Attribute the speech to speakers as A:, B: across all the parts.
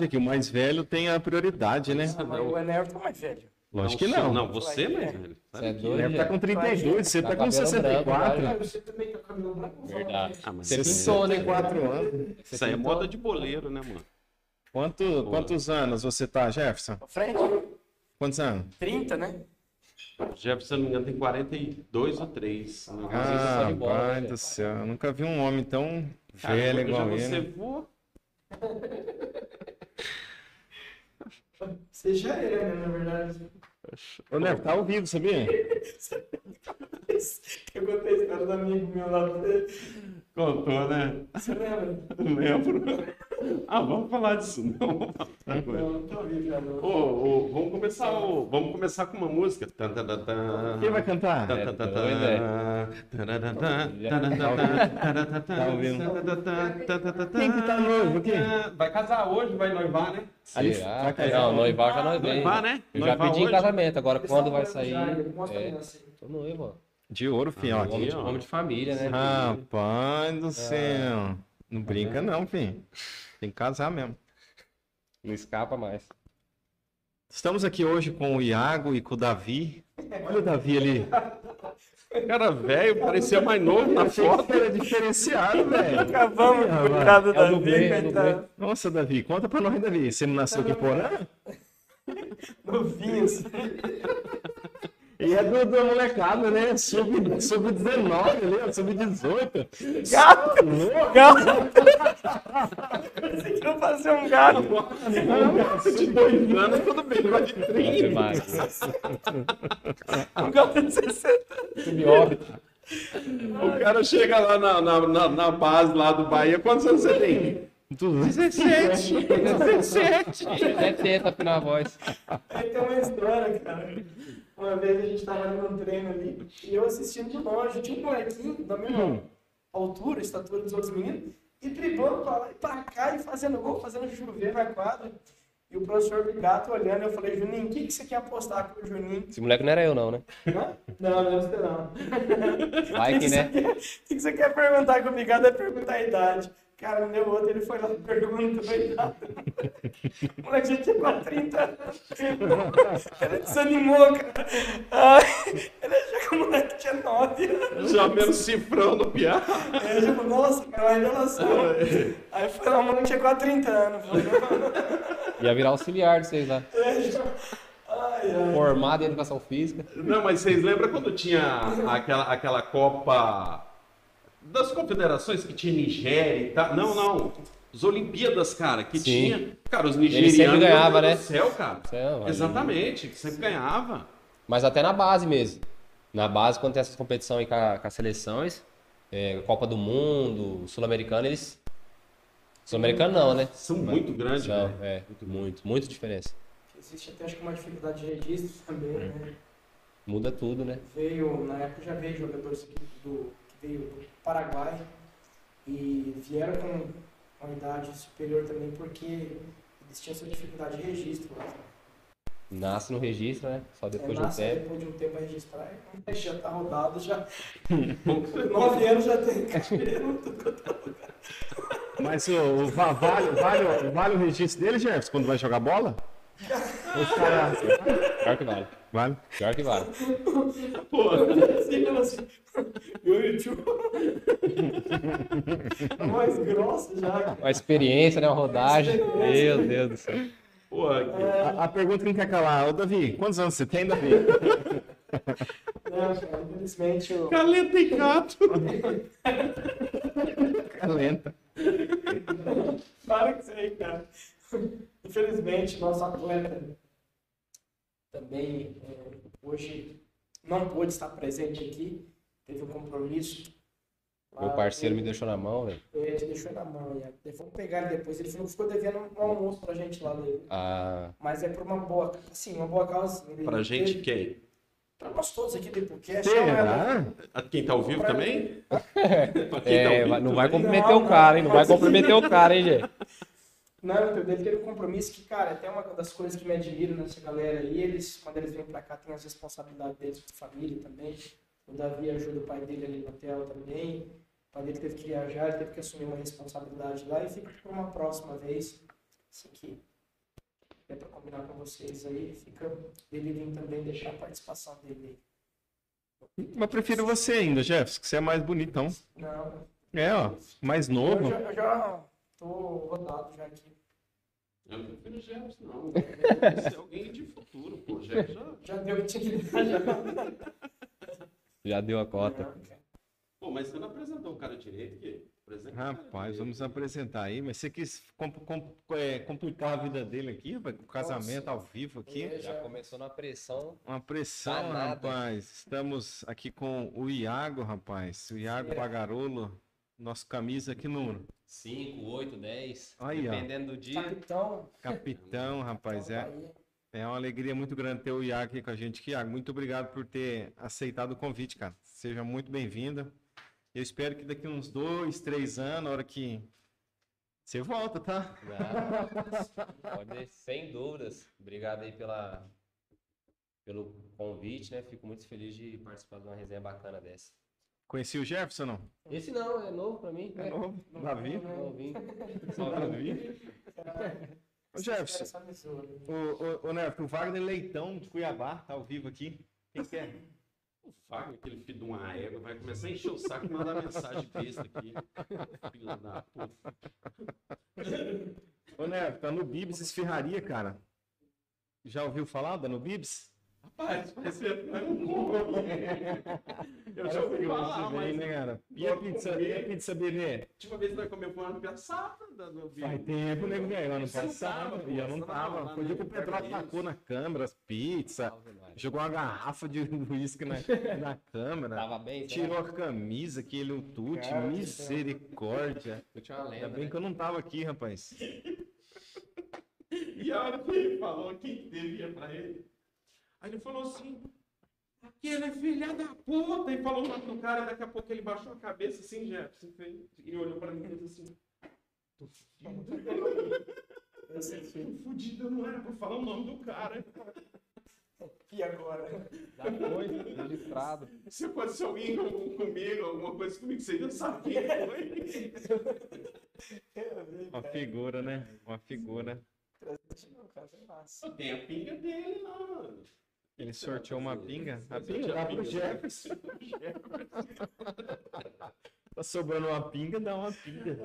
A: É que o mais velho tem a prioridade, né?
B: Ah,
C: Mas o Enero tá mais velho.
A: Lógico que não.
B: Não, você
C: Vai, é.
B: mesmo. velho.
D: Você é
B: Sabe que-
A: O
D: doido,
A: Enero tá com
D: gente.
A: 32, você tá
D: Tá
A: com
D: cabelo branco,
A: 64.
D: vai,
E: Você também tá caminhão branco? não fala
D: Verdade.
E: pra
B: Ah, mas
D: Você
B: isso,
D: pintou, né?
A: 34 anos.
B: isso aí é moda de boleiro, né, mano?
A: Quanto, quantos anos você tá, Jefferson?
C: Pra frente,
A: Quantos anos?
C: 30, né?
B: Jefferson, se eu não me engano, tem 42 ou 3. Né?
A: Ah,
D: de bola,
A: pai
D: velho.
A: do céu. eu Nunca vi um homem tão
B: Cara,
A: velho
B: eu já
A: igual
B: vou ser
A: ele. é.
B: vô.
E: você. Você já é, né, na verdade.
A: Ô, Neto, tá ao vivo, sabia?
E: Eu contei a história do amigo meu lá. Você,
B: Contou, né?
E: você lembra?
B: Lembro. Ah, vamos falar disso, não. Vamos falar outra coisa.
E: Não, não tô ouvindo, cara.
B: Ô, ô, vamos começar o- vamos começar com uma música. Tan, tan, tan, tan.
A: Quem vai cantar?
B: Tan, tan, tan, tan.
D: doido,
B: Tan, tan, tan, tan, tan, tan, tan, tan,
A: Tá ouvindo?
B: tan, tan, tan, tan, tan, tan,
A: Quem que tá noivo aqui?
B: tan. Vai casar hoje, vai noivar, né?
A: Ali-
D: Será?
A: vai casar
D: Não,
A: hoje.
D: noivar já não é bem.
B: Noivar, né?
D: Eu já
B: Noivar
D: pedi em
B: hoje?
D: casamento, agora quando vai sair?
E: Já, ele mostra
D: É,
E: nessa.
D: tô noivo, ó.
A: De ouro, filho. ó.
D: Homem de,
B: ó.
D: homem de família, né?
A: Rapaz do céu. Não brinca não, filho. Tem que casar mesmo.
D: Não escapa mais.
A: Estamos aqui hoje com o Iago e com o Davi. Olha o Davi ali.
B: Cara, velho, parecia mais novo na foto.
A: Ele é diferenciado, velho.
C: Acabamos,
E: Ah,
A: Ih,
C: coitado
D: É o
C: da
D: dublê,
C: vida, tá?
D: é o
C: coitado.
A: Nossa, Davi, conta pra nós, Davi. Você não nasceu aqui né? por ano?
C: Novinho, assim.
A: E é do, do molecada, né? Sub-19 ali, ó, sub-18.
C: Gato!
A: Tá Louco,
C: Gato! Você quer fazer um gato?
A: de
B: né?
A: dois anos, tudo bem, mas de
D: Não
A: 30.
D: tem mais. né?
C: Um gato de 60.
D: Subóbito.
B: O cara chega lá na, na, na, na base lá do Bahia. Quantos anos você tem? 17. 17.
D: Até tenta afinar a voz.
E: Aí tem uma história, cara. Uma vez a gente tava ali num treino ali, e eu assistindo de longe, tinha um molequinho da mesma altura, estatura dos outros meninos, e driblando pra lá e pra cá, e fazendo gol, fazendo chover na quadra. E o professor do gato olhando, eu falei, Juninho, o que, que você quer apostar com o Juninho?
D: Esse moleque não era eu, não, né?
E: Hã? Não, não é você não.
D: Vai que, né?
E: O que que você quer perguntar comigo? Nada é perguntar a idade. Cara, meu outro, ele foi lá e perguntou a idade. O moleque já tinha quase 30 anos. Ele desanimou, cara. Ai, ele achou que o moleque tinha 9 anos.
B: Já menos cifrão no piá.
E: Ele já falou, nossa, cara, uma revelação. Aí foi lá, o moleque tinha quase 30 anos.
D: Ia virar auxiliar de vocês lá.
E: Ai, ai.
D: Formado em educação física.
B: Não, mas vocês lembram quando tinha aquela, aquela Copa das Confederações que tinha Nigéria e tal? Não, não. As Olimpíadas, cara, que
D: Sim.
B: tinha. Cara, os
D: sempre
B: nigerianos. meu
D: ganhava,
B: Deus
D: né?
B: do céu, cara.
D: Céu, aí-
B: Exatamente, que sempre ganhava.
D: Mas até na base mesmo. Na base, quando tem essas competições aí com, a- com as seleções, é, Copa do Mundo, Sul-Americano, eles. Sul-Americano não, né?
B: São muito grandes, né?
D: São,
B: velho.
D: é, muito, muito, muito diferença.
E: Existe até acho que uma dificuldade de registro também, né?
D: Muda tudo, né?
E: veio, na época já veio jogadores aqui do, que veio do Paraguai e vieram com uma idade superior também porque eles tinham essa dificuldade de registro lá.
D: Nasce no registro, né? Só depois
E: é,
D: de um
E: nasce,
D: tempo.
E: Depois de um tempo vai registrar, e já tá rodado, já
B: Bom,
E: nove anos já tem cabelo.
A: Mas o, o va- vale, vale, vale o registro dele, Jefferson, quando vai jogar bola? Os caras.
D: Pior que vale.
A: Vale.
D: Pior que vale.
B: Pô,
E: assim, ela assim, eu tio. A voz grossa Tá já.
D: Uma experiência, né? Uma rodagem. Meu Deus do céu.
B: pô, aqui.
E: É,
A: A, a pergunta que não quer calar. Ô, Davi, quantos anos você tem, Davi?
E: Não, cara, né, infelizmente eu.
B: Caleta e gato.
A: Fica lenta.
E: Para com isso aí, cara. Infelizmente, nosso atleta também eh, hoje não pôde estar presente aqui. Teve um compromisso. Ah, é,
D: Meu parceiro me deixou na mão, velho.
E: Ele te deixou na mão, Iago. Vamos pegar ele depois. Ele falou que ficou devendo um almoço pra gente lá dele.
D: Ah,
E: Mas é por uma boa, assim, uma boa causa. Ele
B: Pra gente
E: teve-
B: quem?
E: Pra nós todos aqui do É podcast.
D: né?
A: Será?
B: A Quem tá ao vivo também? Pra quem tá ao
D: é,
B: vivo
D: vai- não vai
B: também?
D: comprometer o cara, hein? Não vai comprometer o cara, hein, gente?
E: Não, entendeu? Ele teve um compromisso que, cara, até uma das coisas que me admiro nessa galera aí, eles, quando eles vêm pra cá, tem as responsabilidades deles com família também. O Davi ajuda o pai dele ali no hotel também. O pai dele teve que viajar, ele teve que assumir uma responsabilidade lá e fica pra uma próxima vez. Isso aqui é pra combinar com vocês aí. Fica ele vem também deixar a participação dele
A: Mas prefiro você ainda, Jefferson, que você é mais bonitão.
E: aí. Não,
A: É, ó, mais
E: eu
A: novo.
E: já, eu já tô rodado já aqui.
B: Eu não prefiro Jefferson, não. Isso é alguém de futuro, pô. Jefferson.
E: Já deu o que tinha que dar, já.
D: Já deu a cota.
E: Não, cara.
B: Pô, mas você não apresentou o cara direito, que apresenta o cara
A: Rapaz,
B: direito.
A: vamos apresentar aí, mas você quis com- com- é, complicar a vida dele aqui, vai, com o casamento ao vivo aqui.
E: É,
D: Já começou na pressão.
A: Uma pressão,
D: Danada.
A: rapaz. Estamos aqui com o Iago, rapaz. O Iago Pagarolo, nosso camisa que número?
D: 5, 8, 10.
A: Aí, ó.
D: Dependendo do dia.
E: Capitão. então
A: Capitão, rapaz. É,
E: Bahia.
A: é uma alegria muito grande ter o Iago aqui com a gente. Iago, muito obrigado por ter aceitado o convite, cara. Seja muito bem-vindo. Eu espero que daqui uns dois, três anos, a hora que você volta, tá?
D: Não, Ah, pode, sem dúvidas. Obrigado aí pela, pelo convite, né? Fico muito feliz de participar de uma resenha bacana dessa.
A: Conheci o Jefferson, não?
D: Esse não, é novo pra mim. né?
A: novo. Davi?
D: Novinho.
A: Davi?
E: tá
A: Ô, Jefferson,
E: Essa é misura.
A: o, o, o Neto, o Wagner Leitão de Cuiabá tá ao vivo aqui. Quem que é?
B: O Fábio, aquele filho de uma égua, vai começar a encher o saco e mandar mensagem besta aqui. Filho da puta.
A: Ô, Neto, tá no Bibs Esfirraria, cara. Já ouviu falar da Nubibs?
B: Rapaz, vai ser vai um combo. Eu já ouvi falar, mas
A: né, cara? E a
B: Bora
A: pizza,
B: comer.
A: e a pizza Benê?
B: a última vez que nós comemos foi ano passado. no vídeo.
A: Faz tempo, nego, velho. Ano
B: Você não
A: passado,
B: tava, pô,
A: e eu
B: você
A: não
B: não
A: tava.
B: tava lá,
A: Foi o dia que o
B: né?
A: Petró tacou na câmera as pizzas,
D: Salve, Mário.
A: jogou uma garrafa de uísque na, na câmera.
D: Tava bem, será?
A: Tirou a camisa, aquele tute,
E: Cara,
A: misericórdia.
D: Eu tinha uma lenda,
A: Ainda bem
D: né?
A: que eu não tava aqui, rapaz.
B: E a hora que ele falou quem devia pra ele, aí ele falou assim, aquele é filha da puta, e falou o nome do cara, e daqui a pouco ele baixou a cabeça assim, Jefferson, e- e olhou pra mim e disse assim, tô fudido,
E: Eu senti.
B: tô fudido, não era pra falar o nome do cara.
E: E agora?
D: Já foi, registrado.
B: Se aconteceu alguém com- comigo, alguma coisa comigo, você já sabe quem foi.
E: Eu vi,
A: Uma
E: cara.
A: figura, né? Uma figura.
E: Não, cara, foi massa.
B: Tem a pinga dele lá, mano.
A: Ele sorteou uma pinga. A
B: Sorteou
A: pinga
B: a
A: dá pro
B: pinga.
A: Jefferson. Tá sobrando uma pinga, dá uma pinga.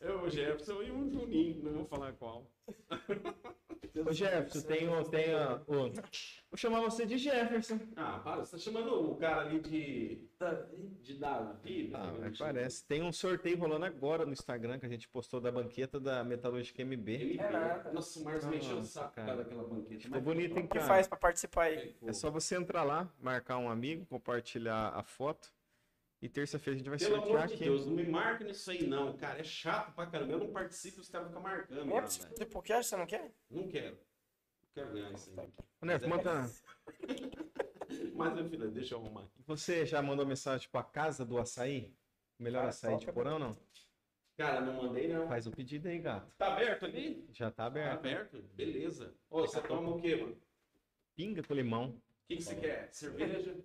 B: Eu, o Jefferson e um Juninho, não vou falar qual.
A: Ô Jefferson, tem o. Tem o, o- Vou chamar você de Jefferson.
B: Ah, para, você tá chamando o cara ali de,
E: Davi.
B: de Davi? né?
A: Ah, mas parece. Tem um sorteio rolando agora no Instagram que a gente postou da banqueta da Metalúrgica MB.
B: Ele
E: É nada.
B: Nossa, o Marcos me encheu o
A: Nossa,
B: saco por
A: cara.
B: causa daquela banqueta.
A: Ficou bonito, hein,
E: O que
A: cara?
E: faz pra participar aí?
A: É só você entrar lá, marcar um amigo, compartilhar a foto. E terça-feira a gente vai
B: Pelo
A: sortear
B: amor de
A: aqui.
B: Deus, não me marca nisso aí não, cara. É chato pra caramba. Eu não participo, os caras ficam marcando. lá,
E: Mesmo se
D: né?
B: velho.
E: é de podcast, você não quer?
B: Não quero. Não quero ganhar isso aí.
A: Ô, Neto, manda-
B: Mas, meu filho, deixa eu arrumar aqui.
A: Você já mandou mensagem pra casa do açaí? Melhor
E: Ah,
A: açaí de
E: toca.
A: porão, não?
B: Cara, não mandei não.
A: Faz o pedido aí, gato.
B: Tá aberto ali?
A: Já tá
B: Tá
A: aberto.
B: aberto? Beleza. Ô, você toma o quê, mano? O
A: Pinga com limão.
B: que, que você quer? Cerveja?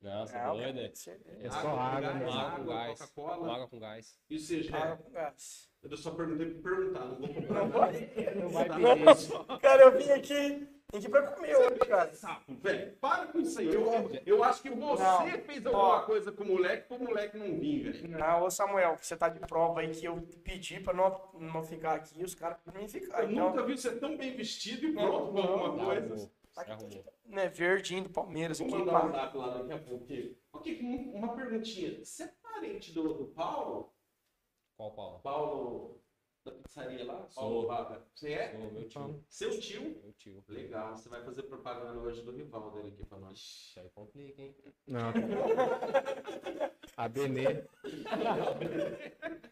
D: Não, você é
E: Não,
D: doido,
E: cara,
D: é?
E: certeza.
A: É
B: Água
A: só
B: com
A: água,
B: gás,
A: mesmo.
D: Com água com
B: água,
D: gás. Com
B: Coca-Cola.
D: água com gás.
B: E o CG?
E: Água com gás.
B: Eu só perguntei pra perguntar, não vou comprar.
E: Ah, Não
B: nada.
E: vai.
D: Não vai
B: Tá
D: pedir.
B: só-
E: Cara, eu vim aqui. Tem que ir pra comer hoje, cara.
B: sapo, velho. Para com isso aí. Eu, eu acho que você
E: Não.
B: fez alguma
E: Ó.
B: coisa com o moleque pro moleque não vir, velho.
E: Não, ô Samuel, você tá de prova aí que eu pedi pra não, não ficar aqui, os caras pra mim ficar.
B: Eu
E: então,
B: nunca vi você tão bem vestido e pronto pra alguma
D: Já
B: coisa.
D: Tá arrumou. Já arrumou.
E: né, verdinho do Palmeiras,
B: Vou
E: aqui,
B: mandar um
E: pá.
B: zap lá daqui a pouco. Ok, um- uma perguntinha. Você é parente do, do Paulo?
D: Qual pau?
B: Paulo da pizzaria lá?
D: Sou.
B: Paulo Vaga. Você é?
D: Ô, meu tio.
B: Seu tio?
D: Meu tio.
B: Legal, você vai fazer propaganda hoje do rival dele aqui pra nós.
D: Ixi, aí complica, hein?
A: Não. a Benê.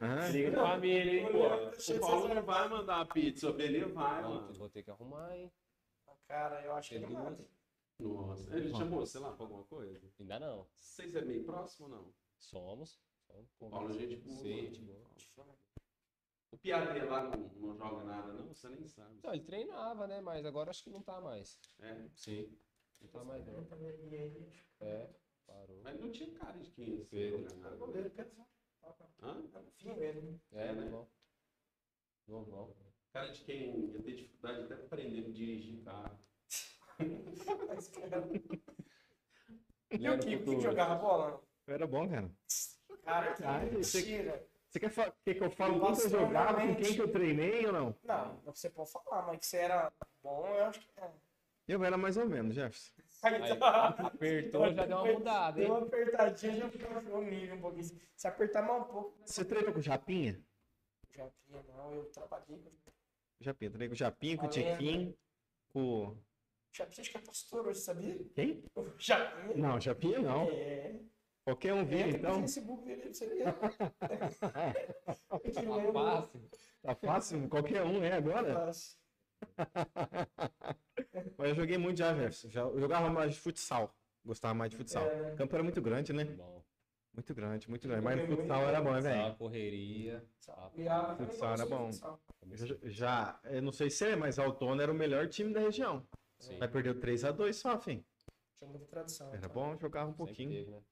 A: Aham.
D: Liga pra família, hein?
B: o Paulo não vai mandar a pizza, o Benê vai,
D: Vou,
B: mano.
D: vou ter que arrumar, hein?
E: Cara, eu acho que
D: Tem
E: ele manda.
D: duas.
B: Nossa, ele chamou, sei lá, pra alguma coisa?
D: Ainda não.
B: Vocês é meio próximo ou não?
D: Somos. Somos. um
B: Paulo, gente boa.
D: Sim, gente boa.
B: O Piadinha lá não, não joga nada, não? Você nem sabe.
D: Não, ele treinava, né? Mas agora acho que não tá mais.
B: É.
D: Sim. Não tá mais, não. É. Parou.
B: Mas não tinha cara de quem ia ser
D: Pedro.
B: jogar nada. né?
E: Goleiro, quer dizer,
B: Hã?
E: tá no fim mesmo.
D: É,
B: É, né?
D: normal. Normal.
F: Cara de quem ia ter dificuldade até aprendendo a dirigir
B: tá?
F: carro.
E: Mas, cara, E o
D: Leandro,
E: Kiko? O
D: futuro.
E: Kiko jogava bola?
A: Eu era bom, cara.
E: Cara, que
A: Ah, eu sei
E: mentira.
A: Você quer, fa- quer que eu fale com quem que eu
E: Nossa,
A: jogava, com
E: realmente.
A: quem que eu treinei ou não?
E: Não, você pode falar, mas que você era bom, eu acho que é.
A: Eu era mais ou menos, Jefferson.
D: Aí,
A: então
D: apertou, Então já deu uma mudada,
E: Deu
D: hein?
E: uma apertadinha, já ficou nível um pouquinho. Se apertar mais um pouco,
A: Você treinou com o Japinha?
E: já tinha, não. Eu trabalhei com
A: Japinha, treinei com o Japinha, com o
E: Ah, lembro.
A: Tiquinho, com o...
E: Já precisa que é pastor hoje, sabia?
A: Quem?
E: Já.
A: Não, Japinha não.
E: É.
A: Qualquer um vira,
E: Entra no
A: então.
E: Facebook dele pra você ver. É que
D: Tá fácil.
A: Tá fácil, qualquer um é agora.
E: Tá Fácil.
A: Mas eu joguei muito já, Jefferson. Já, eu jogava mais de futsal. Gostava mais de futsal.
E: É.
A: O campo era muito grande, né?
D: Bom,
A: Muito grande, muito grande. Mas
E: Joguei muito
A: futsal era bom, hein, velho.
D: só correria. só-
E: E a- eu
A: Futsal era
E: gosto de
A: bom.
E: futsal.
A: Já- Já, eu não sei se é, mas a Autona era o melhor time da região.
D: Sim,
A: Mas perdeu 3x2 só, fim.
E: Tinha muita tradição.
A: Era
E: então.
A: bom, jogava um
D: sempre
A: pouquinho.
D: teve, né?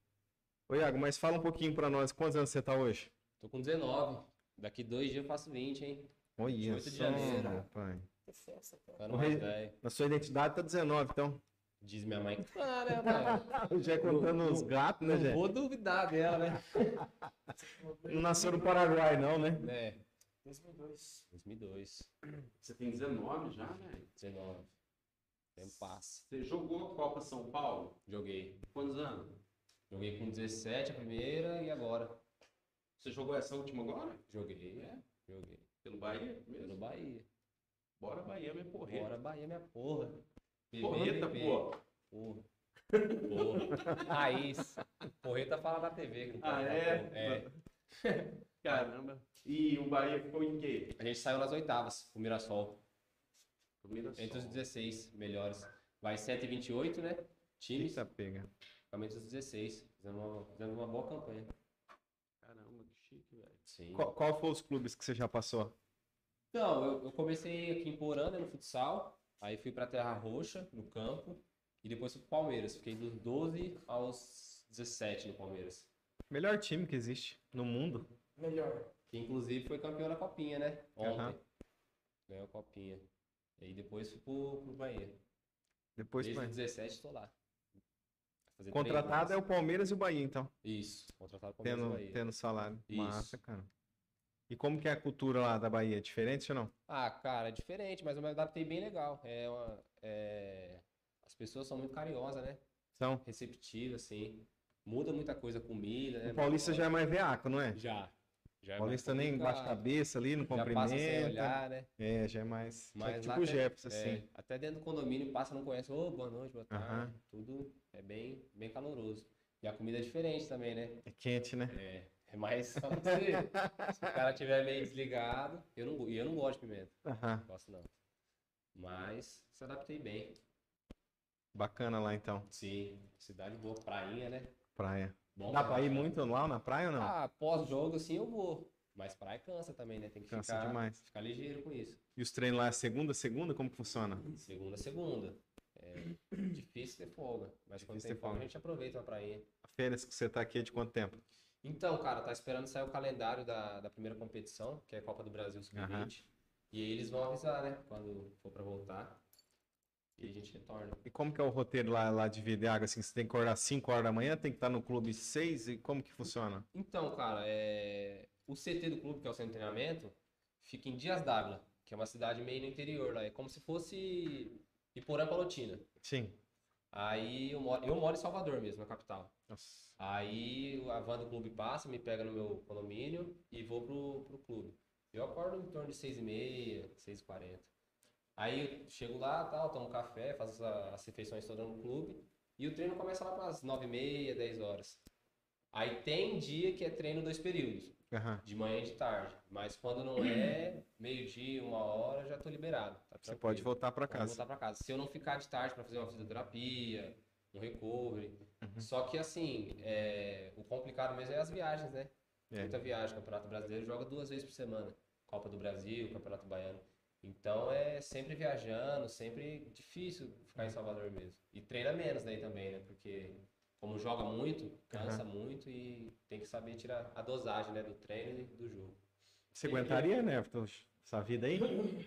A: Ô, Iago, mas fala um pouquinho pra nós. Quantos anos você tá hoje?
D: Tô com 19. Daqui dois dias eu faço 20, hein?
A: Olha
D: 18 de
A: só,
D: janeiro.
A: rapaz.
E: Que festa, cara.
D: Ficando
A: Ô,
D: mais
A: Rei-
D: velho.
A: Na sua identidade tá 19, então.
D: Diz minha mãe que tá, né, mano?
A: Já contando os gatos, né,
D: Não
A: gente?
D: vou duvidar dela, né?
A: Não nasceu no Paraguai, não, né?
D: É,
E: 2002.
D: 2002,
F: Você tem 19 já,
B: né?
F: velho?
D: 19. Tempo passa.
F: Você jogou a Copa São Paulo?
D: um Joguei.
F: Quantos anos?
D: Joguei com 17 a primeira e agora.
F: Você jogou essa última agora?
D: Joguei, é? Joguei.
F: Pelo Bahia?
D: Pelo
F: Mesmo?
D: Bahia.
F: Bora Bahia, minha porreta.
D: Bora Bahia, minha porra. Bebê,
F: Porreta,
D: bebê.
F: pô.
D: Porra. Porra. Raiz. Porreta fala na TV. que
F: Ah,
D: fala,
F: é?
D: porra. É.
F: Caramba. E o Bahia ficou em quê?
D: A gente saiu nas oitavas, o Mirassol.
F: Primeira
D: Entre os
F: só.
D: 16 melhores. Vai 128, né? Times.
A: Eita, pega.
D: Ficamos entre os 16. Fizemos uma, fizemos uma boa campanha.
F: Caramba, que chique, velho.
D: Sim.
A: Qual, qual foi os clubes que você já passou?
D: Então, eu, eu comecei aqui em Porã, né, no futsal, aí fui pra Terra Roxa, no campo, e depois fui pro Palmeiras. Fiquei dos 12 aos 17 no Palmeiras.
A: Melhor time que existe no mundo.
E: Melhor.
D: Que inclusive foi campeão da Copinha, né? Ontem.
A: Aham.
D: Ganhou a Copinha. E aí depois fui pro, pro Bahia.
A: Depois
D: Desde
A: foi.
D: os 17 tô lá. Fazer três
A: Contratado é
D: anos.
A: o Palmeiras e o Bahia, então.
D: Isso, contratado com o Palmeiras e
A: Tendo,
D: Bahia.
A: tendo salário.
D: Isso.
A: Massa, cara. E como que é a cultura lá da Bahia? É Diferente ou não?
D: Ah, cara, é diferente, mas eu me adaptei bem legal. É uma- é- As pessoas são muito carinhosas, né?
A: São.
D: receptiva, assim. Muda muita coisa a comida, né?
A: O paulista já é mais veaco, não é?
D: Já. Já é
A: O paulista
D: mais
A: nem baixa a
D: complicado,
A: cabeça ali, não
D: Já passa sem
A: cumprimenta.
D: olhar, né?
A: É, já é mais.
D: Mas
A: tipo
D: lá
A: o
D: até-
A: Jefferson,
D: É,
A: assim.
D: até dentro do condomínio passa, não conhece. Ô, boa noite, boa
A: Aham.
D: tarde. Tudo é bem, bem caloroso. E a comida é diferente também, né?
A: É quente, né?
D: É, é mais só pra você. Se o cara tiver meio desligado, eu não, go- e eu não gosto de pimenta,
A: Aham.
D: não gosto não. Mas se adaptei bem.
A: Bacana lá, então.
D: Sim, cidade boa, prainha, né?
A: Praia.
D: Bom
A: Dá pra ir
D: demais.
A: muito lá na praia ou não?
D: Ah, pós-jogo assim eu vou. Mas praia cansa também, né? Tem que
A: Cansa
D: ficar,
A: demais.
D: ficar ligeiro com isso.
A: E os treinos lá é segunda, segunda? Como que funciona?
D: Segunda, segunda. É difícil ter folga. Mas quando
A: Difícil
D: tem
A: ter
D: folga,
A: folga.
D: a gente aproveita uma prainha.
A: A férias que você tá aqui é de quanto tempo?
D: Então, cara, tá esperando sair o calendário da, da primeira competição, que é a Copa do Brasil Sub-20. E aí eles vão avisar, né? Quando for pra voltar. E a gente retorna.
A: E como que é o roteiro lá, lá de vida e água? Assim, você tem que acordar 5 horas da manhã, tem que estar no clube 6 e como que funciona?
D: Então, cara, é... o CT do clube, que é o centro de treinamento, fica em Dias d'Água, que é uma cidade meio no interior lá. É como se fosse Iporã Palotina.
A: Sim.
D: Aí eu moro, eu moro em Salvador mesmo, na capital.
A: Nossa.
D: Aí a van do clube passa, me pega no meu condomínio e vou pro, pro clube. Eu acordo em torno de 6h30, 6h40. Aí eu chego lá, tal, tomo café, faço as, as refeições todas no clube. E o treino começa lá para as 9h30, 10 horas. Aí tem dia que é treino dois períodos,
A: Aham.
D: de manhã e de tarde. Mas quando não é, meio-dia, uma hora, eu já tô liberado. Tá
A: Você pode
D: tranquilo.
A: voltar pra
D: Vou
A: casa.
D: voltar pra casa. Se eu não ficar de tarde para fazer uma fisioterapia, um recovery.
A: Uhum.
D: Só que assim, é, o complicado mesmo é as viagens, né?
A: É.
D: Muita viagem, Campeonato Brasileiro joga duas vezes por semana. Copa do Brasil, Campeonato Baiano. Então é sempre viajando, sempre difícil ficar em Salvador mesmo. E treina menos daí também, né? Porque como joga muito, cansa muito e tem que saber tirar a dosagem, né, do treino e do jogo.
A: Você aguentaria, né? Everton? Essa vida aí?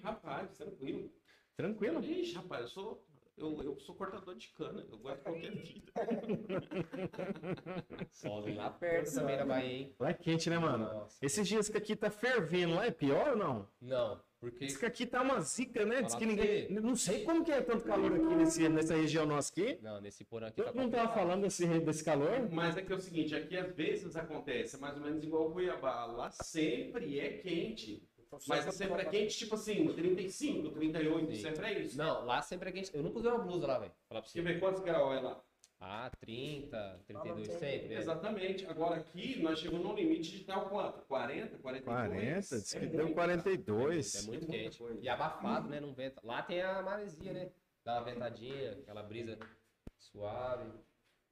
B: Rapaz, tranquilo.
A: Tranquilo.
B: Ixi, rapaz, eu sou, eu, eu sou cortador de cana. Eu gosto de qualquer vida.
D: Solzinho lá perto também da Bahia, hein?
A: Lá é quente, né, mano?
D: Nossa.
A: Esses dias que aqui tá fervendo, lá é pior ou não?
D: Não, porque
A: Diz que aqui tá uma zica, né? Diz
D: Fala
A: que
D: pra
A: ninguém. Não sei como que é tanto calor aqui nesse, nessa região nossa aqui.
D: Não, nesse porão aqui tá
A: Eu não tava
D: complicado.
A: falando desse, desse calor.
B: Mas é que é o seguinte, aqui às vezes acontece, é mais ou menos igual Cuiabá. Lá sempre é quente. Mas sempre é quente, tipo assim, 35, 38,
D: Sim.
B: sempre é isso.
D: Não, lá sempre é quente. Eu nunca usei uma blusa lá, velho. Falar pra
B: Quer
D: você.
B: ver quantos graus é lá?
D: Ah, 30, 32
E: Fala,
D: sempre. é.
B: Exatamente. Agora aqui nós chegamos num limite de tal quanto? 40, 42?
A: 40, diz que
B: É
A: deu
B: muito,
D: É
A: 42.
D: muito
B: muita
D: quente.
B: coisa.
D: E abafado, né? Não venta. Lá tem a maresia, né? Dá uma ventadinha, aquela brisa suave.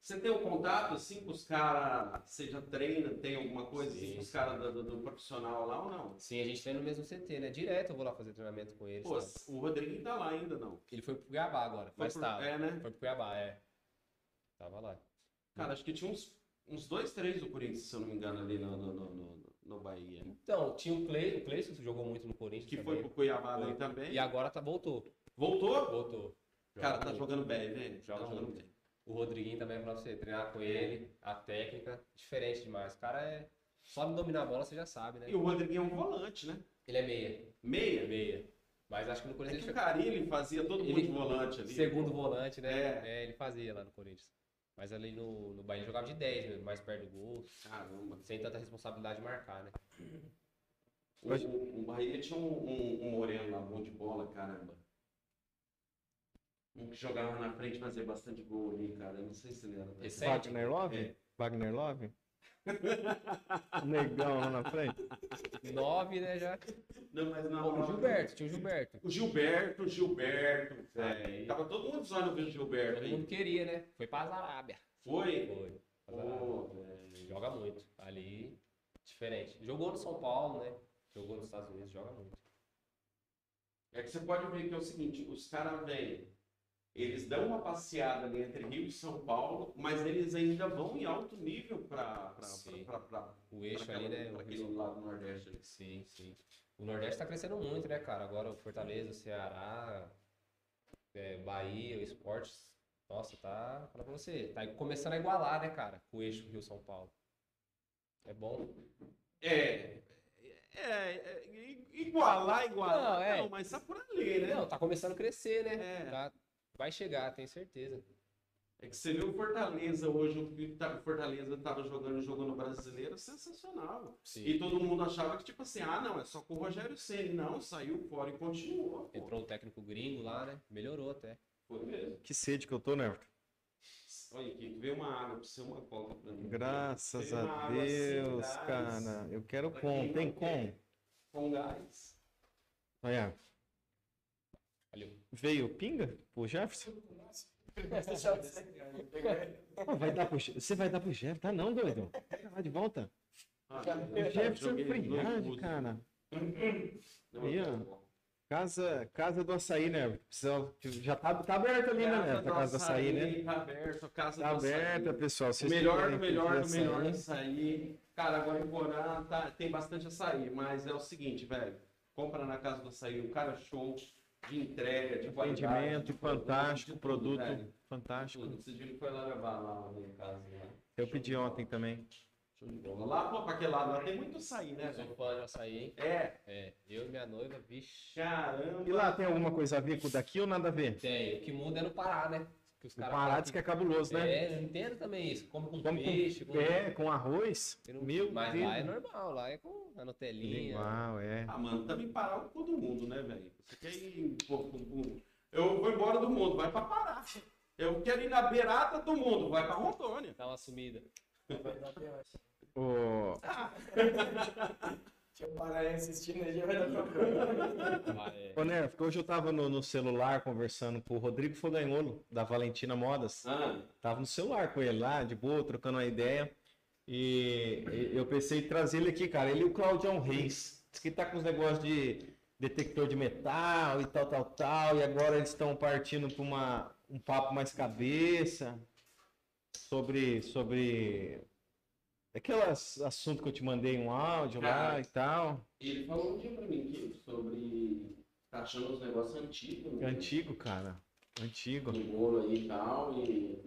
B: Você tem um contato assim com os caras, seja treina, tem alguma coisa assim,
D: Sim.
B: com os caras do, do- do profissional lá ou não?
D: Sim, a gente treina no mesmo CT, né? Direto eu vou lá fazer treinamento com eles.
B: Pô,
D: tá?
B: o Rodrigo tá lá ainda não.
D: Ele foi pro Cuiabá agora,
B: Foi
D: mas tá.
B: pro-
D: tava.
B: É, né?
D: Foi pro Cuiabá, é. Tava lá.
B: Cara, acho que tinha uns, uns dois, três do Corinthians, se eu não me engano, ali no, no, no, no, no Bahia.
D: Então, tinha o Clay, o Cleison que jogou muito no Corinthians.
B: Que foi
D: também.
B: pro Cuiabá daí
D: Foi.
B: também.
D: E agora tá, voltou.
B: Voltou?
D: Voltou.
B: Cara, tá
D: muito.
B: jogando bem, velho.
D: Joga
B: tá jogando
D: muito.
B: bem.
D: O Rodriguinho também é pra você treinar com ele, a técnica, diferente demais. O cara é. Só me dominar a bola, você já sabe, né?
B: E o Rodriguinho é um volante, né?
D: Ele é meia.
B: Meia.
D: Meia. Mas acho que no
B: É
D: Corinthians
B: que
D: ele
B: o Carilli fazia todo mundo
D: Ele-
B: de volante
D: foi
B: ali.
D: segundo volante, né?
B: É.
D: É, ele fazia lá no Corinthians. Mas ali no, no Bahia ele jogava de 10 mesmo, mais perto do gol,
B: Caramba.
D: sem tanta responsabilidade de marcar, né?
B: O, o, o Bahia tinha um, um, um moreno lá, bom de bola, caramba. Um que jogava na frente fazia bastante gol ali, cara. Eu não sei se ele era.
D: Esse aí,
A: Wagner Love?
B: É.
A: Wagner Love? Negão lá na frente.
D: 9, né? Já.
B: Não, mas na
D: O
B: moral-
D: Gilberto, tinha o Gilberto. É,
B: O Gilberto, o Gilberto, velho. Tava todo mundo só no vídeo do Gilberto
D: Todo
B: aí.
D: mundo queria, né? Foi pra Arábia.
B: Foi?
D: Foi. Pra Arábia.
B: Pô, é. velho.
D: Joga muito. Ali, diferente. Jogou no São Paulo, né? Jogou nos Estados Unidos, joga muito.
B: É que você pode ver que é o seguinte, os caras vêm, eles dão uma passeada ali entre Rio e São Paulo, mas eles ainda vão em alto nível pra, pra,
D: Sim.
B: pra, pra, pra,
D: O eixo
B: pra
D: ali,
B: aquela-
D: né?
B: pra
D: O
B: aquele
D: eixo-
B: lado do Nordeste ali.
D: Sim, sim. O Nordeste tá crescendo muito, né, cara? Agora o Fortaleza, o Ceará, é, Bahia, o Esportes. Nossa, tá. Fala pra você. Tá começando a igualar, né, cara? O eixo Rio-São Paulo. É bom.
B: É, é, é, i- igualar, igualar, não,
D: Não, é.
B: mas tá por ali, né?
D: Não, tá começando a crescer, né?
B: É.
D: Tá- Vai chegar, tenho certeza.
B: É que você viu o Fortaleza hoje, o que tá- o Fortaleza tava jogando jogo no Brasileiro, sensacional. E todo mundo achava que, tipo assim, ah, não, é só com o Rogério Ceni. Não, saiu fora e continuou. pô.
D: Entrou um técnico gringo lá, né? Melhorou até.
B: Foi mesmo.
A: Que sede que eu tô, né?
B: Olha aqui, veio uma água pra você, uma coca pra mim.
A: Graças
B: Tem uma
A: a
B: água sem
A: Deus,
B: gás.
A: cara. Eu quero
B: Pra
A: com,
B: quem
A: tem
B: não
A: com.
B: quer. Com gás.
A: Olha.
D: Valeu.
A: Veio pinga pro Jefferson?
E: Deixa eu ver.
A: Pô, vai dar pro Je- Você vai dar pro Jefferson? Tá não, doido. Pega lá de volta.
B: Ah,
E: Já-
B: eu
A: O
B: já
A: Jefferson é
B: joguei dois
A: friagem,
B: usos.
A: cara.
B: Não, mas
A: Ia.
B: tá bom.
A: Casa, casa do açaí, né? Precisa- Já tá, tá aberta ali, né, né?
B: Casa
A: Pra casa do açaí, né?
B: Tá aberto, casa
A: Tá
B: do açaí.
A: aberta, pessoal.
B: O
A: Vocês
B: melhor
A: quiserem
B: do melhor do
A: pedir
B: melhor
A: açaí.
B: do açaí. Cara, agora em Porã tá, tem bastante açaí, mas é o seguinte, velho. Compra na casa do açaí, o cara é show de entrega, de qualidade.
A: Atendimento
B: de produto,
A: fantástico,
B: de tudo,
A: produto
B: velho.
A: fantástico.
B: Tudo. Esse dia ele foi lá gravar lá na minha casa. né? Lá.
A: Eu pedi ontem também.
B: Show de bola. Lá, pô, pra aquele lado, lá tem muito açaí, né,
A: É,
D: Eu
B: velho?
D: Sou fã de açaí, hein?
B: É,
D: É, eu e minha noiva,
A: É.
D: vixe.
A: E
B: caramba.
A: lá tem alguma coisa a ver com o daqui ou nada a ver?
D: Tem. O que muda é no Pará, né? Que os
A: O
D: caras
A: Pará
B: tá
D: falam
A: diz que é cabuloso, né?
D: É, eu entendo também isso. Come com
A: Come com
D: peixe, com.
A: É, com arroz.
D: Eu não-
A: Meu
D: Mas
A: Deus.
D: lá é normal, lá é com a Nutelinha.
A: Igual, é.
B: Ah, mano, também parar com todo mundo, né, velho? Você quer ir. pô, pô, pô. Eu vou embora do mundo, vai pra Pará. Eu quero ir na beirada do mundo, vai pra Rondônia.
D: Dá uma sumida.
A: O-
E: Deixa eu parar e assistir, né? Já vai dar problema.
D: Lá é.
A: Ô, Nerf, hoje eu tava no, no celular conversando com o Rodrigo Foganholo, da Valentina Modas.
B: Ah,
A: Tava no celular com ele lá, de boa, trocando uma ideia. E e eu pensei em trazer ele aqui, cara. Ele e o Claudião Reis. Diz que tá com os negócios de detector de metal e tal, tal, tal. E agora eles estão partindo para uma, um papo mais cabeça sobre, sobre Aqueles assunto que eu te mandei um áudio lá
B: Ah.
A: e tal.
B: Ele falou um dia pra mim aqui sobre. Tá achando os negócios antigos. né?
A: É Antigo, cara. Antigo.
B: Um bolo aí e tal. E.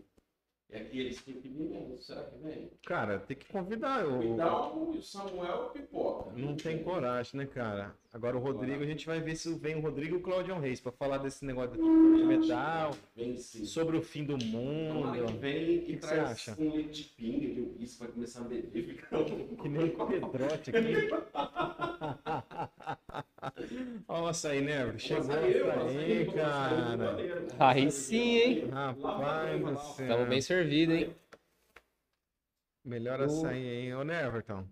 B: E aqui eles têm que vir mesmo. Será que vem?
A: Cara, tem que convidar.
B: O
A: Eu...
B: Vidal e o Samuel pipoca.
A: Não tem coragem, né, cara? Agora o Rodrigo, a gente vai ver se vem o Rodrigo e o Claudião Reis pra falar desse negócio de metal,
B: Vem sim.
A: sobre o fim do
B: Tomara que
A: mundo.
B: vem e
A: que que
B: traz
A: você acha?
B: um leite de pinga que o Guiz vai começar a beber. fica um-
A: Que nem o Pedrote aqui. Olha o açaí, né, Bruno? Chegou o
B: Nossa, eu, nossa, eu
A: açaí,
B: tô gostando do
A: cara.
B: maneiro.
D: Aí sim, hein?
A: Rapaz do céu.
D: Estamos bem servidos, hein?
A: Melhor açaí aí, ô né, Everton?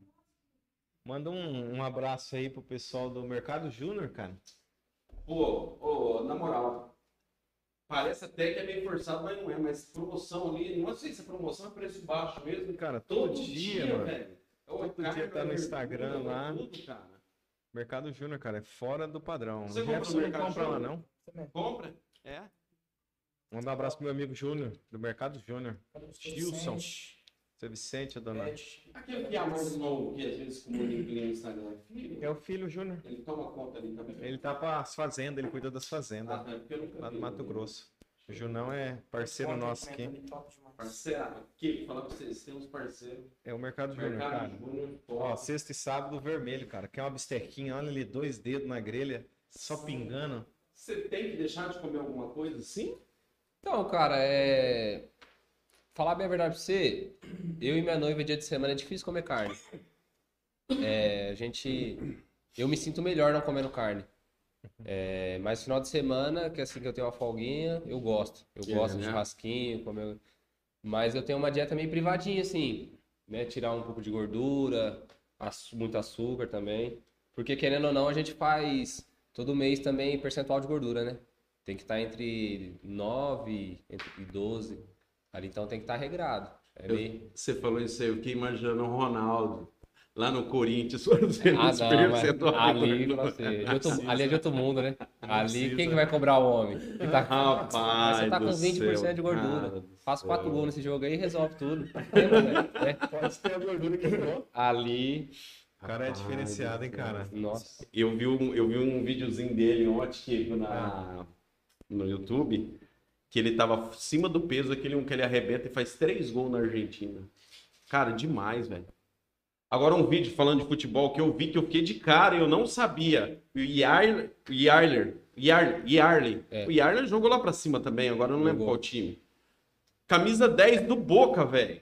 A: Manda um, um abraço aí pro pessoal do Mercado Júnior, cara.
B: Pô, ô, na moral, parece até que é meio forçado, mas não é. Mas promoção ali, não sei se é promoção é preço baixo mesmo.
A: Cara, todo,
B: Todo
A: dia, mano.
B: velho. É uma
A: Todo dia
B: carne,
A: tá no
B: uma
A: Instagram
B: verdura,
A: lá.
B: Tudo, cara.
A: Mercado Júnior, cara, é fora do padrão.
B: Você
A: o
B: compra no
A: Jefferson não um?
B: Mercado
A: compra lá,
B: Júnior?
A: não.
B: Compra? É?
A: Manda um abraço pro meu amigo Júnior, do Mercado Júnior. Gilson. né? Seu Vicente, a dona.
B: Aquele que é mais novo, que às vezes comunica ali no Instagram. Filho,
A: É o filho Júnior.
B: ele toma conta ali também.
A: Ele tá pras fazendas, ele cuida das fazendas,
B: Ah, tá, porque eu nunca
A: lá do
B: vi,
A: Mato
B: né?
A: Grosso. O Junão é parceiro
E: um
A: nosso aqui.
B: Parceiro, aqui, falar pra vocês, tem uns parceiros.
A: É o Mercado Júnior, cara.
B: Mercado Júnior,
A: Ó,
B: top.
A: sexta e sábado vermelho, cara. Quer uma bistequinha? Olha ali, dois dedos na grelha, só pingando.
B: Você tem que deixar de comer alguma coisa? Sim.
D: Então, cara, é. Falar bem a verdade pra você, eu e minha noiva, dia de semana, é difícil comer carne. É, a gente. Eu me sinto melhor não comendo carne. É, mas final de semana, que é assim que eu tenho uma folguinha, eu gosto. Eu
B: É,
D: gosto de
B: né?
D: churrasquinho, comer. um, Mas eu tenho uma dieta meio privadinha, assim, né? Tirar um pouco de gordura, açu- muito açúcar também. Porque querendo ou não, a gente faz todo mês também percentual de gordura, né? Tem que estar entre 9 e 12. Ali então tem que estar regrado. É meio...
B: Você falou isso aí, eu fiquei imaginando o Ronaldo lá no Corinthians fazendo
D: Ah,
B: os
D: não, mas
B: percentuais.
D: ali, pra você, de outro- ali é de outro mundo, né? Ali quem que vai cobrar o homem? Que tá,
B: Rapaz
D: você tá com
B: do
D: 20%
B: céu,
D: de gordura.
B: cara.
D: Faz quatro gols nesse jogo aí e resolve tudo. É, moleque, né?
A: Pode ter a gordura que for.
D: Ali,
A: O cara é diferenciado, hein, cara.
D: nossa.
B: Eu vi, um, eu vi um videozinho dele ontem que, na, no YouTube que ele tava acima do peso, aquele um que ele arrebenta e faz três gols na Argentina. Cara, demais, velho. Agora um vídeo falando de futebol que eu vi que eu fiquei de cara, eu não sabia. O Yarler, Yarler, Yarler, Yarley.
D: É.
B: O Yarler jogou lá pra cima também, agora eu não lembro
D: Jogou.
B: qual time. Camisa 10 do Boca, velho.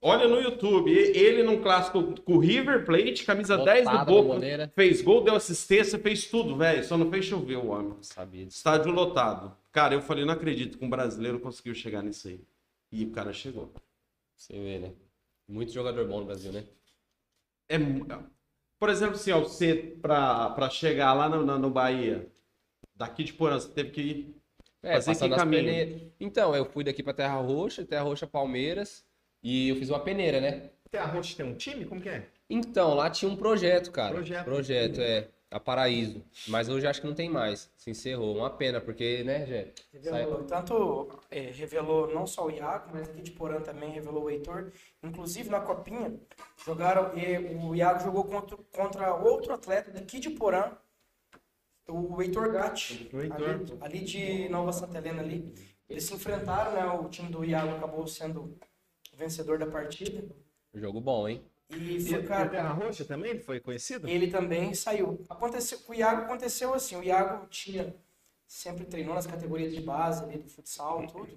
B: Olha no YouTube, e- ele num clássico com o River Plate, camisa 10 do
D: Lotado na
B: Boca,
D: maneira.
B: fez gol, deu assistência, fez tudo, velho. Só não fez chover o homem.
D: Sabia disso.
B: Estádio lotado. Cara, eu falei, não acredito que um brasileiro conseguiu chegar nisso aí. E o cara chegou.
D: Você vê, né? Muito jogador bom no Brasil, né?
B: É, mu- por exemplo, assim, ó, você, pra, pra chegar lá no, no- no Bahia, daqui de Porã, você teve que ir.
D: É,
B: Fazer
D: passando
B: que
D: as
B: caminho?
D: peneiras. Então, eu fui daqui pra Terra Roxa, Terra Roxa Palmeiras, e eu fiz uma peneira, né?
A: Tem a Rocha tem um time? Como que é?
D: Então, lá tinha um projeto, cara.
A: Projeto.
D: é. A Paraíso. Mas hoje acho que não tem mais. Se encerrou. Uma pena, porque, né, Jé?
E: Revelou, tanto é, revelou não só o Iago, mas aqui de Porã também revelou o Heitor. Inclusive na Copinha, jogaram, é, o Iago jogou contra, contra outro atleta daqui de Porã, o Heitor Gatti,
A: O Heitor.
E: ali, ali de Nova Santa Helena ali. Eles se enfrentaram, né? O time do Iago acabou sendo o vencedor da partida.
D: Jogo bom, hein?
E: E
A: E
E: foi,
A: a
E: cara,
A: Terra Roxa também ele foi conhecido?
E: ele também saiu. Aconteceu, o Iago aconteceu assim, o Iago tinha sempre treinou nas categorias de base ali do futsal tudo.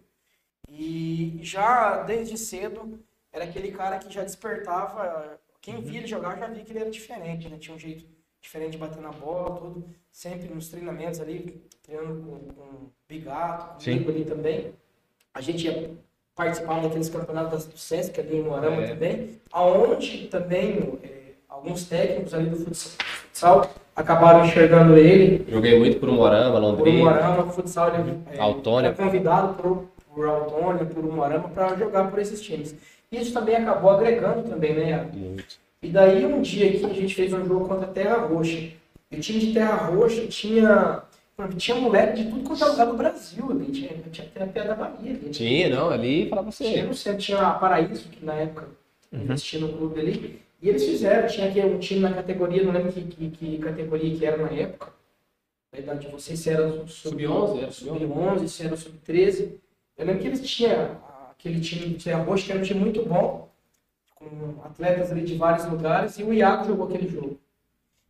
E: E já desde cedo era aquele cara que já despertava, quem via ele jogar já via que ele era diferente, né? Tinha um jeito diferente de bater na bola, tudo. Sempre nos treinamentos ali, treinando com, com o Bigato,
A: Sim.
E: comigo ali também. A gente ia participar um daqueles campeonatos do Sesc ali em Moarama
D: É.
E: também, aonde também eh, alguns técnicos ali do futsal acabaram enxergando ele
D: Joguei muito por Morama,
E: por um
D: Londrina.
E: Morama, o futsal ele é,
D: Autônia.
E: era convidado por, por Autônia, por um Morama, para jogar por esses times. E isso também acabou agregando também, né? Iago?
D: Muito.
E: E daí um dia aqui a gente fez um jogo contra a Terra Roxa. E o time de Terra Roxa tinha. Tinha moleque de tudo quanto é lugar do Brasil ali. Tinha, tinha até a da Bahia né? ali.
D: Tinha, não? Ali, falar pra você.
E: Tinha no centro, tinha a Paraíso, que na época investir no clube ali. E eles fizeram, tinha aqui um time na categoria, não lembro que, que, que categoria que era na época. Na idade de vocês, se era sub-11, era sub-11, se era sub-13. Eu lembro que eles tinham aquele time de Roxa, que era um time muito bom, com atletas ali de vários lugares, e o Iago jogou aquele jogo.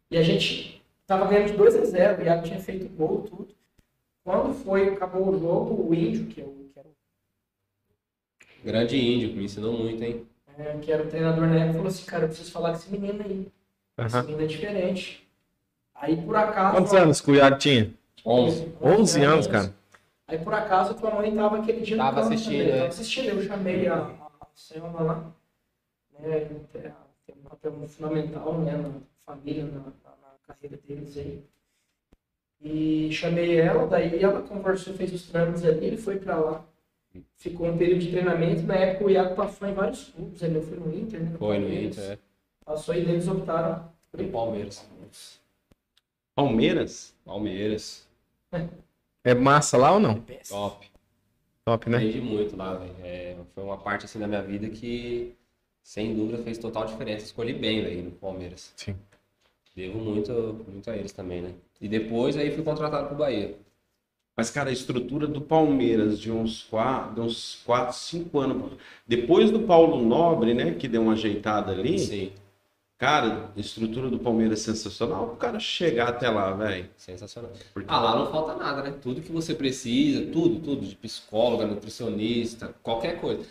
E: E a gente tava ganhando de 2 a 0, o Iago tinha feito gol, tudo. Quando foi, acabou o jogo, o Índio, que, é o, que era o
D: Grande índio, que me ensinou muito, hein?
E: é, que era o treinador na época, falou assim, cara, eu preciso falar com esse menino aí. Esse menino é diferente. Aí por acaso.
A: Quantos anos que o Iago tinha?
D: 11.
A: 11 anos, cara.
E: Aí por acaso tua mãe tava aquele dia
D: Tava
E: no canto
D: assistindo,
E: também,
D: é.
E: tava assistindo, eu chamei a, a Selma lá, né? ele tem- Tem um papel fundamental né, na família, na, na- na carreira deles aí. E chamei ela, daí ela conversou, fez os trâmites ali, ele foi pra lá. Ficou um período de treinamento, na época o Iago passou em vários clubes, ele foi no Inter, né?
D: Foi no
E: Palmeiras.
D: Inter,
E: Passou e eles optaram
D: é. No Palmeiras.
A: Palmeiras?
D: Palmeiras.
A: É massa lá ou não?
E: PS.
D: Top.
A: Top, né?
D: Aprendi muito lá, velho. É, foi uma parte assim da minha vida que, sem dúvida, fez total diferença. Escolhi bem, velho, no Palmeiras.
A: Sim.
D: Devo muito, muito a eles também, né? E depois aí fui contratado pro Bahia.
B: Mas, cara, a estrutura do Palmeiras de uns 4, de uns 4 5 anos. Depois do Paulo Nobre, né, que deu uma ajeitada ali,
D: Sim.
B: cara, a estrutura do Palmeiras é sensacional. O cara chegar até lá, velho.
D: Sensacional.
B: Porque-
D: Ah, lá não falta nada, né? Tudo que você precisa, tudo, tudo, de psicóloga, nutricionista, qualquer coisa.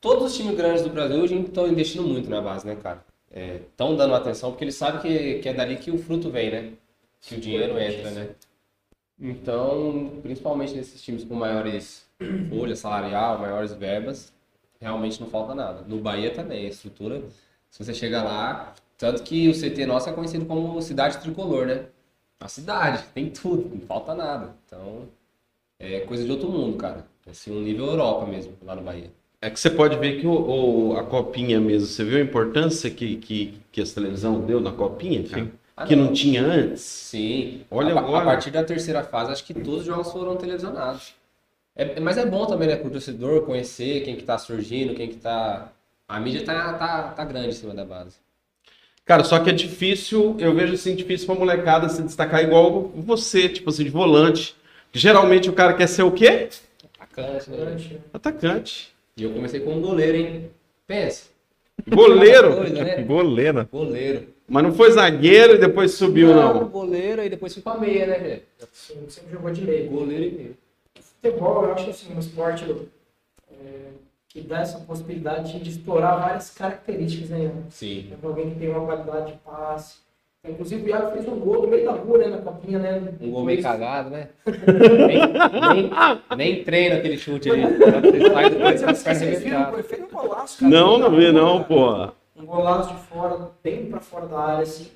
D: Todos os times grandes do Brasil hoje estão investindo muito na base, né, cara? Estão dando atenção porque eles sabem que, que é dali que o fruto vem, né? Que o dinheiro entra, né? Então, principalmente nesses times com maiores folha salarial, maiores verbas, realmente não falta nada. No Bahia também, a estrutura, se você chegar lá, tanto que o CT nosso é conhecido como cidade tricolor, né? A cidade, tem tudo, não falta nada. Então, é coisa de outro mundo, cara. Assim, um nível Europa mesmo, lá no Bahia.
B: É que você pode ver que o, o- a copinha mesmo, você viu a importância que, que, que essa televisão deu na copinha, cara?
D: Ah,
B: Que não tinha antes.
D: Sim.
B: Olha
D: a, pa-
B: agora.
D: A partir da terceira fase, acho que todos os jogos foram televisionados. É- é- mas é bom também, né, pro torcedor conhecer quem que tá surgindo, quem que tá... A mídia tá, tá, tá grande em cima da base.
B: Cara, só que é difícil, eu vejo assim, difícil pra molecada se destacar igual você, tipo assim, de volante. Geralmente o cara quer ser o quê?
D: Atacante, né? gente?
E: Durante-
B: Atacante.
D: E eu comecei como goleiro, hein? Pensa.
B: Goleiro.
D: Coisa, né?
A: Goleira.
D: Goleiro.
B: Mas não foi zagueiro e depois subiu, não.
D: Goleiro, aí depois fui pra meia, né, velho?
E: Assim, Sempre jogou de meio.
D: Goleiro e meia.
E: futebol, eu acho assim, um esporte é, que dá essa possibilidade de explorar várias características, né?
D: Sim.
E: Tem alguém que tem uma qualidade de passe. Inclusive o Iago fez um gol no meio da rua, né? Na copinha, né?
D: Um gol meio cagado, né? nem, nem, nem treina aquele chute ali. Você sai depois, você fica
E: Vocês viram?
D: arrebentado.
E: Foi feito um golaço, cara.
B: Não, não vi, não,
E: Cara,
B: pô.
E: Um golaço de fora, bem pra fora da área, assim.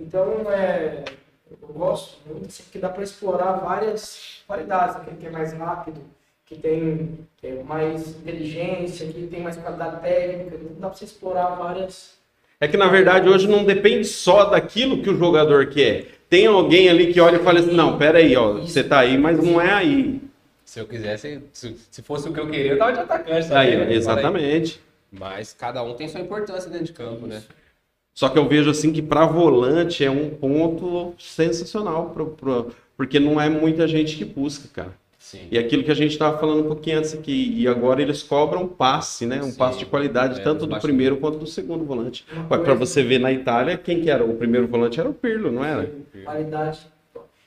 E: Então, é, eu gosto muito, assim, porque dá pra explorar várias qualidades. Aquele que é mais rápido, que tem é, mais inteligência, que tem mais qualidade técnica. Então, dá pra você explorar várias...
B: É que na verdade hoje não depende só daquilo que o jogador quer. Tem alguém ali que olha e fala assim: não, peraí, ó, você tá aí, mas não é aí.
D: Se eu quisesse, se, se fosse o que eu queria, eu tava de atacante. sabe?
B: Aí, ó,
D: Eu falei,
B: exatamente.
D: Mas cada um tem sua importância dentro de campo, né?
B: Só que eu vejo assim que pra volante é um ponto sensacional, pro- pro- porque não é muita gente que busca, cara.
D: Sim.
B: E aquilo que a gente tava falando um pouquinho antes aqui, e agora eles cobram passe, né? Um
D: Sim.
B: passe de qualidade,
D: É,
B: tanto
D: dos
B: do
D: bastidores.
B: primeiro quanto do segundo volante.
E: Uma
B: Ué,
E: coisa-
B: pra você ver na Itália, quem que era? O primeiro volante era o Pirlo, não era?
E: Qualidade.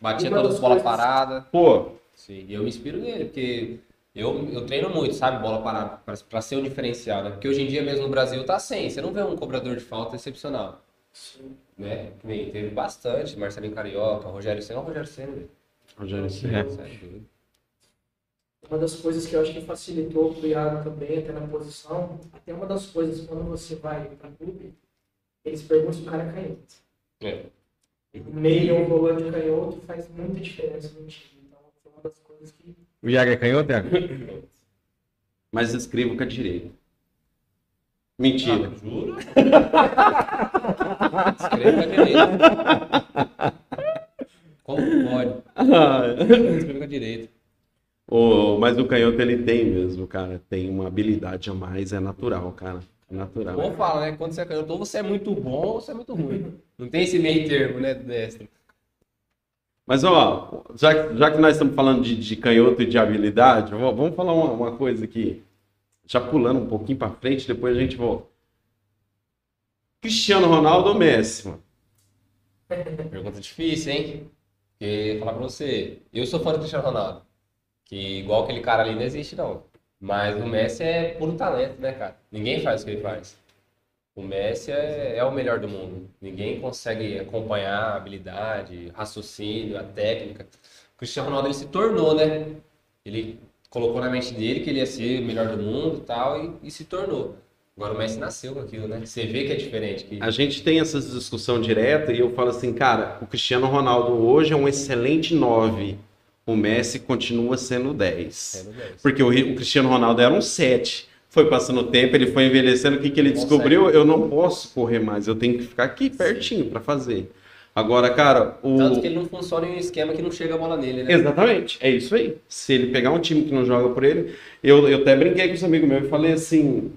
D: Batia
E: Uma
D: todas
E: das
D: as bolas
E: coisas-
D: paradas.
B: Pô,
D: Sim. E eu me inspiro nele, porque eu, eu treino muito, sabe? Bola parada, pra, pra ser um diferencial, né? Porque hoje em dia mesmo no Brasil tá sem. Você não vê um cobrador de falta excepcional.
E: assim.
D: né? Que nem teve bastante, Marcelinho Carioca, Rogério Senna, Ó, Rogério Senna, velho.
B: Rogério,
D: Você
B: é.
D: é doido.
E: Uma das coisas que eu acho que facilitou o Iago também, até na posição, até uma das coisas quando você vai pra clube, eles perguntam se o cara é canhoto.
D: É.
E: Meio é ou volante canhoto faz muita diferença no time. Então, foi uma das coisas que.
A: O Iago é canhoto, Iago?
B: mas escrevo com a direita. Mentira.
D: Ah, juro? Escreva com a direita. Como pode? Escreva com a direita.
B: Ô, mas o canhoto ele tem mesmo, cara. Tem uma habilidade a mais, é natural, cara. É natural.
D: Ou fala, né? Quando você é canhoto, ou você é muito bom ou você é muito ruim. Não tem esse meio termo, né, destro?
B: Mas, ó, já, que- já que nós estamos falando de, de canhoto e de habilidade, ó, vamos falar uma, uma coisa aqui. Já pulando um pouquinho pra frente, depois a gente volta. Cristiano Ronaldo ou Messi, mano?
D: Pergunta difícil, hein? Porque, falar pra você, eu sou fã do Cristiano Ronaldo. Que igual aquele cara ali não existe, não. Mas o Messi é puro talento, né, cara? Ninguém faz o que ele faz. O Messi é, é o melhor do mundo. Ninguém consegue acompanhar a habilidade, raciocínio, a técnica. O Cristiano Ronaldo ele se tornou, né? Ele colocou na mente dele que ele ia ser o melhor do mundo e tal, e, e se tornou. Agora o Messi nasceu com aquilo, né? Você vê que é diferente. Que...
B: A gente tem essa discussão direta e eu falo assim, cara, o Cristiano Ronaldo hoje é um excelente 9. O Messi continua sendo
D: é
B: 10. Porque o, Ri- o Cristiano Ronaldo era um 7. Foi passando o tempo, ele foi envelhecendo. O que, que ele
D: Consegue.
B: descobriu? Eu não posso correr mais, eu tenho que ficar aqui pertinho pra fazer. Agora, cara, o.
D: Tanto que ele não funciona em um esquema que não chega a bola nele, né?
B: Exatamente, é isso aí. Se ele pegar um time que não joga por ele, eu, eu até brinquei com os amigos meus e falei assim: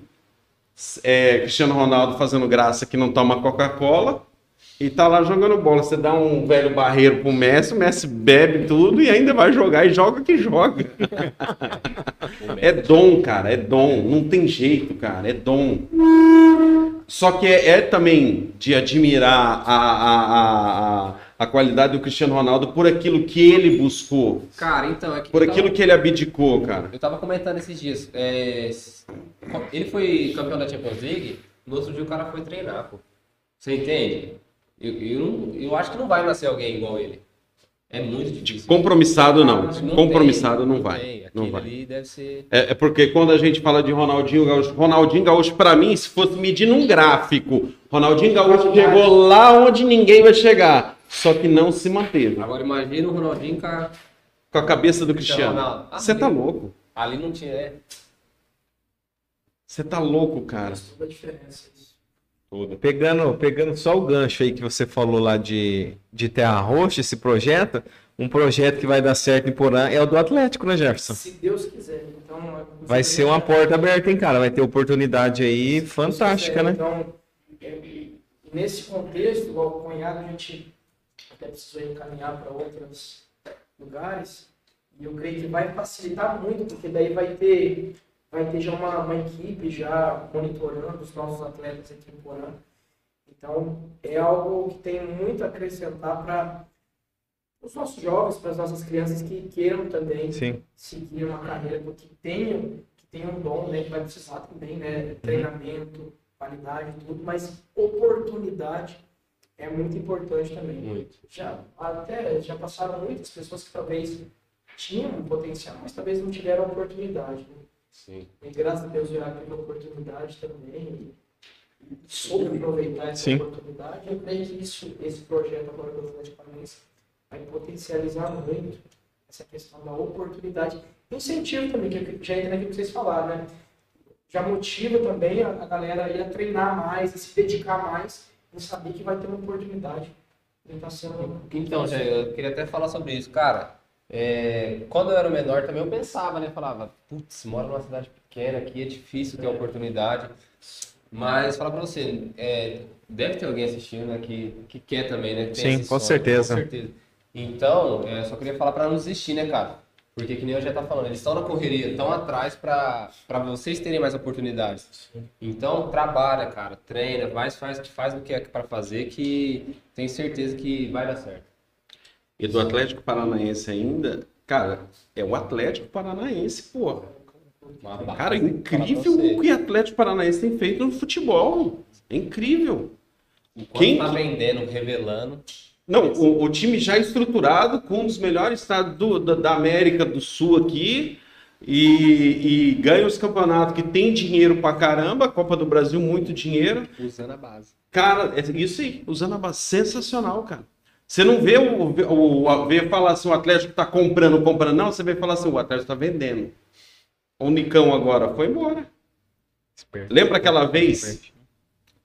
B: s- é, Cristiano Ronaldo fazendo graça que não toma Coca-Cola e tá lá jogando bola. Você dá um velho barreiro pro Messi, o Messi bebe tudo e ainda vai jogar e joga que joga. É dom, cara, é dom. Não tem jeito, cara, é dom. Só que é, é também de admirar a, a, a, a, a qualidade do Cristiano Ronaldo por aquilo que ele buscou,
D: Cara, então, é que
B: por
D: eu
B: aquilo
D: tava,
B: que ele abdicou, cara.
D: eu tava comentando esses dias. é, s- ele foi campeão da Champions League, no outro dia o cara foi treinar, pô. Você entende? Eu, eu, não- eu acho que não vai nascer alguém igual ele. É muito difícil.
B: Compromissado não,
D: tem,
B: compromissado não
D: tem.
B: vai,
D: Aquele
B: não vai.
D: ali deve ser.
B: É, é porque quando a gente fala de Ronaldinho Gaúcho, Ronaldinho Gaúcho pra mim, se fosse medir num gráfico, Ronaldinho Gaúcho chegou lá onde ninguém vai chegar, só que não se manteve.
D: Agora imagina o Ronaldinho com a-
B: Com a cabeça do Cristiano,
D: Ronaldo. Ah,
B: você tá
D: meu.
B: louco?
D: Ali não tinha. É.
B: Você tá louco, cara?
E: Toda a diferença.
B: Pegando, pegando só o gancho aí que você falou lá de, de Terra Roxa, esse projeto, um projeto que vai dar certo em Porã é o do Atlético, né, Jefferson?
E: Se Deus quiser. Então, é-
B: Vai ser uma porta aberta, hein, cara? Vai ter oportunidade aí fantástica, né?
E: Então, é, nesse contexto, igual o cunhado, a gente até precisou encaminhar para outros lugares. E eu creio que vai facilitar muito, porque daí vai ter, vai ter já uma, uma equipe já monitorando os nossos atletas aqui em Porã. Então, é algo que tem muito a acrescentar para os nossos jovens, para as nossas crianças que queiram também
B: Sim.
E: seguir uma carreira porque tenham que tenham um dom né que vai precisar também né treinamento qualidade tudo mas oportunidade é muito importante também
D: Muito.
E: já até já passaram muitas pessoas que talvez tinham um potencial mas talvez não tiveram oportunidade né?
D: Sim.
E: e graças a Deus já teve oportunidade também e soube aproveitar essa
B: Sim.
E: oportunidade eu creio que isso esse projeto agora do Atlético Paranaense vai potencializar muito essa questão da oportunidade. Incentivo também, que já entra naquilo que vocês falaram, né? Já motiva também a, a galera aí a treinar mais, a se dedicar mais, em saber que vai ter uma oportunidade. Não tá sendo...
D: Então, Zé, eu queria até falar sobre isso. Cara, é, quando eu era menor também eu pensava, né? Falava, putz, moro numa cidade pequena aqui, é difícil ter oportunidade. Mas, falar pra você, é, deve ter alguém assistindo, né? Que, que quer também, né? que tem
B: Sim,
D: esse
B: com
D: sonho,
B: certeza.
D: Com certeza. Então, é, só queria falar pra não desistir, né, cara? Porque, que nem eu já tá falando, eles estão na correria, estão atrás pra pra vocês terem mais oportunidades. Então, trabalha, cara, treina, faz, faz, faz o que é pra fazer que tenho certeza que vai dar certo.
B: E do Atlético Paranaense ainda, cara, é o Atlético Paranaense, porra.
D: Uma barra,
B: Cara, é
D: assim,
B: incrível
D: falar pra você.
B: o que o Atlético Paranaense tem feito no futebol. É incrível.
D: O quanto
B: Quem
D: tá
B: que-
D: vendendo, revelando.
B: Não, o, o time já estruturado com um dos melhores estados do- da, da América do Sul aqui e, e ganha os campeonatos que tem dinheiro pra caramba, Copa do Brasil, muito dinheiro.
D: Tipo, Usando a base.
B: Cara, é isso aí, usando a base sensacional, cara. Você não vê o, o, o- vê falar assim, o Atlético tá comprando, comprando, não, você vê falar assim, o Atlético tá vendendo. O Nicão agora foi embora. Lembra aquela vez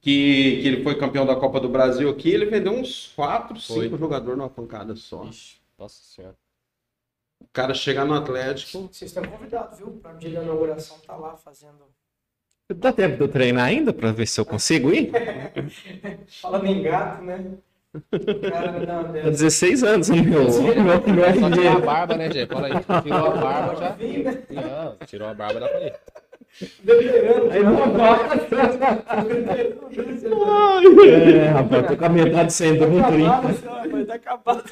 B: que, que ele foi campeão da Copa do Brasil aqui, ele vendeu uns 4,
D: Foi.
B: 5 jogadores numa pancada só. O
D: Ixi, nossa senhora.
B: cara chegar no Atlético.
E: um Vocês estão convidados, viu? Para o dia da inauguração tá lá fazendo
A: Dá tempo de eu treinar ainda pra ver se eu consigo ir?
E: Falando em gato, né? Cara, não,
A: Há
E: Deus.
A: 16 anos, meu. meu primeiro
D: Só tirar a
A: dinheiro.
D: barba, né, Jé? Fala aí. Tirou a barba já.
E: Vim, né?
D: Não, tirou a barba, dá pra ir.
E: Delirando.
A: Aí não gosta. É, rapaz, tô com a metade sem dor no trinco.
E: Vai tá acabado.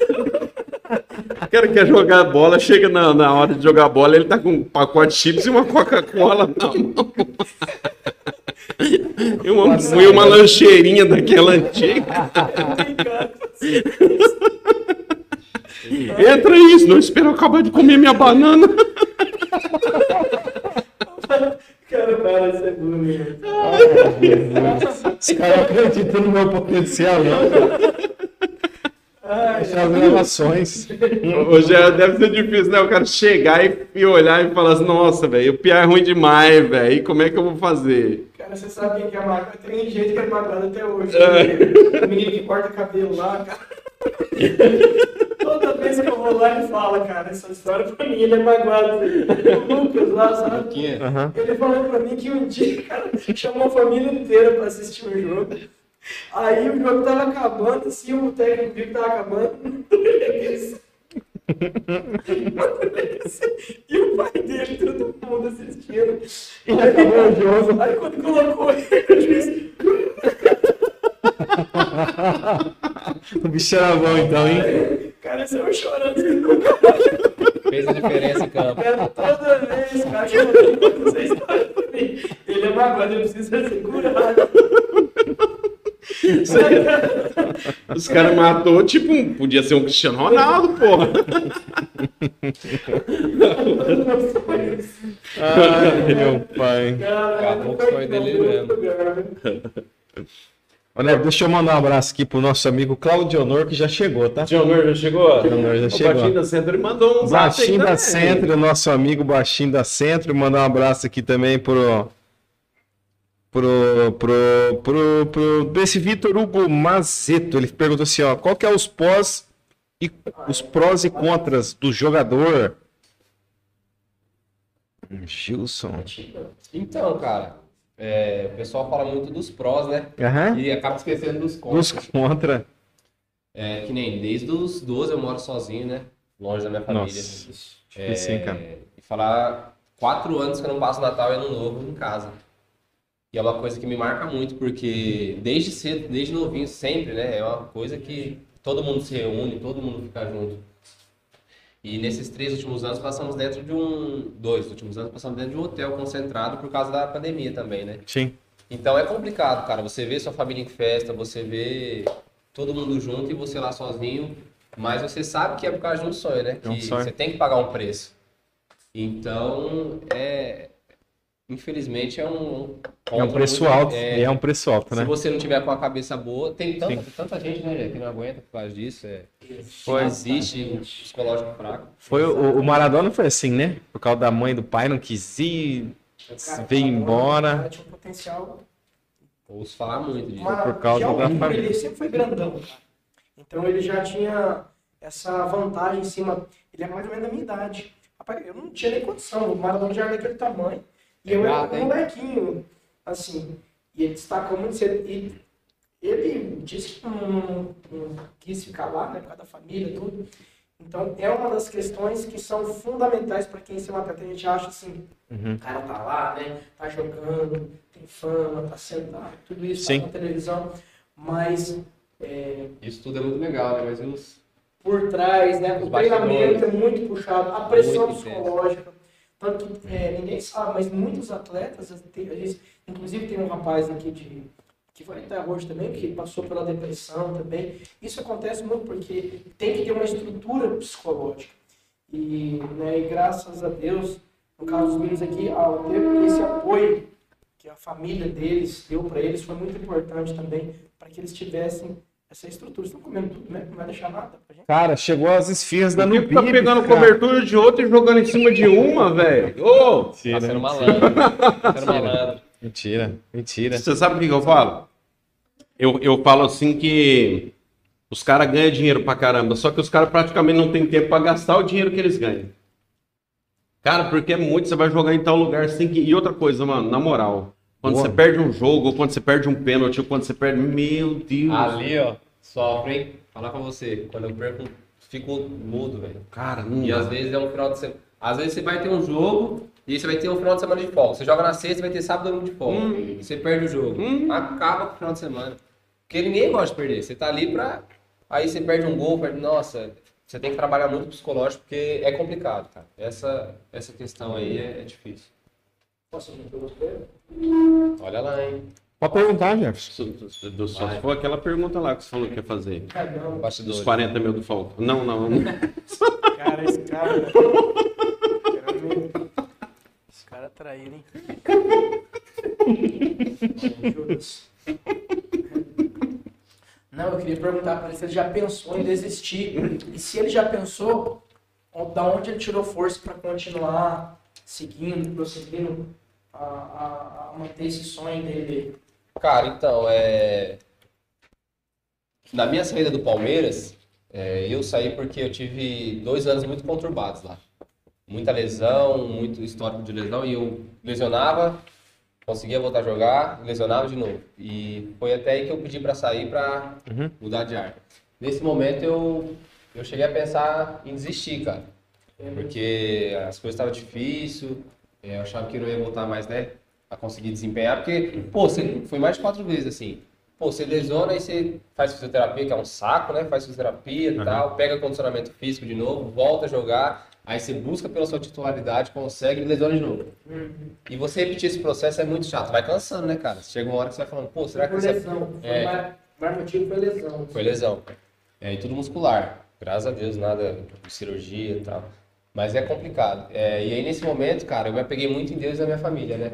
B: O cara quer jogar bola, chega na, na hora de jogar bola, ele tá com um pacote de chips e uma Coca-Cola na mão. E uma, e uma lancheirinha daquela antiga. Entra aí, não espera eu acabar de comer minha banana.
E: Cara, para, isso é bullying.
A: Os caras acreditam no meu potencial, não.
E: Ai,
A: Deixa as gravações.
B: Hoje é- deve ser difícil, né? O cara chegar e, e olhar e falar assim, nossa, velho, o piá é ruim demais, velho. E como é que eu vou fazer?
E: Cara, você sabe quem que é magoado? Tem gente que é magoado até hoje. né? O menino que corta cabelo lá, cara. Toda vez que eu vou lá, ele fala, cara, essa história pra mim, ele é magoado. é O Lucas lá, sabe?
A: Aham.
E: Ele falou pra mim que um dia, cara, chamou a família inteira pra assistir o jogo. Aí o jogo tava acabando, assim, o técnico viu que tava acabando. e o pai dele, todo mundo assistindo. E acabou o jogo. Aí quando colocou ele, o juiz.
A: O bicho era bom então, hein?
E: Cara, saiu chorando. assim, nunca mais.
D: Fez a diferença em campo.
E: Cara, toda vez, cara, que eu conto essa história pra mim. Ele é magoado, ele precisa ser curado.
B: Os caras matou, tipo, um- podia ser um Cristiano Ronaldo, porra.
E: Não foi isso.
A: Ai, meu pai.
E: Acabou
D: Acabou com o sonho dele
A: Olha, deixa eu mandar um abraço aqui pro nosso amigo Claudio Honor, que já chegou, tá?
B: Diogo já chegou?
A: Diogo já
B: o
A: chegou.
B: Baixinho da Centro ele mandou um zap aí
A: Baixinho da
B: também.
A: Centro, nosso amigo Baixinho da Centro. Mandar um abraço aqui também pro. Pro, pro, pro, pro desse Vitor Hugo Mazeto, ele perguntou assim, ó, qual que é os pós e os prós e contras do jogador? Hum, Gilson.
D: Então, cara, é, o pessoal fala muito dos prós, né?
A: Aham.
D: E acaba esquecendo dos contras.
A: Os contra.
D: É, que nem desde os 12 eu moro sozinho, né? Longe da minha família.
A: Nossa,
D: É,
A: difícil, hein, cara.
D: E falar quatro anos que eu não passo Natal e Ano Novo em casa. E é uma coisa que me marca muito, porque desde cedo, desde novinho, sempre, né? É uma coisa que todo mundo se reúne, todo mundo fica junto. E nesses três últimos anos passamos dentro de um. Dois últimos anos passamos dentro de um hotel concentrado por causa da pandemia também, né?
A: Sim.
D: Então é complicado, cara. Você vê sua família em festa, você vê todo mundo junto e você lá sozinho. Mas você sabe que é por causa de um sonho, né? Que
A: É um sonho.
D: você tem que pagar um preço. Então, é. Infelizmente, é um.
A: É um preço alto. É, um preço alto,
D: Se
A: né?
D: você não tiver com a cabeça boa, tem tanta, tanta gente, né, que não aguenta por causa disso. É. Existe um psicológico fraco.
A: Foi, o, o Maradona foi assim, né? Por causa da mãe e do pai, não quis ir, veio embora.
E: Tinha um potencial
D: Ouço falar muito disso.
E: Uma-
A: Por causa
E: de algum
A: da
E: nível,
A: família.
E: Ele sempre foi grandão, cara. Então ele já tinha essa vantagem em cima. Ele é mais ou menos da minha idade. Rapaz, eu não tinha nem condição. O Maradona já era daquele tamanho. E eu era
D: Pegado,
E: um
D: hein?
E: molequinho, assim. E ele destacou muito cedo. E ele disse que um, não, não quis ficar lá, né? Por causa da família, tudo. Então é uma das questões que são fundamentais para quem se mata. A gente acha assim,
A: Uhum.
E: o cara tá lá, né? Tá jogando, tem fama, tá sentado, tudo isso,
A: Sim.
E: tá na televisão. Mas
D: Isso tudo é muito legal, né? Mas os.
E: por trás, né?
D: Os
E: O treinamento é
D: bastidores.
E: muito puxado, a pressão
D: Muito intenso.
E: psicológica. Tanto que é, ninguém sabe, mas muitos atletas, às vezes, inclusive tem um rapaz aqui de, que vai estar hoje também, que passou pela depressão também. Isso acontece muito porque tem que ter uma estrutura psicológica. E, né, e graças a Deus, no caso dos meninos aqui, ao tempo que esse apoio que a família deles deu para eles foi muito importante também para que eles tivessem essa estrutura. Vocês estão comendo tudo, né? Não vai deixar nada pra gente.
A: Cara, chegou as esfias da
B: O Pico
A: Nubib.
B: tá pegando
A: cara.
B: cobertura de outra e jogando em cima de uma, velho. Ô,
D: Tá
A: Mentira,
D: sendo malandro. Tá sendo malandro.
A: mentira, mentira.
B: você sabe o que que eu falo? Eu, eu falo assim que os caras ganham dinheiro pra caramba, só que os caras praticamente não têm tempo pra gastar o dinheiro que eles ganham. Cara, porque é muito, você vai jogar em tal lugar, você tem que... E outra coisa, mano, na moral, Quando
A: Boa.
B: você perde um jogo, ou quando você perde um pênalti, ou quando você perde. Meu Deus!
D: Ali, ó, sofre, hein? Falar pra você, quando eu perco, fico mudo, velho.
B: Cara, não
D: E
B: dá.
D: às vezes é um final de semana. Às vezes você vai ter um jogo e você vai ter um final de semana de folga. Você joga na sexta, vai ter sábado e domingo de folga. Você perde o jogo. Acaba com o final de semana. Porque ninguém gosta de perder. Você tá ali pra. Aí você perde um gol, perde. Nossa, você tem que trabalhar muito o psicológico porque é complicado, cara. Essa, essa questão aí é, é difícil. Olha lá, hein?
A: Pode perguntar, Jefferson.
B: Só- do- Só se for aquela pergunta lá que você falou que ia fazer.
E: Cagão.
B: Dos
D: Bastidores.
B: 40 mil do Falcão. Não, não. não.
E: Cara, esse cara. Sinceramente. Esse cara é traíra, hein? Juros. Não, eu queria perguntar pra ele se ele já pensou em desistir. E se ele já pensou, o- da onde ele tirou força pra continuar seguindo, prosseguindo, a, a- a manter esse sonho dele.
D: Cara, então, é. Na minha saída do Palmeiras, é, eu saí porque eu tive dois anos muito conturbados lá. Muita lesão, muito histórico de lesão, e eu lesionava, conseguia voltar a jogar, lesionava de novo. E foi até aí que eu pedi pra sair pra mudar de ar. Nesse momento eu, eu cheguei a pensar em desistir, cara. Porque as coisas estavam difíceis, é, eu achava que não ia voltar mais, né? A conseguir desempenhar, porque, pô, você foi mais de quatro vezes assim. Pô, você lesiona e você faz fisioterapia, que é um saco, né? Faz fisioterapia e tal, pega condicionamento físico de novo, volta a jogar, aí você busca pela sua titularidade, consegue e lesiona de novo. E você repetir esse processo é muito chato, vai cansando, né, cara? Chega uma hora que você vai falando, pô, será que
E: Por
D: isso é
E: lesão. Foi
D: É.
E: o maior- o maior motivo foi lesão.
D: foi lesão. É, e tudo muscular. Graças a Deus, nada de cirurgia e tal. Mas é complicado. É, e aí, nesse momento, cara, eu me apeguei muito em Deus e na minha família, né?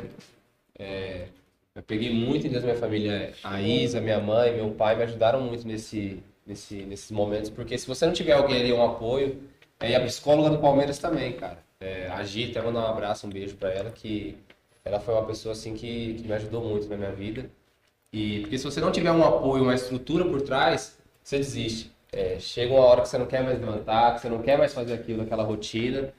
D: É, me apeguei muito em Deus e na minha família. A Isa, minha mãe, meu pai me ajudaram muito nesse, nesse, nesses momentos. Porque se você não tiver alguém ali, um apoio... é, E a psicóloga do Palmeiras também, cara. É, a Gi, até mandar um abraço, um beijo pra ela, que ela foi uma pessoa, assim, que, que me ajudou muito na minha vida. E porque se você não tiver um apoio, uma estrutura por trás, você desiste. É, chega uma hora que você não quer mais levantar, que você não quer mais fazer aquilo, aquela rotina.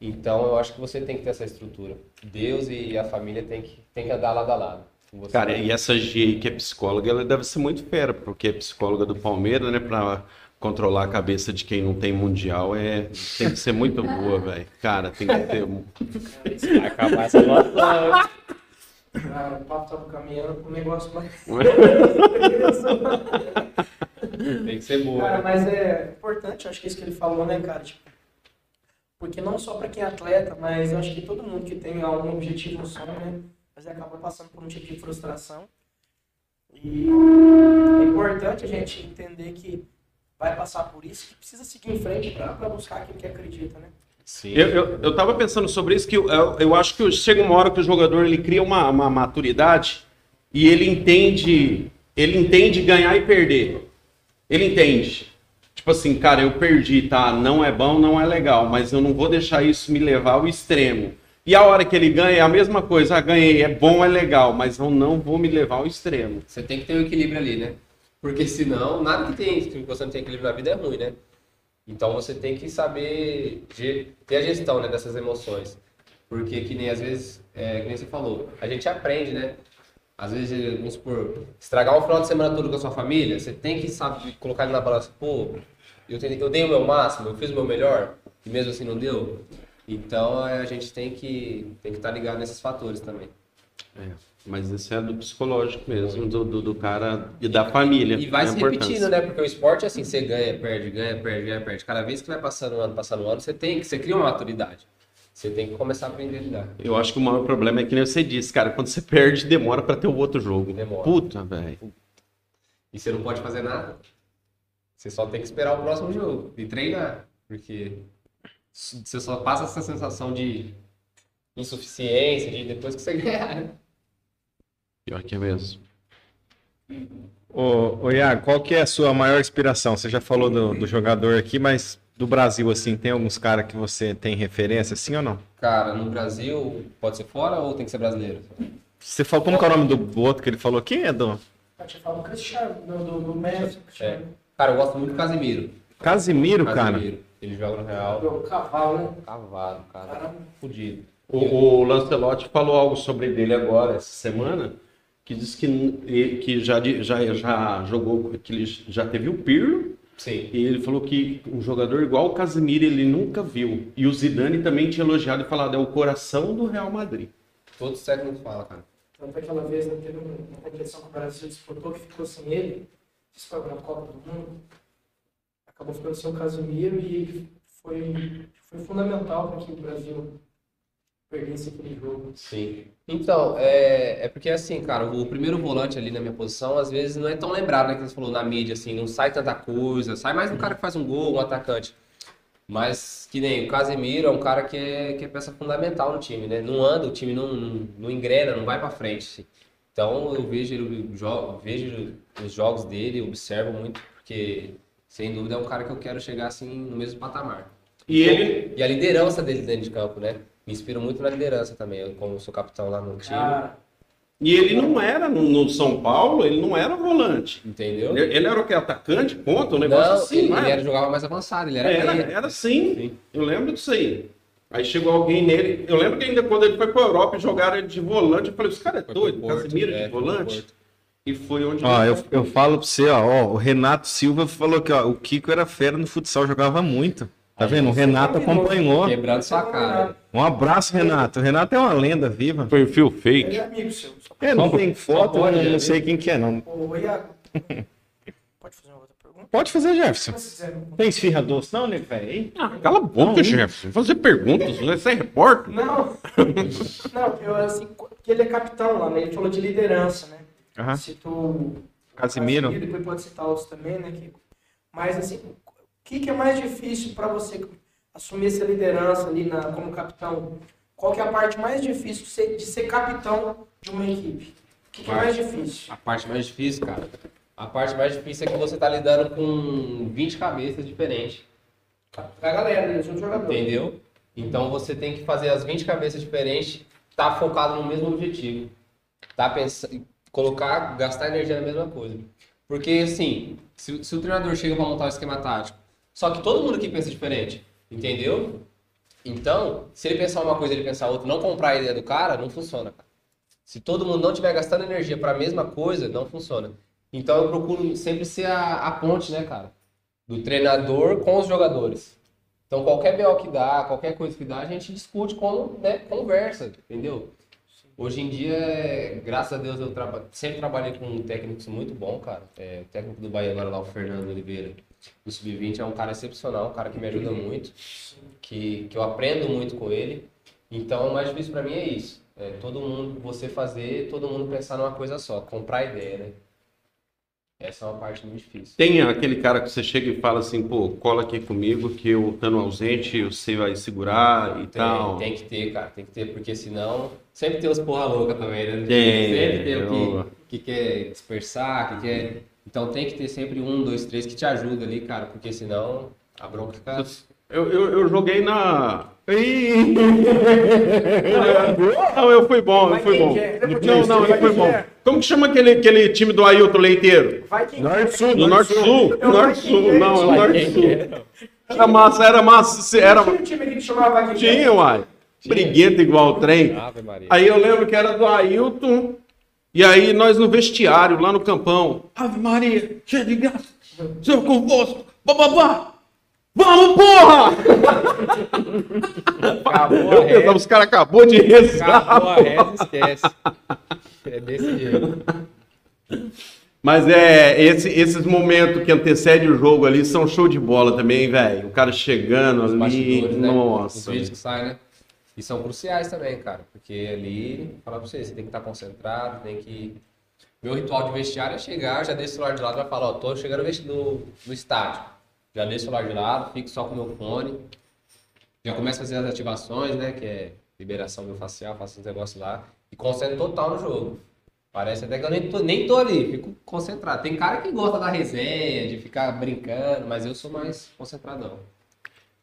D: Então eu acho que você tem que ter essa estrutura. Deus e a família tem que, tem que andar lado a lado. com você.
B: Cara, e essa G aí que é psicóloga, ela deve ser muito fera, porque é psicóloga do Palmeiras, né? Pra controlar a cabeça de quem não tem mundial, é... tem que ser muito boa, velho. Cara, tem que ter. um-
D: Vai acabar essa relação.
E: Cara, o papo tava caminhando com um negócio mais.
D: Tem que ser boa.
E: Cara, mas é importante, acho que isso que ele falou, né, cara? Tipo, porque não só pra quem é atleta, mas eu acho que todo mundo que tem algum objetivo, um sonho, né? Mas acaba passando por um tipo de frustração. E é importante a gente entender que vai passar por isso, que precisa seguir em frente pra, pra buscar aquilo que acredita, né?
D: Sim.
B: Eu, eu, eu tava pensando sobre isso, que eu, eu, eu acho que chega uma hora que o jogador ele cria uma, uma maturidade e ele entende, ele entende ganhar e perder. Ele entende. Tipo assim, cara, eu perdi, tá? Não é bom, não é legal, mas eu não vou deixar isso me levar ao extremo. E a hora que ele ganha é a mesma coisa, ah, ganhei, é bom, é legal, mas eu não vou me levar ao extremo.
D: Você tem que ter um equilíbrio ali, né? Porque senão, nada que tem, que você não tem equilíbrio na vida é ruim, né? Então você tem que saber ge- ter a gestão né, dessas emoções. Porque que nem às vezes, é, que nem você falou, a gente aprende, né? Às vezes, vamos supor, estragar um final de semana todo com a sua família, você tem que saber colocar ele na balança, pô, eu, tentei, eu dei o meu máximo, eu fiz o meu melhor, e mesmo assim não deu. Então é, a gente tem que tem que estar ligado nesses fatores também.
B: É, mas isso é do psicológico mesmo, do, do, do cara e da família.
D: E vai
B: da
D: se
B: importância.
D: repetindo, né? Porque o esporte é assim, você ganha, perde, ganha, perde, ganha, perde. Cada vez que vai passando um ano, passando um ano, você tem que, você cria uma maturidade. Você tem que começar a aprender a lidar.
B: Eu acho que o maior problema é que nem você disse, cara, quando você perde, demora pra ter o outro jogo.
D: Demora.
B: Puta, velho.
D: E você não pode fazer nada. Você só tem que esperar o próximo jogo e treinar. Porque s- você só passa essa sensação de insuficiência, de depois que você ganhar. né?
B: Pior que é mesmo.
A: Ô, ô Iago, qual que é a sua maior inspiração? Você já falou do, do jogador aqui, mas do Brasil, assim, tem alguns caras que você tem referência, assim ou não?
D: Cara, no Brasil, pode ser fora ou tem que ser brasileiro?
A: Você falou, como que é o nome do outro que ele falou aqui, é do
E: Eu tinha falado do Cristiano, do, do, do Messi, do
D: É.
E: Cristiano,
D: Cara, eu gosto muito do Casimiro.
A: Casimiro, cara.
D: Casimiro. Ele joga no Real.
E: do cavalo, né?
D: Cavalo,
E: Cara,
D: cara. Fudido.
B: O, o Lancelotti falou algo sobre dele agora, essa semana, que diz que, ele- que já, de- já, já jogou, que ele já teve o Pirlo,
D: Sim.
B: e ele falou que um jogador igual o Casemiro ele nunca viu. E o Zidane também tinha elogiado e falado, é o coração do Real Madrid.
D: Todos os técnicos falam, cara.
E: Tanto aquela vez, né, teve uma competição que o Brasil disputou, que ficou sem ele, isso foi na Copa do Mundo, acabou ficando sem o Casemiro e ele foi, foi fundamental para que o Brasil perdesse aquele jogo.
B: Sim.
D: Então, é, é porque assim, cara, o primeiro volante ali na minha posição, às vezes não é tão lembrado, né, que você falou na mídia, assim, não sai tanta coisa, sai mais um cara que faz um gol, um atacante. Mas, que nem o Casemiro é um cara que é, que é peça fundamental no time, né? Não anda, o time não, não, não engrena, não vai pra frente. assim. Então, eu vejo, ele- eu jo- vejo os jogos dele, observo muito, porque, sem dúvida, é um cara que eu quero chegar, assim, no mesmo patamar.
B: E ele,
D: E a liderança dele dentro de campo, né? Me inspiro muito na liderança também, eu, como sou capitão lá no time.
E: Cara,
B: e ele não era, no, no São Paulo, ele não era volante.
D: Entendeu?
B: Ele, ele era o que? Atacante? Ponta? Um negócio
D: não,
B: assim, É,
D: ele,
B: não
D: ele
B: era?
D: era, jogava mais avançado, ele era,
B: Era,
D: meia.
B: era sim.
D: Sim.
B: Eu lembro disso aí. Aí chegou alguém nele. Eu lembro que ainda quando ele foi pra Europa e jogaram ele de volante, eu falei, esse cara é
D: Foi pro
B: doido,
D: Porto,
B: Casemiro
D: é,
B: de
D: foi pro
B: volante.
D: Porto.
B: E foi onde.
D: Ah,
A: Ó,
B: ele-
A: eu, eu falo pra você, ó, ó, o Renato Silva falou que ó, o Kiko era fera no futsal, jogava muito. Tá vendo? O Renato
B: é.
A: acompanhou.
D: Quebrando
E: É.
D: sua cara.
A: Um abraço, Renato. O Renato é uma lenda viva.
B: Perfil fake.
E: ele é amigo seu.
A: É, não tem foto,
D: pode,
A: eu não
D: né?
A: sei quem que é, não.
E: Ô, Iago, pode fazer uma outra pergunta?
A: Pode fazer, Jefferson.
E: Se você quiser, não.
A: Tem esfirra doce não, né, velho?
B: Ah, cala a boca, Jefferson. Fazer perguntas, você é repórter.
E: Não, não eu, assim, porque ele é capitão lá, né? Ele falou de liderança, né?
A: Aham.
E: Citou
A: Casimiro.
E: depois pode citar outros também, né, Kiko? Mas, assim, o que, que é mais difícil para você assumir essa liderança ali na, como capitão? Qual que é a parte mais difícil de ser, de ser capitão de uma equipe? O que, que é mais difícil?
D: A parte mais difícil, cara. A parte mais difícil é que você tá lidando com 20 cabeças diferentes,
E: A galera, né? Os jogadores.
D: entendeu? Então você tem que fazer as 20 cabeças diferentes, tá focado no mesmo objetivo. Tá pensando, colocar, gastar energia na mesma coisa. Porque assim, se, se o treinador chega pra montar um esquema tático, só que todo mundo aqui pensa diferente, entendeu? Então, se ele pensar uma coisa e ele pensar outra, não comprar a ideia do cara, não funciona, cara. Se todo mundo não estiver gastando energia para a mesma coisa, não funciona. Então eu procuro sempre ser a, a ponte, né, cara? Do treinador com os jogadores. Então qualquer BO que dá, qualquer coisa que dá, a gente discute como, né, conversa, entendeu? Hoje em dia, é, graças a Deus, eu traba- sempre trabalhei com técnicos muito bom, cara. É, o técnico do Bahia agora lá, o Fernando Oliveira, do Sub-20, é um cara excepcional, um cara que me ajuda muito, que, que eu aprendo muito com ele. Então, o mais difícil pra mim é isso. É, todo mundo, você fazer, todo mundo pensar numa coisa só, comprar ideia, né? Essa é uma parte muito difícil.
B: Tem aquele cara que você chega e fala assim, pô, cola aqui comigo que eu estando ausente, você vai segurar e
D: Tem,
B: tal.
D: tem que ter, cara, tem que ter, porque senão sempre tem os porra louca também, né?
B: Tem,
D: sempre tem
B: eu-
D: o que, que quer dispersar, que quer. Então tem que ter sempre um, dois, três que te ajuda ali, cara, porque senão a bronca fica.
B: Eu, eu, eu joguei na.
A: Ih!
B: Não, eu fui bom, eu
E: Mas
B: fui
E: quem
B: bom.
E: quer?
B: Não, não, ele
E: Vai
B: foi
E: quem
B: bom.
E: quer?
B: Como que chama aquele, aquele time do Ailton Leiteiro?
E: Vai quem
A: Norte, sul,
B: No Norte Sul? Norte
E: Eu não
B: Sul,
E: entendi.
B: não, é o Norte Sul. Era massa, era massa, se- era
E: Tinha um time aqui que chamava Vai quem quer?
B: tinha, uai. Briguento igual o trem.
D: Ave Maria.
B: Aí eu lembro que era do Ailton. E aí nós no vestiário, lá no campão. Ave Maria, cheia de graça. Seu convosco. Bababá. Vamos, porra!
D: Acabou
B: Eu pensava, os caras acabou de rezar.
D: Acabou a reza, esquece. É desse jeito.
B: Mas é, esse- esses momentos que antecedem o jogo ali são show de bola também, velho. O cara chegando
D: Os
B: ali,
D: bastidores, né? Os
B: nossa.
D: vídeos que saem, né? E são cruciais também, cara. Porque ali, falar pra você, você tem que estar concentrado, tem que. Meu ritual de vestiário é chegar, já deixo o celular de lado, já falar, ó, tô chegando no, vesti- no, no estádio. Já deixo o celular de lado, fico só com o meu fone. Já começo a fazer as ativações, né? Que é liberação miofascial, faço os negócios lá. E concentro total no jogo. Parece até que eu nem tô, nem tô ali, fico concentrado. Tem cara que gosta da resenha, de ficar brincando, mas eu sou mais concentradão.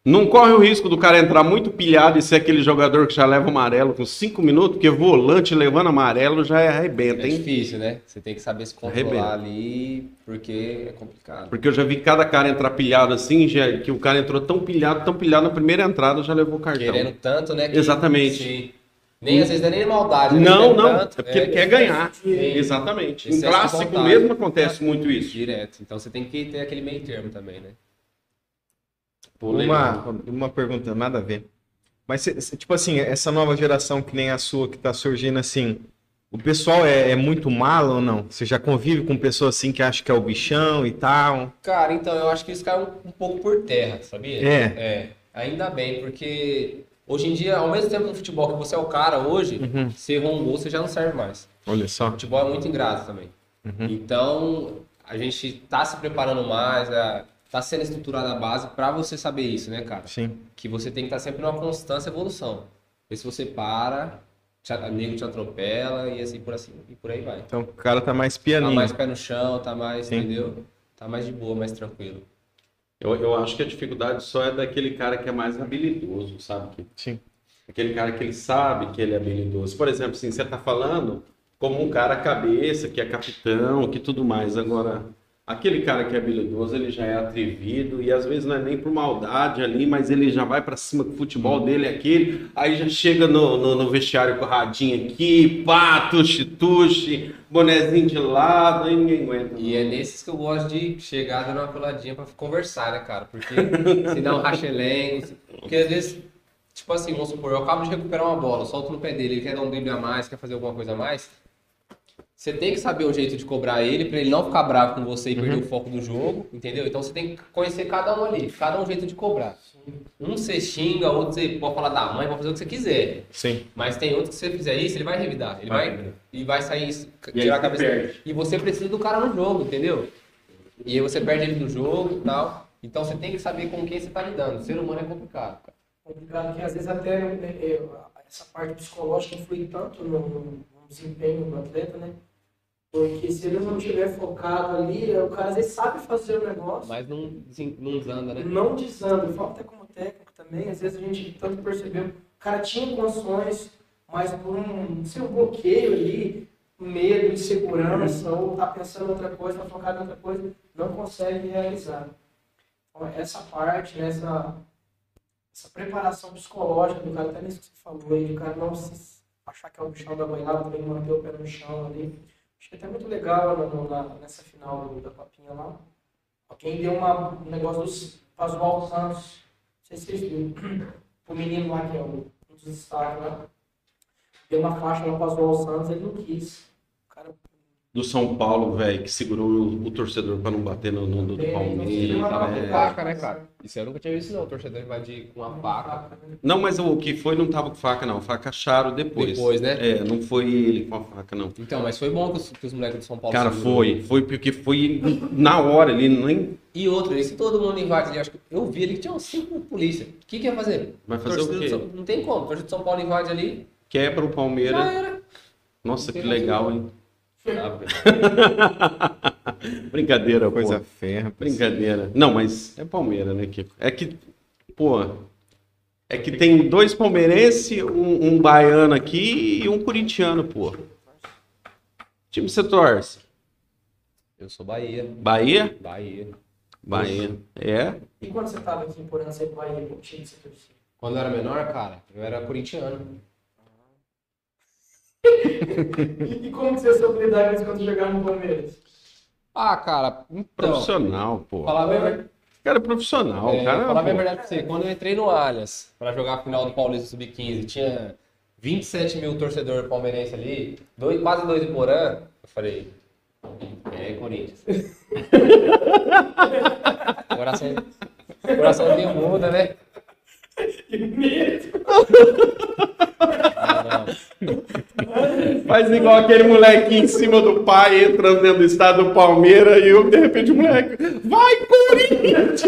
B: Não corre o risco do cara entrar muito pilhado e ser aquele jogador que já leva amarelo com cinco minutos, porque volante levando amarelo já arrebenta,
D: É
B: hein?
D: difícil, né? Você tem que saber
B: Tá
D: se controlar
B: Arrebenta.
D: ali, porque é complicado.
B: Porque eu já vi cada cara entrar pilhado assim, já- que o cara entrou tão pilhado, tão pilhado, na primeira entrada já levou cartão.
D: Querendo tanto, né? que-
B: Exatamente.
D: se- Nem às vezes não é nem maldade. né?
B: Não,
D: Querendo
B: não, é
D: tanto,
B: porque ele quer ganhar.
D: Sim.
B: Exatamente. Em
D: Excesso de
B: clássico
D: vontade.
B: mesmo acontece muito isso.
D: Direto. Então você tem que ter aquele meio termo também, né?
A: Uma, uma pergunta, nada a ver. Mas, cê- cê- tipo assim, essa nova geração que nem a sua, que tá surgindo assim, o pessoal é, é muito malo ou não? Você já convive com pessoas assim que acham que é o bichão e tal?
D: Cara, então eu acho que isso caiu um pouco por terra, sabia?
A: É.
D: Ainda bem, porque hoje em dia, ao mesmo tempo no futebol que você é o cara hoje,
A: Uhum.
D: você errou um gol, você já não serve mais.
A: Olha só.
D: Futebol é muito ingrato também.
A: Uhum.
D: Então, a gente tá se preparando mais, é, tá sendo estruturada a base pra você saber isso, né, cara?
A: Sim.
D: que você tem que estar sempre numa constância evolução. Porque se você para, te, a- nego te atropela e assim por assim e por aí vai.
A: Então o cara tá mais
D: Tá
A: pianinho.
D: mais pé no chão, tá mais,
A: Sim.
D: entendeu? Tá mais de boa, mais tranquilo.
B: Eu, eu acho que a dificuldade só é daquele cara que é mais habilidoso, sabe? Que-
A: Sim.
B: Aquele cara que ele sabe que ele é habilidoso. Por exemplo, assim, você tá falando como um cara cabeça, que é capitão, que tudo mais. Agora, aquele cara que é habilidoso, ele já é atrevido e às vezes não é nem por maldade ali, mas ele já vai pra cima que o futebol dele é aquele. Aí já chega no, no, no vestiário com o radinho aqui, pá, tuxi-tuxi, bonezinho de lado, aí ninguém aguenta.
D: E é nesses que eu gosto de chegar dando uma coladinha pra conversar, né, cara? Porque senão racha elenco. se- Porque às vezes, tipo assim, vamos supor, eu acabo de recuperar uma bola, solto no pé dele, ele quer dar um drible a mais, quer fazer alguma coisa a mais. Você tem que saber o jeito de cobrar ele pra ele não ficar bravo com você e perder o foco do jogo, entendeu? Então você tem que conhecer cada um ali, cada um jeito de cobrar. Um você xinga, outro você pode falar da mãe, pode fazer o que você quiser.
A: Sim.
D: Mas tem outro que se você fizer isso, ele vai revidar. Ele
B: Vai.
D: vai e vai sair
B: E aí
D: tirar a
B: você
D: cabeça.
B: perde.
D: E você precisa do cara no jogo, entendeu? E aí você perde ele do jogo e tal. Então você tem que saber com quem você tá lidando. O ser humano é complicado, cara.
E: complicado, que às vezes até né, é, essa parte psicológica influi tanto no, no- no desempenho do atleta, né? Porque se ele não estiver focado ali, o cara às vezes sabe fazer o negócio,
D: Mas não, desen- não desanda, né?
E: não desanda. Eu falo até como técnico também, às vezes a gente tanto percebeu, o cara tinha condições, mas por um, seu bloqueio ali, medo, insegurança, ou tá pensando em outra coisa, tá focado em outra coisa, não consegue realizar. Então, essa parte, né, essa, essa preparação psicológica do cara, até nisso que você falou aí, do cara não se achar que é o bichão da goiaba, também manter o pé no chão ali. Acho que é até muito legal né, no- na- nessa final do- da papinha lá. Alguém deu uma, um negócio dos pra zoar o Santos. Não sei se vocês viram. O menino lá que é um um dos destaques lá. Deu uma faixa lá pra zoar o Santos, ele não quis. O cara
B: do São Paulo, velho, que segurou o, o torcedor pra não bater no, no- do, do
E: veio, ele não quis
B: Palmeiras e
E: levar
B: tal.
E: pra
B: é.
E: casa.
D: Faca, né, cara? Isso eu nunca tinha visto, não. O torcedor invadir com uma
A: Ah.
D: faca.
B: Não, mas o que foi não tava com faca, não. Faca acharam depois.
D: Depois, né?
B: É, não foi ele com a faca, não.
D: Então, mas foi bom que os, que os moleques do São Paulo.
B: Cara,
D: segurou.
B: foi. Foi porque foi na hora ali, nem
D: E outro, e se todo mundo invade ali, acho que eu vi ali que tinha uns cinco polícia. O que, que ia fazer?
B: vai fazer
D: Torcida
B: o
D: do
B: quê?
D: São- Não tem como. Torcedor de São Paulo invade ali.
B: Quebra o
D: Já
B: Palmeiras.
D: era.
B: Nossa, que legal, hein?
D: Ah, velho.
B: Brincadeira,
A: Coisa
B: pô.
A: feia, rapaz.
B: Brincadeira. Não, mas é Palmeiras, né, Kiko? É que, pô, é que tem dois palmeirenses, um, um baiano aqui e um corintiano, pô. Time que você torce?
D: Eu sou Bahia.
B: Bahia?
D: Bahia.
B: Bahia. É?
E: E quando você tá tava aqui em Porã, você vai ir pro time que você torcia?
D: Quando eu era menor, cara, eu era corintiano.
E: E e como que você soube lidar com isso quando jogava no Palmeiras?
D: Ah, cara, então.
B: Profissional, pô.
D: Falar bem, ver-
B: O cara é profissional,
D: é,
B: o cara.
D: falar bem a
B: pô,
D: verdade pra você, quando eu entrei no Allianz pra jogar a final do Paulista Sub-15, tinha 27 mil torcedores palmeirense ali, dois, quase dois de Porã. Eu falei, é Corinthians. coração, coraçãozinho muda, né?
E: Que medo!
D: Ah, não.
B: Faz igual aquele molequinho em cima do pai, entrando dentro do estado do Palmeiras e eu, de repente o moleque. Vai, Corinthians!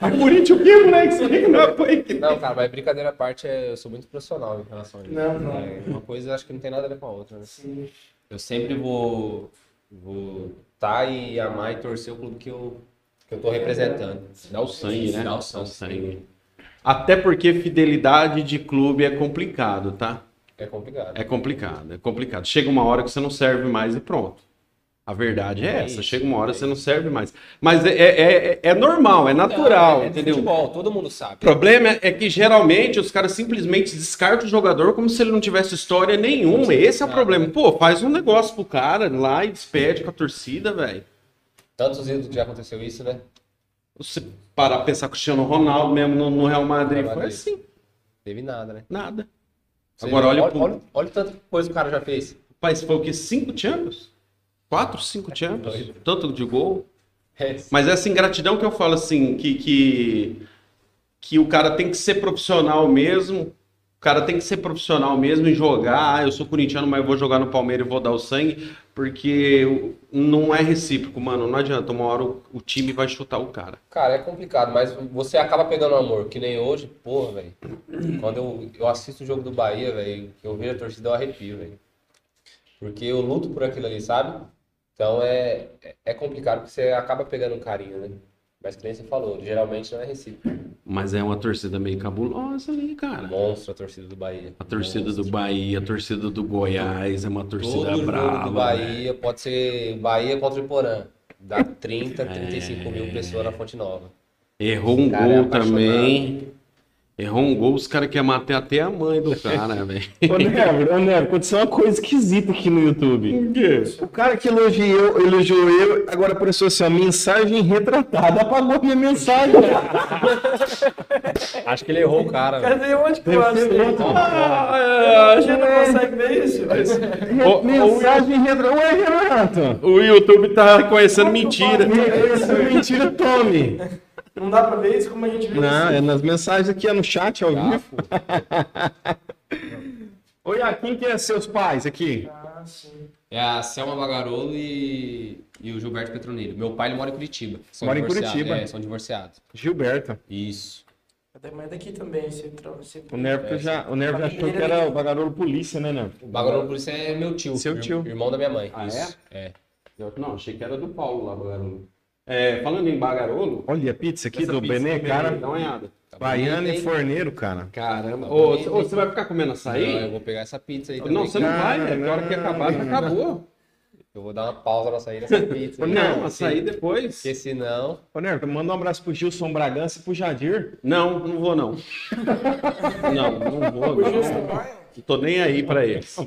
B: Vai, Corinthians o quê, moleque? Você que não apanha aqui.
D: Não, cara, mas brincadeira à parte, é- eu sou muito profissional em relação a isso.
E: Não, não.
D: É, uma coisa eu acho que não tem nada a ver com a outra, né?
E: Sim.
D: Eu sempre vou vou tá e amar e torcer o clube que eu que eu tô representando.
B: Dá o sangue, né?
D: Dá o sangue.
B: Até porque fidelidade de clube é complicado, tá?
D: É complicado.
B: É complicado, é complicado. Chega uma hora que você não serve mais e pronto. A verdade é,
D: É
B: essa.
D: isso,
B: Chega uma hora
D: é
B: que você não serve mais. Mas é, é, é, é normal, é natural,
D: Não, é, é
B: entendeu?
D: futebol, todo mundo sabe.
B: O problema é que geralmente os caras simplesmente descartam o jogador como se ele não tivesse história nenhuma. Esse é o
D: Nada.
B: problema. Pô, faz um negócio pro cara lá e despede com a torcida, velho.
D: Tantos ídolos que já aconteceu isso, né?
B: Você parar pra pensar com o Cristiano Ronaldo mesmo no, no Real Madrid,
D: Real
B: foi
D: Madrid.
B: assim,
D: Teve nada, né?
B: nada.
D: Você
B: Agora
D: vê,
B: olha
D: olha,
B: pro-
D: olha, olha tanta coisa que o cara já fez.
B: Mas foi o que? Cinco Champions? Quatro,
D: É,
B: cinco Champions?
D: doido.
B: Tanto de gol.
D: É,
B: Mas essa ingratidão que eu falo assim, que, que, que o cara tem que ser profissional mesmo, o cara tem que ser profissional mesmo e jogar, ah, eu sou corintiano, mas eu vou jogar no Palmeiras e vou dar o sangue, porque não é recíproco, mano, não adianta, uma hora o, o time vai chutar o cara.
D: Cara, é complicado, mas você acaba pegando amor, que nem hoje, porra, velho. Quando eu, eu assisto o jogo do Bahia, velho, que eu vejo a torcida, eu arrepio, velho. Porque eu luto por aquilo ali, sabe? Então é, é- é complicado, porque você acaba pegando um carinho, né? Mas que nem você falou, geralmente não é recíproco.
B: Mas é uma torcida meio cabulosa ali, cara.
D: Monstro a torcida do Bahia.
B: A torcida
D: Monstro.
B: do Bahia, a torcida do Goiás, é uma torcida
D: Todo jogo
B: brava.
D: do
B: né?
D: Bahia, pode ser Bahia contra o Porã. Dá
B: É.
D: 30, 35 mil pessoas na Fonte Nova.
B: Errou um
D: Cara, é
B: gol
D: apaixonado.
B: também. Errou um gol, os caras querem matar até a mãe do cara, velho.
A: Ô, Never, ô, Never, aconteceu uma coisa esquisita aqui no YouTube. O cara que é elogiou, elogiou eu, agora apareceu assim, ó, mensagem retratada, apagou minha mensagem.
D: Acho que ele errou o cara, velho.
E: Cadê onde que eu
A: Deve
E: acho?
A: ser outro.
E: Ah, A gente não consegue ver isso.
B: Ô,
A: mensagem retratada. Ué, Renato!
B: O YouTube tá conhecendo mentira.
A: Essa mentira, tome!
E: Não dá pra ver isso como a gente viu
A: Não, é nas mensagens aqui, é no chat, ao
D: tá,
A: vivo. Oi, a quem que é seus pais aqui?
E: Ah, sim.
D: É a Selma Bagarolo e, e o Gilberto Petronilho. Meu pai ele mora em Curitiba. São
A: Mora em
D: divorciados,
A: Curitiba.
D: É, são divorciados.
A: Gilberto.
D: Isso.
E: Até mais daqui também, se entrou. Se...
A: O Nervo
D: É,
A: já, o Nervo já achou que era o Bagarolo Polícia, né, Nervo?
D: O Bagarolo por isso é meu tio.
A: Seu
D: ir-
A: tio.
D: Irmão da minha mãe.
B: Ah, é?
D: Isso. É.
B: Não, achei que era do Paulo lá, Bagarolo. É, falando em Bagarolo.
A: Olha a pizza aqui é
B: essa
A: do
B: pizza
A: Benê,
B: do
A: cara.
B: Dá uma olhada.
D: Tá
A: Baiana
D: bonito,
A: e
D: hein?
A: forneiro, cara.
B: Caramba. Ô, cê- ô, você vai ficar comendo
D: Não, eu
B: açaí?
D: vou pegar essa pizza aí
B: Não,
D: também.
B: você não vai,
A: Não,
B: velho. Porque a hora que
A: não,
B: acabar, já
A: não.
B: acabou.
D: Eu vou dar uma pausa na saída dessa pizza. aí.
B: Não,
A: Não,
B: açaí depois.
D: Porque senão...
A: Ô, Nervo, manda um abraço pro Gilson Bragança e pro Jadir.
B: Não, não vou não. Não, não vou.
E: O
B: Não.
E: Justo vai.
B: Não tô nem aí pra eles.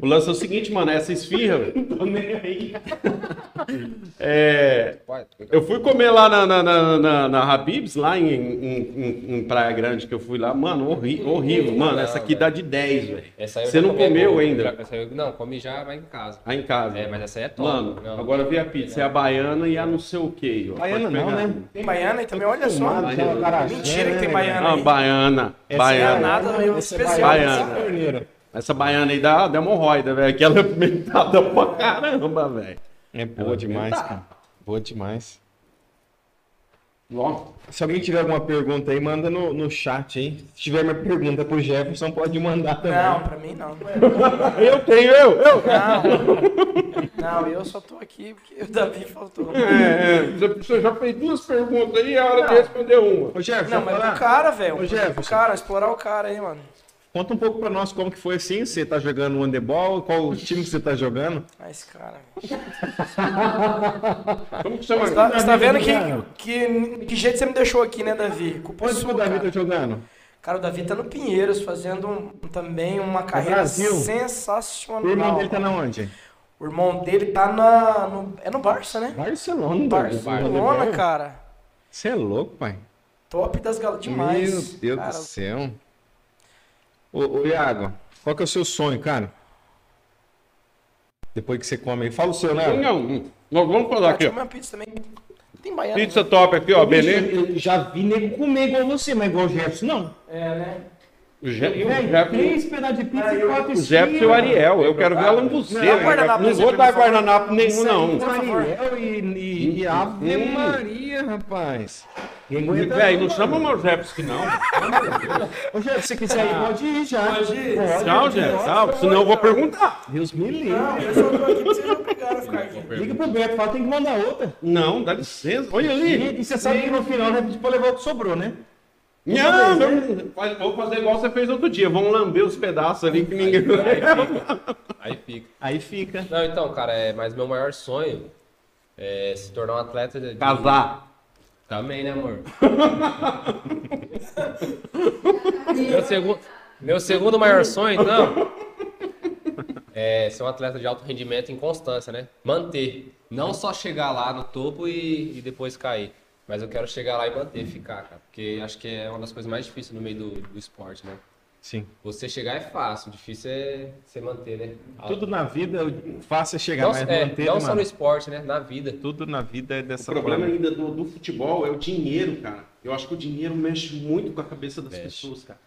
B: O lance é o seguinte, mano, essa esfirra.
A: Tô nem aí.
B: É,
D: Vai,
B: eu fui comer lá na, na, na, na, na Habib's, lá em, em- em- em Praia Grande, que eu fui lá. Mano, horri- horrível. Mano, essa aqui dá de 10, velho.
D: Essa aí eu
B: Você
D: já
B: não
D: comi
B: comeu
D: agora.
B: ainda?
D: Já- essa aí eu- Não, comi já, vai em casa.
B: Aí em casa.
D: É, mas essa aí é top.
B: Mano,
D: Não,
B: agora vi a pizza. É a baiana e a não sei o que. ó.
A: Baiana
B: Pode
A: não,
B: pegar.
A: né?
E: Tem baiana aí também, olha só.
A: Tomado, tem um acarajé,
E: Mentira que
A: né,
E: tem
A: velho?
E: baiana.
B: Ah, baiana.
A: Essa
B: baiana.
E: é nada, meu,
A: essa
E: especial.
A: Baiana.
B: Baiana.
A: Forneiro.
B: Essa baiana aí dá, dá hemorroida, velho. Que ela é pimentada pra caramba, velho.
A: É
E: Tá.
A: boa demais, cara. Boa demais.
B: Ó,
A: Se alguém tiver alguma pergunta aí, manda no, no chat aí. Se tiver minha pergunta pro Jefferson, pode mandar também.
E: Não, pra mim não.
B: Eu tenho, eu, eu.
E: Não. Não, eu só tô aqui porque o Davi faltou.
B: É, você já fez duas perguntas aí, é a hora de responder uma.
A: Ô, Jefferson,
E: Não, mas
A: fala-
E: pro cara, velho.
A: Ô,
E: pro
A: Jefferson.
E: Cara, explorar o cara aí, mano.
A: conta um pouco pra nós como que foi assim. Você tá jogando o handebol? Qual o time que você tá jogando?
E: Ah, esse cara. velho.
B: Como que chama?
E: Você tá, você tá vendo que,
A: cara.
E: que, que jeito você me deixou aqui, né, Davi? Culpa
A: Onde que
E: sua,
A: é. o Davi
E: cara.
A: tá jogando?
E: Cara, o Davi tá no Pinheiros fazendo um- também uma carreira
A: É Brasil.
E: sensacional.
A: O irmão dele tá na onde?
E: O irmão dele tá na. no- é no Barça, né?
A: Barcelona, Davi.
E: Barcelona, cara.
A: Você é louco, pai.
E: Top das galas demais.
A: Meu Deus
E: cara,
A: do céu. Ô, ô, Iago, qual que é o seu sonho, cara? Depois que você come aí. Fala o seu, né?
B: Não, nós vamos falar
E: Ah,
B: aqui,
E: tinha
B: ó.
E: uma pizza também. Tem né? baiana.
B: Pizza top aqui, ó, Benê.
A: Eu já vi nego comer igual você, mas igual o Jefferson, não.
E: É, né?
B: O Jeff
A: Velho,
B: e
A: três pedaços de pizza e quatro
B: o Jefferson e o Ariel. Eu quero ver a
A: Não,
B: lambuceira.
E: guardanapo,
B: Não
E: você
B: vou
E: já
B: dar
E: me falou.
B: um. guardanapo nenhum,
E: Isso aí,
B: não.
E: por favor.
A: Ariel e, e, e Ave
B: Hum.
A: Maria. rapaz.
B: Véi, não chama o Morjeps que não.
A: Ô, Jeff, se quiser
B: Ah.
A: ir, pode ir já.
E: Pode ir.
B: Tchau, Jeff. Tchau. Senão eu vou perguntar.
A: Deus me livre.
E: Não, Ah, eu só tô aqui pra vocês não obrigaram a ficar aqui.
A: Liga pro Beto, fala, tem que mandar outra.
B: Não, dá licença. é Olha
A: E,
B: ali.
A: e você sabe que no final vai pedir pra levar o que sobrou, né?
B: Não, não. Faz- Vou fazer igual você fez outro dia. Vamos lamber os pedaços ali que ninguém.
D: Aí fica. Aí fica.
A: Aí fica.
D: Não, então, cara, é, mas meu maior sonho é se tornar um atleta de... de-
B: Casar.
D: Também, né, amor? meu, segu... meu segundo maior sonho, então, é ser um atleta de alto rendimento em constância, né? Manter. Não só chegar lá no topo e, e depois cair. Mas eu quero chegar lá e manter, ficar, cara. Porque acho que é uma das coisas mais difíceis no meio do, do esporte, né?
A: Sim.
D: Você chegar é fácil, difícil é você manter, né?
A: Tudo na vida, o fácil é chegar,
B: um
D: não,
A: mas
D: é,
A: manter,
D: não
A: mano.
D: só no esporte, né? Na vida.
A: Tudo na vida é
B: O
A: dessa
B: problema
A: forma.
B: ainda do, do futebol é o dinheiro, cara. Eu acho que o dinheiro mexe muito com a cabeça das
D: Mexe.
B: pessoas, cara.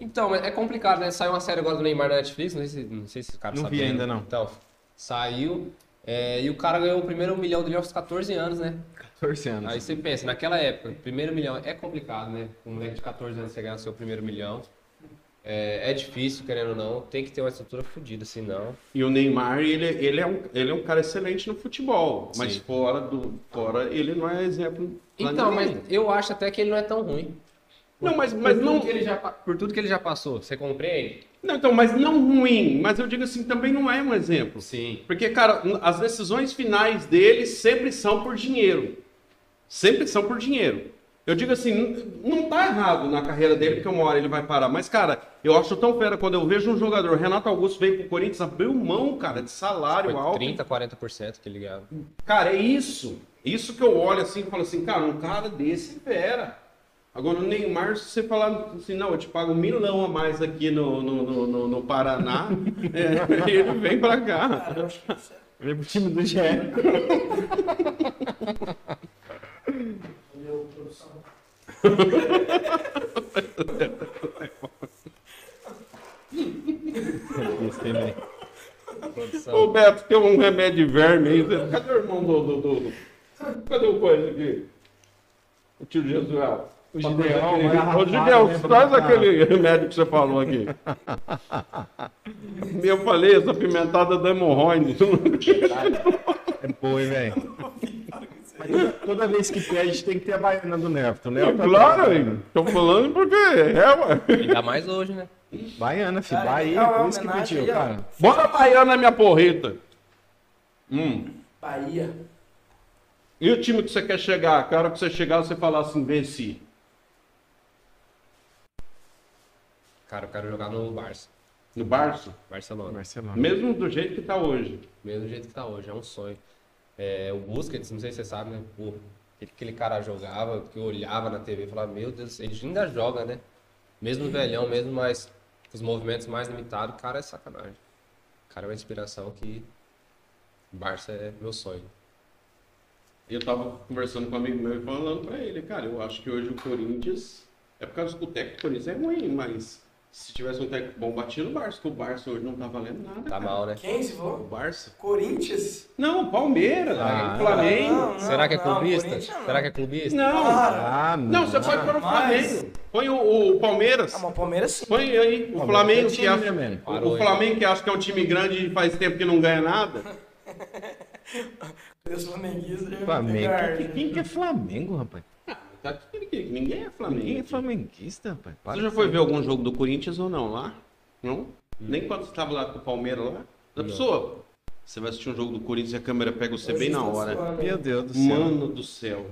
D: Então, mas é complicado, né? Saiu uma série agora do Neymar na Netflix, não sei se, não sei se os caras
A: Não vi
D: sabiam.
A: ainda, não.
D: Então, saiu. é, e o cara ganhou o primeiro milhão dele aos 14 anos, né?
A: 14 anos.
D: Aí você pensa, naquela época, primeiro milhão é complicado, né? Um moleque de 14 anos você ganhar o seu primeiro milhão. É, é difícil, querendo ou não. Tem que ter uma estrutura fodida, senão.
B: E o Neymar, ele, ele, é, um, ele é um cara excelente no futebol. Mas
D: Sim.
B: fora do. Fora, ele não é exemplo. pra
D: Então, mas
B: ninguém.
D: eu acho até que ele não é tão ruim.
B: Não, mas, mas
D: por,
B: não.
D: tudo que ele já, pa- por tudo que ele já passou, você compreende?
B: Não, então, mas não ruim. Mas eu digo assim, também não é um exemplo.
D: Sim.
B: Porque, cara, n- as decisões finais dele sempre são por dinheiro. Sempre são por dinheiro. Eu digo assim, n- não tá errado na carreira dele, porque uma hora ele vai parar. Mas, cara, eu acho tão fera quando eu vejo um jogador, Renato Augusto veio pro Corinthians, abriu mão, cara, de salário
D: Foi
B: alto.
D: 30, 40% que ele ganhava.
B: Cara, é isso. Isso que eu olho assim e falo assim, cara, um cara desse é fera. Agora, o Neymar, se você falar assim, não, eu te pago um milão a mais aqui no, no, no, no- no Paraná, é, ele vem pra cá.
E: Cara, eu acho que isso é-
A: Vem pro time do GE.
E: Meu, produção.
A: Gostei, né?
B: Ô
D: Produção.
B: Beto, tem um remédio de verme aí. Zé. Cadê o irmão do. do, do, do- Cadê o coisa aqui? O tio Jesuel.
A: O Gideão,
B: Aquele-
A: vai
B: Ô,
A: arrapado,
B: Gideão,
A: lembra?
B: traz aquele remédio que você falou aqui. Eu falei, essa pimentada da hemorroide.
A: É boa, hein, velho? Mas toda- Toda vez que perde, tem que ter a baiana do Neto. Né?
B: É, Claro, hein? Tô falando porque é, ué.
D: Ainda mais hoje, né?
A: Baiana, fi.
E: Cara,
A: Bahia,
E: é uma
A: por isso que
E: homenagem
A: pediu,
E: aí, ó.
A: cara.
B: Bora baiana, minha porreta. Hum.
E: Bahia.
B: E o time que você quer chegar? A hora que você chegar, você falar assim, venci.
D: Cara, eu quero jogar no Barça,
B: No Barça?
D: Barcelona.
A: Barcelona.
B: Mesmo do jeito que tá hoje.
D: Mesmo jeito que tá hoje, é um sonho. É, o Busquets, não sei se você sabe, né? Pô, aquele, aquele cara jogava, que eu olhava na TV e falava, meu Deus, do céu, ele ainda joga, né?
B: Uhum.
D: Mesmo velhão, mesmo mais, com os movimentos mais limitados, o cara é sacanagem. O cara é uma inspiração que Barça é meu sonho.
B: Eu tava conversando com um amigo meu e falando pra ele, cara, eu acho que hoje o Corinthians. É por causa que o técnico do Corinthians é ruim, mas se tivesse um técnico bom, batia no Barça, porque o Barça hoje não tá valendo nada.
D: Tá
B: cara.
D: mal, né?
E: Quem se
B: O
E: for?
B: Barça?
E: Corinthians?
B: Não, o Palmeiras,
A: Ah.
B: o Flamengo.
E: Não, não,
D: Será que é
E: não,
D: clubista?
E: Corinthians não.
D: Será que é clubista?
B: Não,
E: Cara,
A: Ah,
B: não, você pode pôr o
E: Mas-
B: Flamengo. Põe o, o Palmeiras.
E: ah, mas o Palmeiras sim.
B: Põe aí o Flamengo que
A: é time, né,
B: acha.
A: velho?
B: O o Flamengo que acha que é um time grande e faz tempo que não ganha nada.
E: Eu sou flamenguista. né? já me
A: Flamengo.
E: pegaram,
A: Quem,
E: já.
A: quem que é Flamengo, rapaz?
B: Tá aqui, ninguém- Ninguém é Flamengo.
A: Quem é flamenguista, rapaz? Para
B: Você já foi ver algum jogo do Corinthians ou não lá? Não? Nem quando você estava lá com o Palmeiras lá? Da pessoa, você vai assistir um jogo do Corinthians e a câmera pega você bem
E: Vocês
B: na
E: estão
B: hora.
E: zoando.
A: Meu Deus do céu.
B: Mano do céu.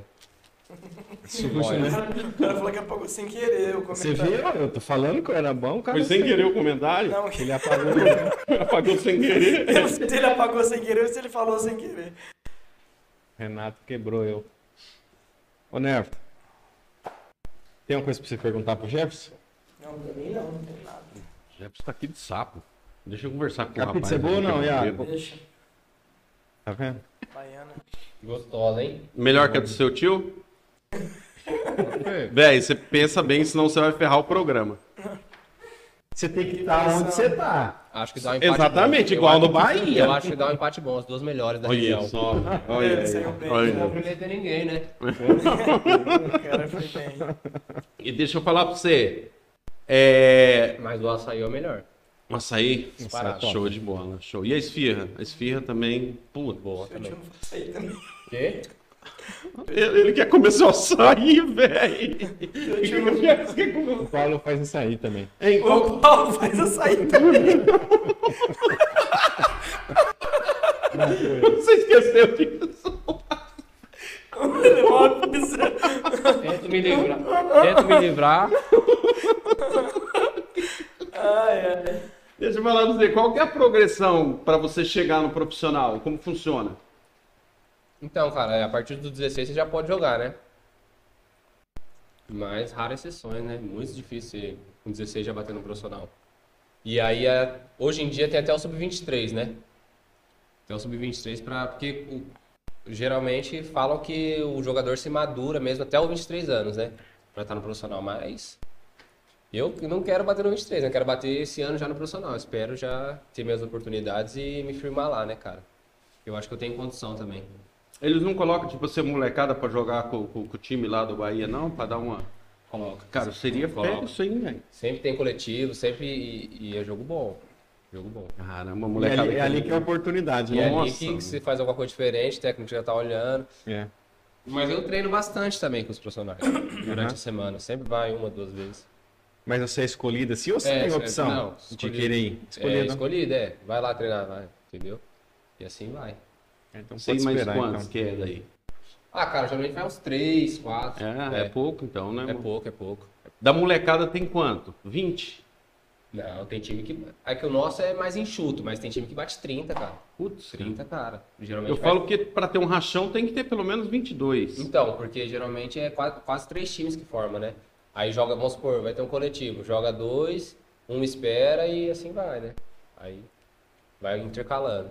A: Isso puxa, né?
E: O cara falou que apagou sem querer o
A: Você
E: comentário.
A: viu? Eu tô falando que era bom, cara.
B: Foi sem querer o comentário?
E: Não,
A: Ele apagou. o-
B: Apagou sem querer.
E: eu não sei se ele apagou sem querer ou se ele falou sem querer.
A: Renato quebrou eu. Ô, Neto. Tem uma coisa pra você perguntar pro Jefferson?
E: Não, pra mim não, não tem nada.
A: é
B: Jefferson tá aqui de sapo. Deixa eu conversar com
A: A
B: o
A: pizza é
B: rapaz.
A: boa ou não, Iago?
E: Deixa.
A: Tá vendo?
E: Baiana.
D: Gostosa, hein?
B: Melhor que a do seu tio?
A: Por quê?
B: Véi, você pensa bem, senão você vai ferrar o programa.
A: Você tem que estar onde você tá.
D: Acho que dá um empate
B: Exatamente,
D: bom. Eu
B: igual
D: acho
B: no
D: que-
B: Bahia.
D: Eu acho que dá um empate bom, as duas melhores da
B: Olha
D: região.
B: só.
E: É, saiu bem.
B: olha.
D: Não prometer ninguém, né?
E: O cara foi bem.
B: E deixa eu falar pra você. É.
D: Mas o açaí é o melhor.
B: O açaí.
A: é
D: Disparado.
B: Açaí, Show de bola. Show. E a esfirra? A esfirra também. Pula.
D: Boa
E: Eu
D: também.
E: tinha um açaí também.
D: Quê?
B: Ele, ele quer comer seu açaí, velho.
E: Eu tinha um-
A: O Paulo faz isso aí também. É,
B: Em qual-
E: O Paulo faz açaí também.
A: É.
B: Você esqueceu disso?
E: Ele é uma pizza.
D: Tento me livrar. Tento me livrar.
E: Ai, ai.
B: Deixa eu falar pra você. Qual que é a progressão pra você chegar no profissional? Como funciona?
D: Então, cara, a partir do 16 você já pode jogar, né? Mas raras exceções, né? Muito difícil você com 16 já bater no profissional. E aí, a- hoje em dia tem até o sub-23, né? Tem o sub-23 pra. Porque o- geralmente falam que o jogador se madura mesmo até os 23 anos, né? Pra estar no profissional, mas. Eu não quero bater no 23, né? Quero bater esse ano já no profissional. Espero já ter minhas oportunidades e me firmar lá, né, cara? Eu acho que eu tenho condição também.
B: Eles não colocam, tipo, você molecada pra jogar com, com- com o time lá do Bahia, não? Pra dar uma.
D: Coloca.
B: Cara, seria
D: Coloca.
B: fera isso aí, velho.
D: Sempre tem coletivo, sempre. E, e é jogo bom. Jogo bom.
B: Caramba,
A: É
B: molecada.
A: ali, é ali que é a oportunidade,
D: E
A: né?
D: é
B: Nossa,
D: ali que
B: mano.
D: que você faz alguma coisa diferente, o técnico já tá olhando.
A: É.
D: Mas eu treino bastante também com os profissionais durante a semana. Sempre vai uma, duas vezes.
A: Mas você é escolhida assim ou você
D: É,
A: tem
D: isso é-
A: opção
D: não,
A: de
D: escolhido.
A: querer ir?
D: é,
A: Escolhida.
D: escolhido, é. Vai lá treinar, vai. Entendeu? E assim vai.
A: então
B: Não
A: pode
B: sei mais
A: esperar,
B: quantos
A: então.
B: que é daí.
D: Ah, cara, geralmente vai uns três, quatro.
B: É, é,
D: é,
B: pouco então, né?
D: é
B: mano?
D: pouco, é pouco.
B: Da molecada tem quanto? 20?
D: Não, tem time que. É que o nosso é mais enxuto, mas tem time que bate 30, cara.
B: Putz,
D: 30, cara. Geralmente
B: Eu
D: vai
B: falo que pra ter um rachão tem que ter pelo menos 22.
D: Então, porque geralmente é qua- quase, três times que forma, né? Aí joga, vamos supor, vai ter um coletivo, joga dois, um espera e assim vai, né? Aí vai intercalando.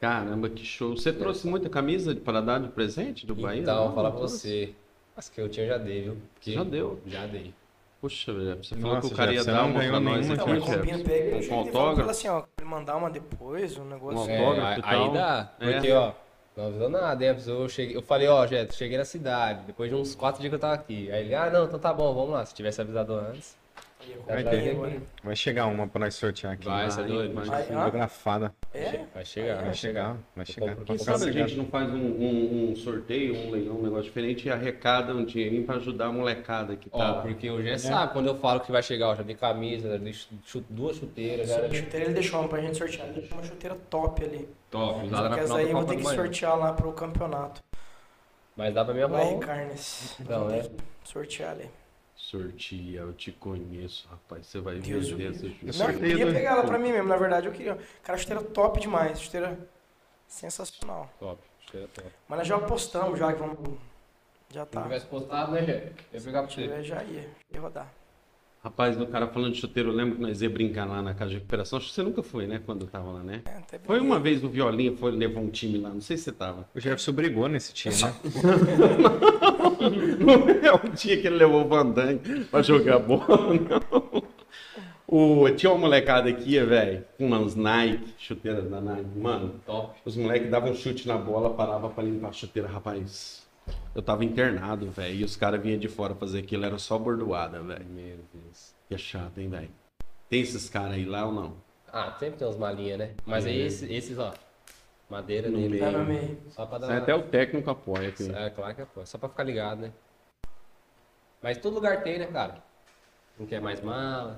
B: Caramba, que show. Você trouxe muita camisa para dar de presente do Bahia?
D: então,
B: Não,
D: falar
B: não
D: pra
B: trouxe?
D: você, as que eu tinha eu já dei, viu? Porque
B: Já deu.
D: Já dei.
B: Puxa, velho, você falou
A: Nossa,
B: que o cara ia
A: Jefferson,
B: dar
A: não
B: uma
A: ganhou
B: pra nós
A: nenhuma
B: aqui,
E: Então,
A: aqui,
E: a Copinha pega
B: Jefferson.
E: e
B: Com
E: chega e fala fala
B: autógrafo.
E: assim, ó, ele mandar uma depois, um negócio.
B: Um autógrafo e
D: É, aí,
B: tal.
D: aí dá,
B: É.
D: porque ó, não avisou nada, hein? Avisou, eu, cheguei, eu falei, ó, Jeto, cheguei na cidade, depois de uns quatro dias que eu tava aqui. Aí ele, ah, não, então tá bom, vamos lá, se tivesse avisado antes.
E: Aí, eu
D: Vai
E: comprei
D: ter.
E: agora.
A: Vai chegar uma pra nós sortear aqui.
D: Vai, você é doido,
B: vai.
E: Aí, ó,
A: Fotografada.
E: é?
D: Vai chegar,
A: Vai chegar,
D: vai chegar.
A: vai chegar.
D: compro-
A: Vai
D: quem
A: ficar
B: Sabe, a
A: ligado.
B: gente não faz um, um- um sorteio, um leilão, um negócio diferente e arrecada um dinheirinho pra ajudar a molecada que
D: Ó,
B: tá.
D: porque o Gé
E: É.
D: sabe, quando eu falo que vai chegar, ó, já dei camisa, já dei chu- duas chuteiras, já
E: A chuteira ele deixou uma pra gente sortear. Ele deixou uma chuteira top ali.
D: Top, usada
E: Só
D: na
E: que
D: final
E: essa
D: da
E: aí eu vou
D: Copa
E: ter
D: do
E: que
D: Mundo.
E: sortear lá pro campeonato.
D: Mas dá pra minha
E: Lá em
D: mão.
E: Carnes.
D: Tá Então,
E: Vamos
D: é.
E: Sortear ali.
B: Sortia, eu te conheço, rapaz. Você vai
E: Deus
B: vender
E: o
B: essa
A: Eu
E: Não, eu
A: sorteio
E: queria
A: dois.
E: pegar ela pra mim mesmo, na verdade eu queria. Cara, chuteira top demais, chuteira sensacional.
D: Top, cheira top.
E: Mas nós já apostamos, já que vamos. Já
D: Se
E: tá.
D: tivesse postado, né, Gé? Eu ia pegar pra
E: Se
D: você.
E: tiver, já ia. Ia rodar.
B: Rapaz, do cara falando de chuteiro, eu lembro que nós ia brincar lá na casa de recuperação. Acho que você nunca foi, né? Quando eu tava lá, né?
E: É, até
B: Foi
E: brinquei.
B: uma vez o Violinha foi levou um time lá, não sei se você tava.
A: O Jefferson brigou nesse time, né?
B: Não é o dia que ele levou o Van Damme pra jogar bola, não. O, tinha uma molecada aqui, velho, com umas Nike, chuteira da Nike. Mano,
D: Top.
B: os moleques davam um chute na bola, parava pra limpar a chuteira, rapaz. Eu tava internado, velho, e os caras vinham de fora fazer aquilo, era só bordoada, velho.
D: Meu Deus.
B: Que é chato, hein, velho. Tem esses caras aí lá ou não?
D: Ah, sempre tem uns malinhas, né? Mas aí esses, esses, ó. Madeira
B: É. No
D: nele.
E: Tá no
B: meio.
E: meio.
D: Só pra
B: Sai
D: dar.
B: Até o técnico apoia aqui.
D: É, claro que é, pô. Só pra ficar ligado, né? Mas todo lugar tem, né, cara? Não quer mais mala.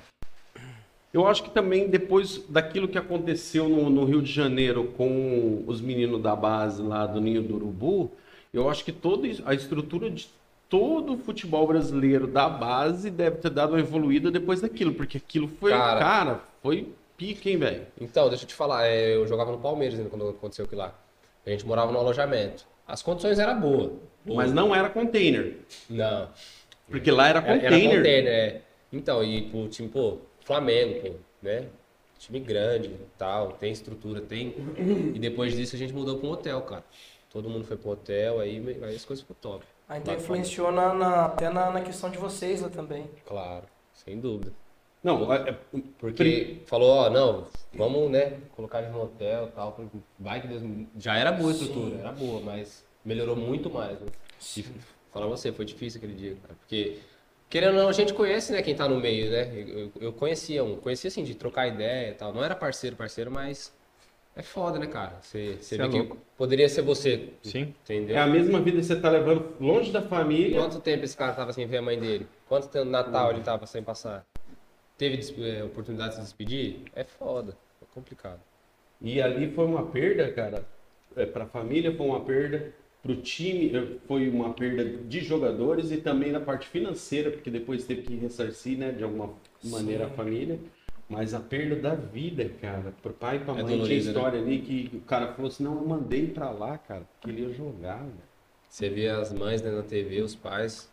B: Eu acho que também depois daquilo que aconteceu no, no Rio de Janeiro com os meninos da base lá do Ninho do Urubu, eu acho que toda is- a estrutura de todo o futebol brasileiro da base deve ter dado uma evoluída depois daquilo, porque aquilo foi, cara,
D: Cara.
B: foi pique, hein, velho?
D: Então, deixa eu te falar, é, eu jogava no Palmeiras ainda quando aconteceu aquilo lá. A gente morava no alojamento. As condições eram boas.
B: Mas não era container,
D: Não.
B: porque lá era
D: Era- Era
B: container.
D: container, é. Então, e pro time, pô, Flamengo, pô, né? Time grande e tal, tem estrutura, tem. E depois disso a gente mudou pra um hotel, cara. Todo mundo foi pro hotel, aí, aí as coisas ficou top.
E: Ah, então influenciou na, na- até na, na questão de vocês lá também.
D: Claro, sem dúvida.
B: Não, é- é-
D: Porque falou, ó, não, vamos, né, colocar eles no hotel e tal. porque Vai que Deus. me- Já era boa a estrutura, era boa, mas melhorou muito mais. Né? E falar pra você, foi difícil aquele dia, cara. Porque, querendo ou não, a gente conhece, né, quem tá no meio, né? Eu, eu- eu conhecia um, conhecia assim, de trocar ideia e tal. Não era parceiro, parceiro, mas. É foda, né, cara? Você você
A: Cê
D: vê
A: é
D: que
A: louco.
D: poderia ser você,
A: Sim.
D: entendeu?
B: é a mesma vida que você tá levando longe da família.
D: Quanto tempo esse cara tava sem ver a mãe dele? Quanto tempo Natal ele tava sem passar? Teve des- eh, oportunidade de se despedir? É foda, é complicado.
B: E ali foi uma perda, cara. É, para a família foi uma perda, para o time eh, foi uma perda de jogadores e também na parte financeira, porque depois teve que ressarcir, né, de alguma maneira a família. Mas a perda da vida, cara, pro pai e pra
D: É
B: mãe tinha
D: dolorido, né?
B: história ali que o cara falou assim, não, eu mandei pra lá, cara, porque ele ia jogar. né?" velho."
D: Você vê as mães né, na TV, os pais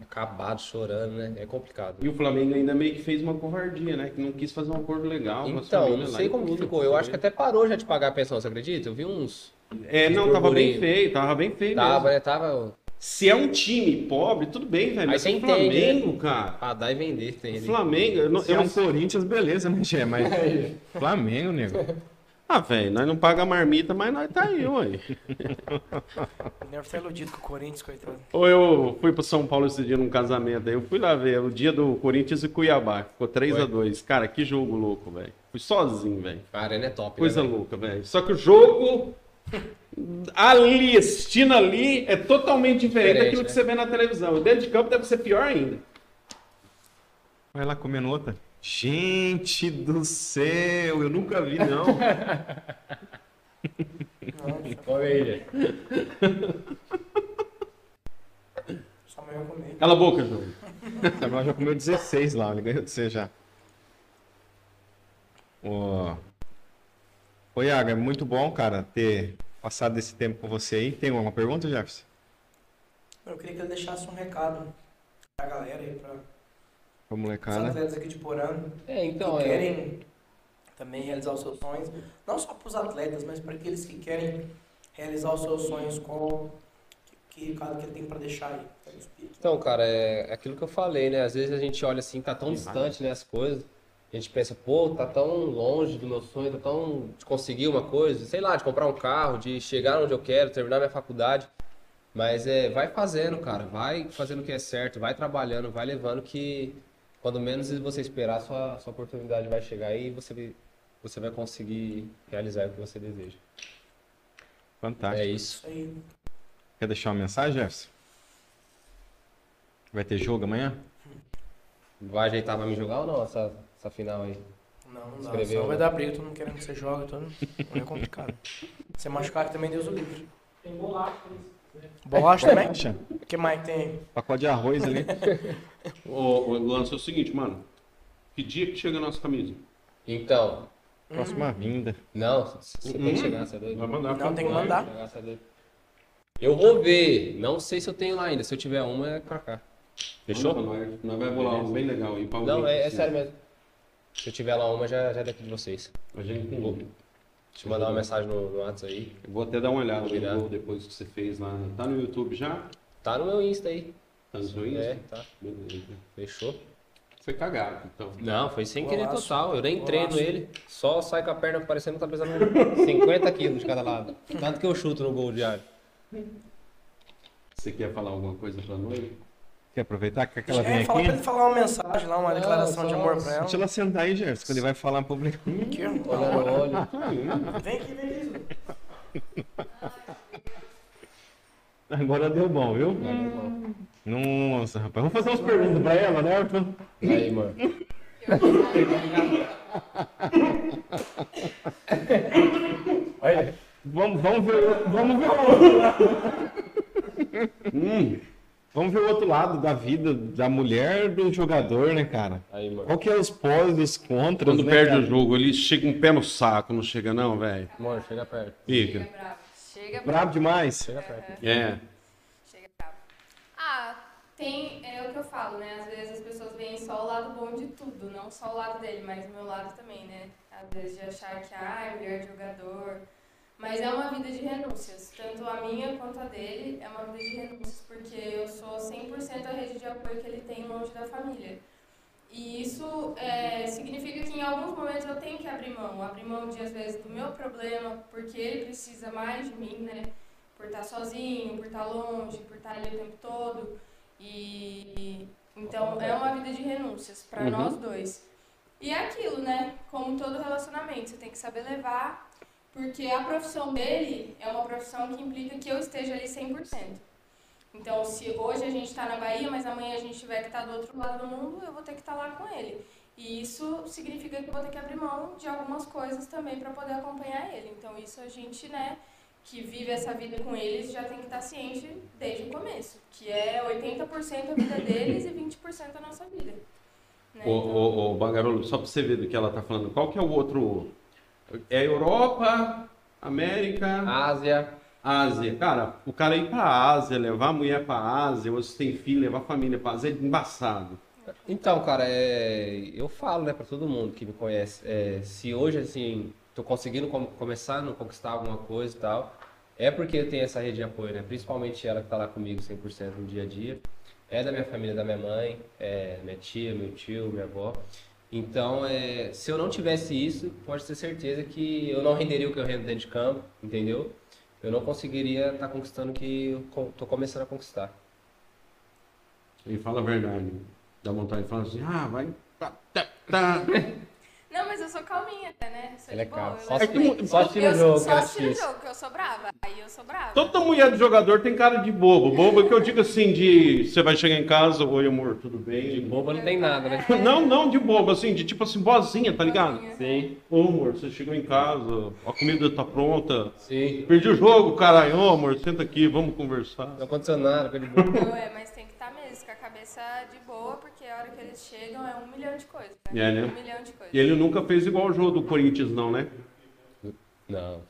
D: acabados, chorando, né? É complicado.
B: E o Flamengo ainda meio que fez uma covardia, né, que não quis fazer um acordo legal com as
D: Então, não
B: famílias lá
D: sei
B: e
D: como que
B: tudo,
D: ficou. Eu acho que
B: entendeu?
D: até parou já de pagar a pensão, você acredita? Eu vi uns.
B: É, não, tava bem
D: burburinho.
B: feio, tava bem feio mesmo.
D: Tava, né? Tava
B: Se é um time pobre, tudo bem, velho.
D: Aí
B: Mas
D: você
B: o
D: entende, né?
B: Flamengo, cara.
D: pra dar e vender, tem né?
B: O
D: ali.
B: Flamengo, eu não.
A: Se
B: eu
A: é
B: não-
A: um Corinthians, beleza, né, Gê? Mas Flamengo, nego.
B: Ah, velho, nós não paga marmita, mas nós tá aí, ué.
E: O Nerf tá iludido com o Corinthians, coitado.
B: Ou eu fui pro São Paulo esse dia num casamento aí. Eu fui lá ver o dia do Corinthians e Cuiabá. Ficou 3x2. Cara, que jogo louco, velho. Fui sozinho, velho.
D: A arena é top.
B: Coisa
D: né, velho?
B: louca, velho. Só que o jogo. Ali, assistindo ali, é totalmente diferente,
D: Diferente,
B: daquilo que
D: né?
B: você vê na televisão. E Dentro de campo deve ser pior ainda.
A: Vai lá comendo outra. Gente do céu, eu nunca vi, não.
E: Nossa,
D: Olha aí, gente.
E: só amanhã eu comer.
B: Cala a boca, João.
A: Agora já comeu 16 lá, ele ganhou de você já. Ô, Ô Iago, é muito bom, cara, ter passado esse tempo com você aí. Tem alguma pergunta, Jefferson?
E: Eu queria que ele deixasse um recado pra galera aí, pra
A: Pra
E: os
A: molecada.
E: atletas aqui de Porano.
D: É, então,
E: que
D: é.
E: querem também realizar os seus sonhos, não só para os atletas, mas para aqueles que querem realizar os seus sonhos, qual que que recado que ele tem para deixar aí? tá no espírito?
D: Então, cara, é aquilo que eu falei, né? Às vezes a gente olha assim, tá tão distante, né, as coisas. A gente pensa, pô, tá tão longe do meu sonho, tá tão de conseguir uma coisa, sei lá, de comprar um carro, de chegar onde eu quero, terminar minha faculdade. Mas é, vai fazendo, cara, vai fazendo o que é certo, vai trabalhando, vai levando que quando menos você esperar, sua, sua oportunidade vai chegar aí e você, você vai conseguir realizar o que você deseja. É
A: Fantástico.
D: isso.
E: Isso aí.
A: Quer deixar uma mensagem, Jefferson? Vai ter jogo amanhã?
D: Vai ajeitar pra me jogar ou não essa, essa final aí?
E: Não, não dá.
D: Escreveu,
E: Senão vai
D: né?
E: dar briga, todo mundo querendo que você jogue, todo mundo. É complicado. Você machucar também, Deus o livre. Tem bolacha. Bolacha também?
A: Acha?
E: O que mais tem?
A: Pacote de arroz ali.
B: O, o lance é o seguinte, mano. Que dia que chega a nossa camisa?
D: Então,
A: Próxima vinda.
D: Não, você tem que chegar, você é doido.
B: Vai mandar
E: Não, tem que
B: pra-
E: mandar.
D: Chegar, você é doido. Eu vou ver. Não sei se eu tenho lá ainda. Se eu tiver uma, é pra cá.
B: Manda
D: Fechou?
B: pra nós. Nós vai bolar algo bem legal aí pra
D: Não,
B: alguém que
D: é, é
B: precisa.
D: sério mesmo. Se eu tiver lá uma, já, já é daqui de vocês.
B: A gente tem gol.
D: Deixa eu mandar uma mensagem no, no WhatsApp aí.
B: Eu vou até dar uma olhada
D: Virar.
B: no gol depois que você fez lá. Tá no YouTube já?
D: Tá no meu Insta aí.
B: Tá no seu Insta?
D: É, tá.
B: Beleza.
D: Fechou?
B: Foi cagado, então.
D: Não, foi sem querer
E: Golaço.
D: total. Eu nem treino
E: Golaço.
D: ele. Só sai com a perna parecendo que tá pesando 50 quilos de cada lado. Tanto que eu chuto no gol diário.
B: Você quer falar alguma coisa pra nós?
A: Quer aproveitar que aquela vem
E: É, fala pra ele
A: aqui?
E: falar uma mensagem lá, uma
D: Não,
E: declaração de
D: só-
E: amor pra ela.
A: Deixa ela sentar aí, Jefferson, que ele vai falar público.
E: Aqui,
D: Olha,
E: ó.
D: olha.
E: Vem aqui, vem aqui.
A: Agora deu bom, viu? Nossa, rapaz. Vamos fazer umas perguntas pra ela, né? Arthur?
D: Aí, mano.
A: Vamos, vamos ver, o- vamos ver o outro lado. Vamos ver o outro lado da vida da mulher do jogador, né, cara?
D: Aí, mano.
A: Qual que é os pós e os contras,
B: Quando
A: né,
B: perde
D: é
A: cara?
B: o jogo, ele chega um pé no saco, não chega não, velho?
D: Mano, chega perto.
G: Chega
B: Fica.
G: bravo. Chega
A: Brabo demais.
D: Chega perto.
B: É.
G: Chega bravo. Ah, tem, é o que eu falo, né? Às vezes as pessoas veem só o lado bom de tudo, não só o lado dele, mas o meu lado também, né? Às vezes de achar que, ah, é mulher de jogador. Mas é uma vida de renúncias, tanto a minha quanto a dele, é uma vida de renúncias, porque eu sou 100% a rede de apoio que ele tem longe da família. E isso é, significa que em alguns momentos eu tenho que abrir mão. Abrir mão de, às vezes, do meu problema, porque ele precisa mais de mim, né? Por estar sozinho, por estar longe, por estar ali o tempo todo. E então é uma vida de renúncias para
B: Uhum.
G: nós dois. E é aquilo, né? Como todo relacionamento, você tem que saber levar, porque a profissão dele é uma profissão que implica que eu esteja ali 100%. Então, se hoje a gente está na Bahia, mas amanhã a gente tiver que estar do outro lado do mundo, eu vou ter que estar lá com ele. E isso significa que eu vou ter que abrir mão de algumas coisas também para poder acompanhar ele. Então, isso a gente, né, que vive essa vida com eles, já tem que estar ciente desde o começo, que é 80% a vida deles e 20% a nossa vida. Né?
B: Ô,
G: Então,
B: ô, ô, Bagarolo, só pra você ver do que ela tá falando, qual que é o outro? É Europa, América,
D: Ásia.
B: Ásia. Cara, o cara ir pra Ásia, levar a mulher pra Ásia, ou se tem filho, levar a família pra Ásia, é embaçado.
D: Então, cara, é, eu falo, né, pra todo mundo que me conhece, é, se hoje, assim, tô conseguindo com- começar a conquistar alguma coisa e tal, é porque eu tenho essa rede de apoio, né? Principalmente ela que tá lá comigo 100% no dia a dia. É da minha família, da minha mãe, é minha tia, meu tio, minha avó. Então, é, se eu não tivesse isso, pode ter certeza que eu não renderia o que eu rendo dentro de campo, entendeu? Eu não conseguiria estar conquistando o que eu co- tô começando a conquistar.
B: Ele fala a verdade. Dá vontade de falar assim, ah, vai. Tá, tá, tá.
G: Não, mas eu sou calminha até, né? Sou
D: Ele é
G: de boa.
D: calmo.
G: eu
D: Só
G: levo
B: se-
G: bem.
D: só se no
G: Eu
D: jogo
G: só
D: que é
G: se no
D: difícil.
G: jogo, que eu sou brava. Aí eu sou brava.
B: Toda mulher de jogador tem cara de bobo. Bobo que eu digo assim, de você vai chegar em casa, oi amor, tudo bem?
D: De boba não tem nada, né?
B: Não, não de bobo, assim, de tipo assim, boazinha, tá ligado?
G: Boazinha.
D: Sim,
B: Ô amor, você chegou em casa, a comida tá pronta.
D: sim.
B: Perdi o jogo, caralho. Ô amor, senta aqui, vamos conversar.
D: Não aconteceu nada, foi de boa.
G: Não, é, mas tem que estar mesmo, com a cabeça de boa, porque a hora que eles chegam é um milhão de coisas, né?
B: É, né?
G: Um milhão de coisas.
B: E ele nunca fez igual o jogo do Corinthians, não, né?
D: Não.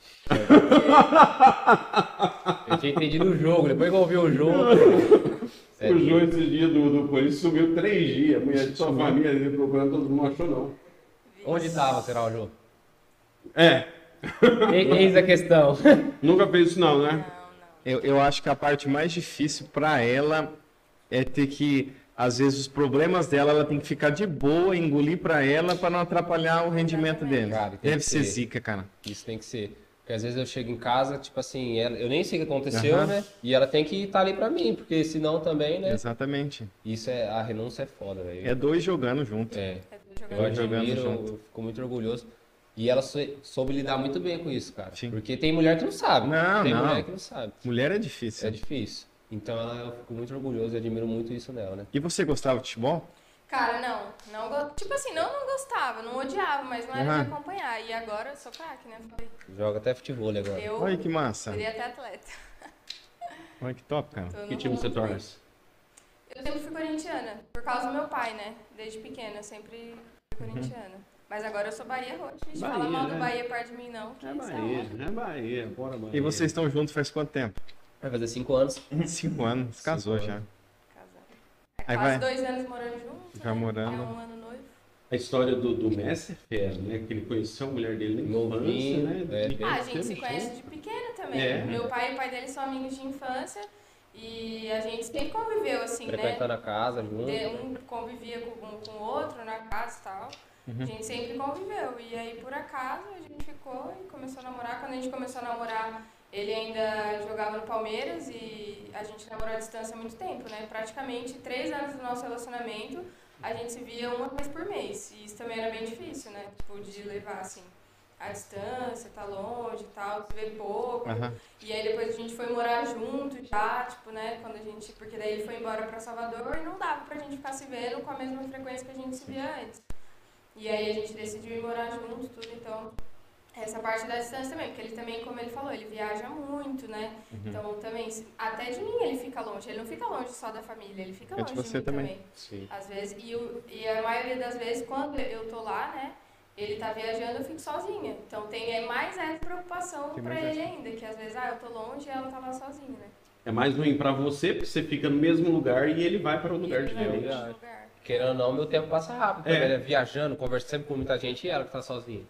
D: Eu tinha entendido o jogo, depois que eu ouvi o jogo. É.
B: O jogo esse dia do, do Corinthians sumiu três dias. A mulher de sua família ele procurando, todo mundo não achou, não.
D: Onde tava, será o jogo?
B: É,
D: Eis a questão.
B: nunca fez isso, não, né?
A: Eu, eu acho que a parte mais difícil para ela é ter que, às vezes, os problemas dela, ela tem que ficar de boa, engolir para ela, para não atrapalhar o rendimento dele.
D: Cara, tem
A: Deve
D: que
A: ser
D: ser.
A: zica, cara.
D: Isso tem que ser. Porque às vezes eu chego em casa, tipo assim, ela- eu nem sei o que aconteceu,
A: Aham.
D: né? E ela tem que estar ali pra mim, porque senão também, né?
A: Exatamente.
D: Isso é. A renúncia é foda,
A: É
D: velho.
A: dois jogando junto.
D: É.
G: É do jogador.
D: Eu
A: Nós jogamos
D: admiro,
A: junto.
D: eu fico muito orgulhoso. E ela sou- soube lidar muito bem com isso, cara.
A: Sim.
D: Porque tem mulher que não sabe.
A: Não,
D: tem
A: não.
D: mulher que não sabe.
A: Mulher é difícil.
D: É difícil. Então ela- eu fico muito orgulhoso e admiro muito isso nela, né?
A: E você gostava de futebol?
G: Cara, não. não go- Tipo assim, não, não gostava, não odiava, mas não era
A: Aham.
G: de acompanhar. E agora eu sou craque, né? Falei,
D: Joga até futebol agora.
G: eu
A: Olha que massa.
G: seria até atleta.
A: Olha que top, cara.
G: Tô
B: Que
G: no
B: time você
G: rolo também.
B: torce?
G: Eu sempre fui corintiana, por causa do meu pai, né? Desde pequena, eu sempre fui corintiana. Mas agora eu sou Bahia Roxa. A gente fala
B: Uhum. Bahia,
G: mal
B: né?
G: do Bahia perto de mim, não. né? que
B: É
G: isso
B: Bahia,
G: ótimo.
B: é Bahia, bora Bahia.
A: E vocês estão juntos faz quanto tempo?
D: Vai fazer cinco anos.
A: Cinco anos. Casou já.
G: Casal. É
A: Aí vai.
G: quase dois anos morando junto.
A: Já
G: né?
A: morando.
G: É um ano noivo.
B: A história do, do Messi é fera, né? Que ele conheceu a mulher dele na infância,
D: Novinho,
B: né?
D: é,
G: Ah, a
D: bem-
G: gente se conhece de pequena também.
B: É.
G: Meu pai e o pai dele são amigos de infância. E a gente sempre conviveu,
B: É
G: assim, né?
D: frequentando a casa junto.
G: De- Um convivia com um com o outro na casa e tal. A gente sempre conviveu. E aí, por acaso, a gente ficou e começou a namorar. Quando a gente começou a namorar, ele ainda jogava no Palmeiras e a gente namorou à distância há muito tempo, né? Praticamente três anos do nosso relacionamento, a gente se via uma vez por mês. E isso também era bem difícil, né? Tipo, de levar assim. à distância, tá longe e tal, se vê pouco.
A: Aham.
G: E aí depois a gente foi morar junto já, tipo, né, quando a gente, porque daí ele foi embora pra Salvador e não dava pra gente ficar se vendo com a mesma frequência que a gente se via antes. E aí a gente decidiu ir morar junto, tudo, então essa parte da distância também, porque ele também, como ele falou, ele viaja muito, né?
A: Uhum.
G: Então também, se- até de mim ele fica longe, ele não fica longe só da família, ele fica
A: É de
G: longe
A: você
G: mim
A: também.
B: Sim.
G: às vezes, e, o- e a maioria das vezes, quando eu tô lá, né? Ele tá viajando, eu fico sozinha. Então tem é mais essa preocupação
A: Tem
G: pra
A: mais
G: ele ainda, que às vezes, ah, eu tô longe e ela tá lá sozinha, né?
B: É mais ruim pra você, porque você fica no mesmo lugar e ele vai pra um
G: E
B: lugar
G: ele vai
B: diferente.
G: pra outro
D: verdade.
G: lugar.
D: Querendo ou não, meu tempo passa rápido.
B: É.
D: também, né? Viajando, conversando com muita gente e ela que tá sozinha.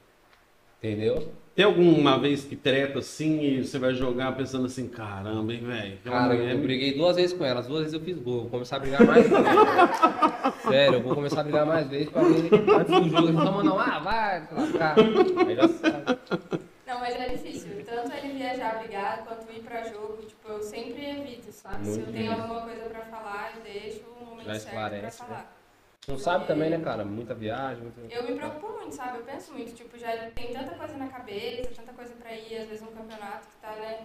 D: Entendeu?
B: Tem alguma vez que treta assim e você vai jogar pensando assim, caramba, hein, velho? aquela
D: Cara,
B: mulher
D: eu
B: me-
D: briguei duas vezes com ela, as duas vezes eu fiz gol. Vou começar a brigar mais vezes. Sério, eu vou começar a brigar mais vezes pra ver antes do jogo. Eles só mandam, ah, vai, sei lá, cara. Aí já sabe.
G: Não, mas é difícil. Tanto ele viajar brigado quanto ir pra jogo. Tipo, eu sempre evito, sabe? Se
D: Muito
G: eu tenho
D: difícil.
G: alguma coisa pra falar, eu deixo o momento
D: Já
G: certo pra
D: esclarece, né?
G: falar.
D: Não sabe também, né, cara? Muita viagem. Muita... É
G: Eu me preocupo muito, sabe? Eu penso muito, tipo, já tem tanta coisa na cabeça, tanta coisa pra ir, às vezes um campeonato que tá, né,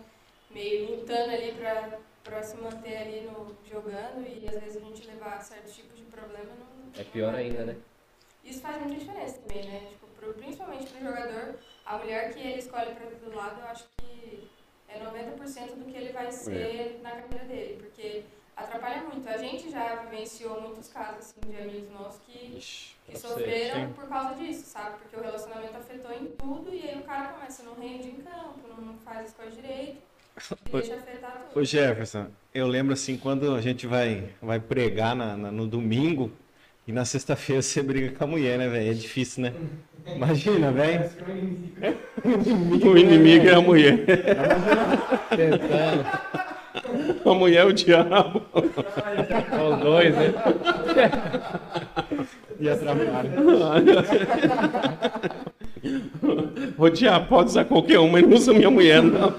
G: meio lutando ali pra, pra se manter ali no, jogando e às vezes a gente levar certos tipos de problema não.
D: É pior ainda, né?
G: Isso faz muita diferença também, né? Tipo, pro- principalmente pro jogador, a mulher que ele escolhe pra do lado, eu acho que é 90% do que ele vai ser na carreira dele, porque atrapalha muito. A gente já vivenciou muitos casos, assim, de amigos nossos que
D: Ixi,
G: que
D: pra você.
G: sofreram por causa disso, sabe? Porque o relacionamento afetou em tudo e aí o cara começa, não rende em campo, não faz as coisas direito e
A: Ô-
G: deixa afetar tudo.
A: Ô Jefferson, eu lembro assim, quando a gente vai, vai pregar na- na- no domingo e na sexta-feira você briga com a mulher, né, velho? É difícil, né? Imagina, velho.
B: O inimigo é a mulher.
D: Tentando.
B: A mulher é o diabo.
D: Os dois, né?
A: E atrapalha.
B: O diabo pode usar qualquer um, mas não usa minha mulher, não.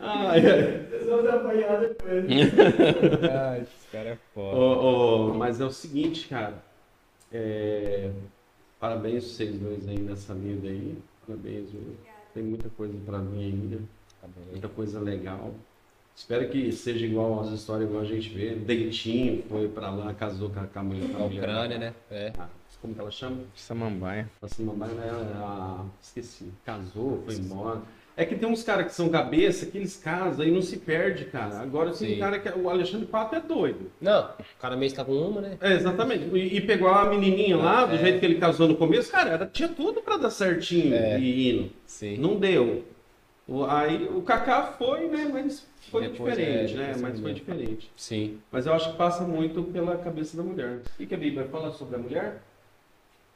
B: Ai, ai.
E: Vocês vão apanhar depois.
D: Ai, esse cara é
B: Ô,
D: foda.
B: ô, mas é o seguinte, cara. É, Parabéns vocês dois aí nessa vida aí. Parabéns, viu? Tem muita coisa pra mim ainda. muita coisa legal. Espero que seja igual as histórias igual a gente vê. Dentinho foi pra lá, casou com a, com a mulher.
D: A Ucrânia, né? É.
B: Ah, Como que ela chama?
A: Samambaia.
B: A Samambaia, né? Ela- ah, esqueci. Casou, foi embora. É que tem uns caras que são cabeça, que eles casam e não se perde, cara. Agora tem
D: Sim.
B: cara que. O Alexandre Pato é doido.
D: Não, cada mês tá com uma, né?
B: É, exatamente. E, e pegou a menininha lá, do
D: É.
B: jeito que ele casou no começo, cara, era, tinha tudo pra dar certinho
D: É.
B: e indo.
D: Sim.
B: Não deu. O- aí o Kaká foi, né? Mas foi
D: Depois,
B: diferente,
D: é,
B: né?
D: depois
B: Mas foi
D: mudou.
B: diferente.
D: Sim.
B: Mas eu acho que passa muito pela cabeça da mulher. E que a Bíblia fala sobre a mulher?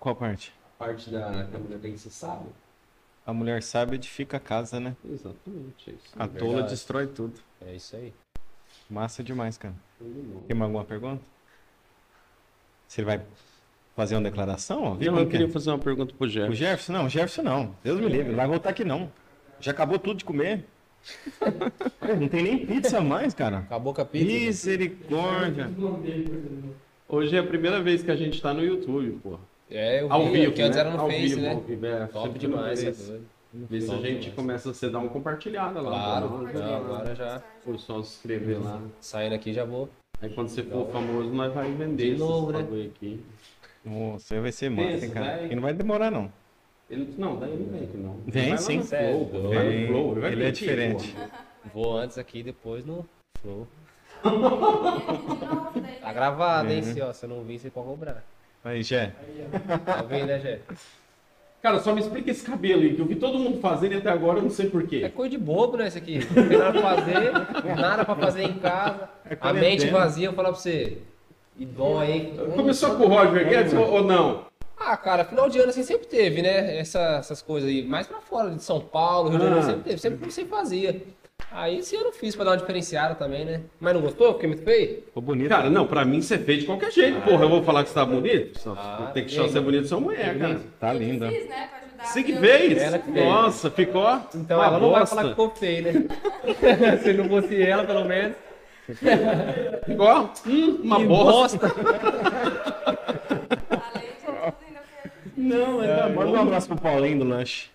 A: Qual parte?
B: A parte da que a mulher tem que ser sábia.
A: A mulher sábia edifica a casa, né?
B: Exatamente, é isso.
A: A
D: Verdade.
A: tola destrói tudo.
D: É isso aí.
A: Massa demais, cara.
B: Tudo bom.
A: Tem mais alguma pergunta? Você vai fazer uma declaração? ó? Vê
B: Não,
A: como
B: eu
A: que é.
B: queria fazer uma pergunta pro Jeff.
A: O Jefferson, não, o Jefferson não. Deus me livre, não vai voltar aqui não. Já acabou tudo de comer. É, não tem nem pizza mais, cara.
D: Acabou com a pizza. né?
A: Misericórdia.
B: Hoje é a primeira vez que a gente tá no YouTube, pô.
D: É, eu vi,
B: Ao vivo,
D: que antes
B: né?
D: era no
B: ao
D: Face,
B: vivo,
D: né?
B: ao vivo, é.
D: Top
B: Sempre
D: demais,
B: no
D: você é
B: Face.
D: doido.
B: Vê se a
D: Top
B: gente
D: demais.
B: começa a você dar uma compartilhada lá.
D: Claro,
B: pra nós,
D: não,
B: né?
D: agora
G: Tá,
D: já.
B: O pessoal se inscrever lá.
D: Saindo aqui já vou.
B: Aí quando você for famoso, nós vai vender
D: De novo,
B: esses
D: né?
B: bagulho aqui.
A: Nossa, vai ser massa,
B: Pensa,
A: hein, cara.
B: vai.
A: E não vai demorar, não.
B: Ele, não, daí ele vem aqui não. Ele
A: Vem,
B: vai lá
A: sim.
B: no Flow, pô, vai no
A: Vem.
B: Flow, vai
A: Ele
B: vir
A: é
B: aqui,
A: diferente.
B: pô.
D: Vou antes aqui, depois no Flow.
G: E de novo, daí
D: Tá gravado, hein,
B: Uhum.
D: se, ó, se eu não vi, você pode cobrar.
A: Aí, Jé.
D: Tá vendo, né, Gé?
B: Cara, só me explica esse cabelo aí, que eu vi todo mundo fazendo e até agora, eu não sei
D: É
B: porquê.
D: coisa de bobo, né, isso aqui? Não tem nada pra fazer, nada pra fazer em casa.
B: É
D: a mente
A: quarentena.
D: vazia, eu falar pra você. E dó, hein?
B: Começou com o
D: é
B: Roger Guedes ou ou não?
D: Ah, cara, final de ano assim sempre teve, né? Essa- essas coisas aí. Mais pra fora, de São Paulo, Rio de Janeiro,
B: Ah.
D: sempre teve. Sempre sempre fazia. Aí esse ano eu fiz pra dar uma diferenciada também, né? Mas não gostou? Fiquei muito feio?
A: Ficou bonito.
B: Cara, não, pra mim você fez de qualquer jeito, porra. Eu vou falar que você tá bonito? Só
D: Ah,
B: tem que
D: bem.
B: achar você bonito sua mulher, cara.
A: tá
G: eu que
A: linda.
G: fiz, né, pra ajudar.
B: Você que
G: Eu-
B: fez?
D: Ela que fez.
B: Nossa, ficou
D: Então
B: uma
D: ela não vai
B: bosta.
D: falar que ficou feio, né? Se não fosse ela, pelo menos.
B: Ficou hum, uma bosta.
G: Além de tudo, ainda foi
B: Não, mas tá
A: Manda um abraço pro Paulinho do lanche.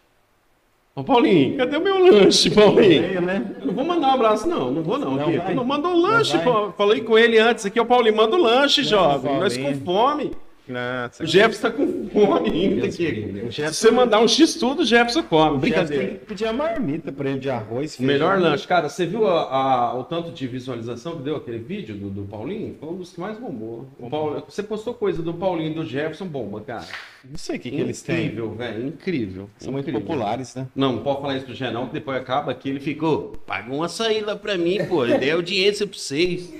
B: Ô Paulinho, cadê o meu lanche, Paulinho?
A: Veio, né?
B: Eu Não vou mandar um abraço, não. Não vou, não.
A: Não
B: aqui.
A: vai?
B: Não manda um lanche,
A: Não vai?
B: pô. Falei com ele antes aqui. O Paulinho manda um lanche, jovem. Nós com
A: Paulinho.
B: fome.
A: Nossa.
B: O Jefferson tá com fome ainda aqui. Se você mandar um X tudo, o Jefferson come. Brincadeira.
A: Tem que pedir a marmita pra ele de arroz.
B: O melhor lanche, cara, você viu a- a- o tanto de visualização que deu aquele vídeo do, do Paulinho? Foi um dos que mais bombou. O Paulo- você postou coisa do Paulinho e do Jefferson, bomba, cara.
A: Não sei o que, que eles têm.
B: Incrível, velho, incrível.
A: São muito
B: Incrível.
A: populares, né?
B: Não, não pode falar isso pro Jean, não, que depois acaba que ele ficou. Paga um açaí lá pra mim, pô. Eu dei audiência pra vocês.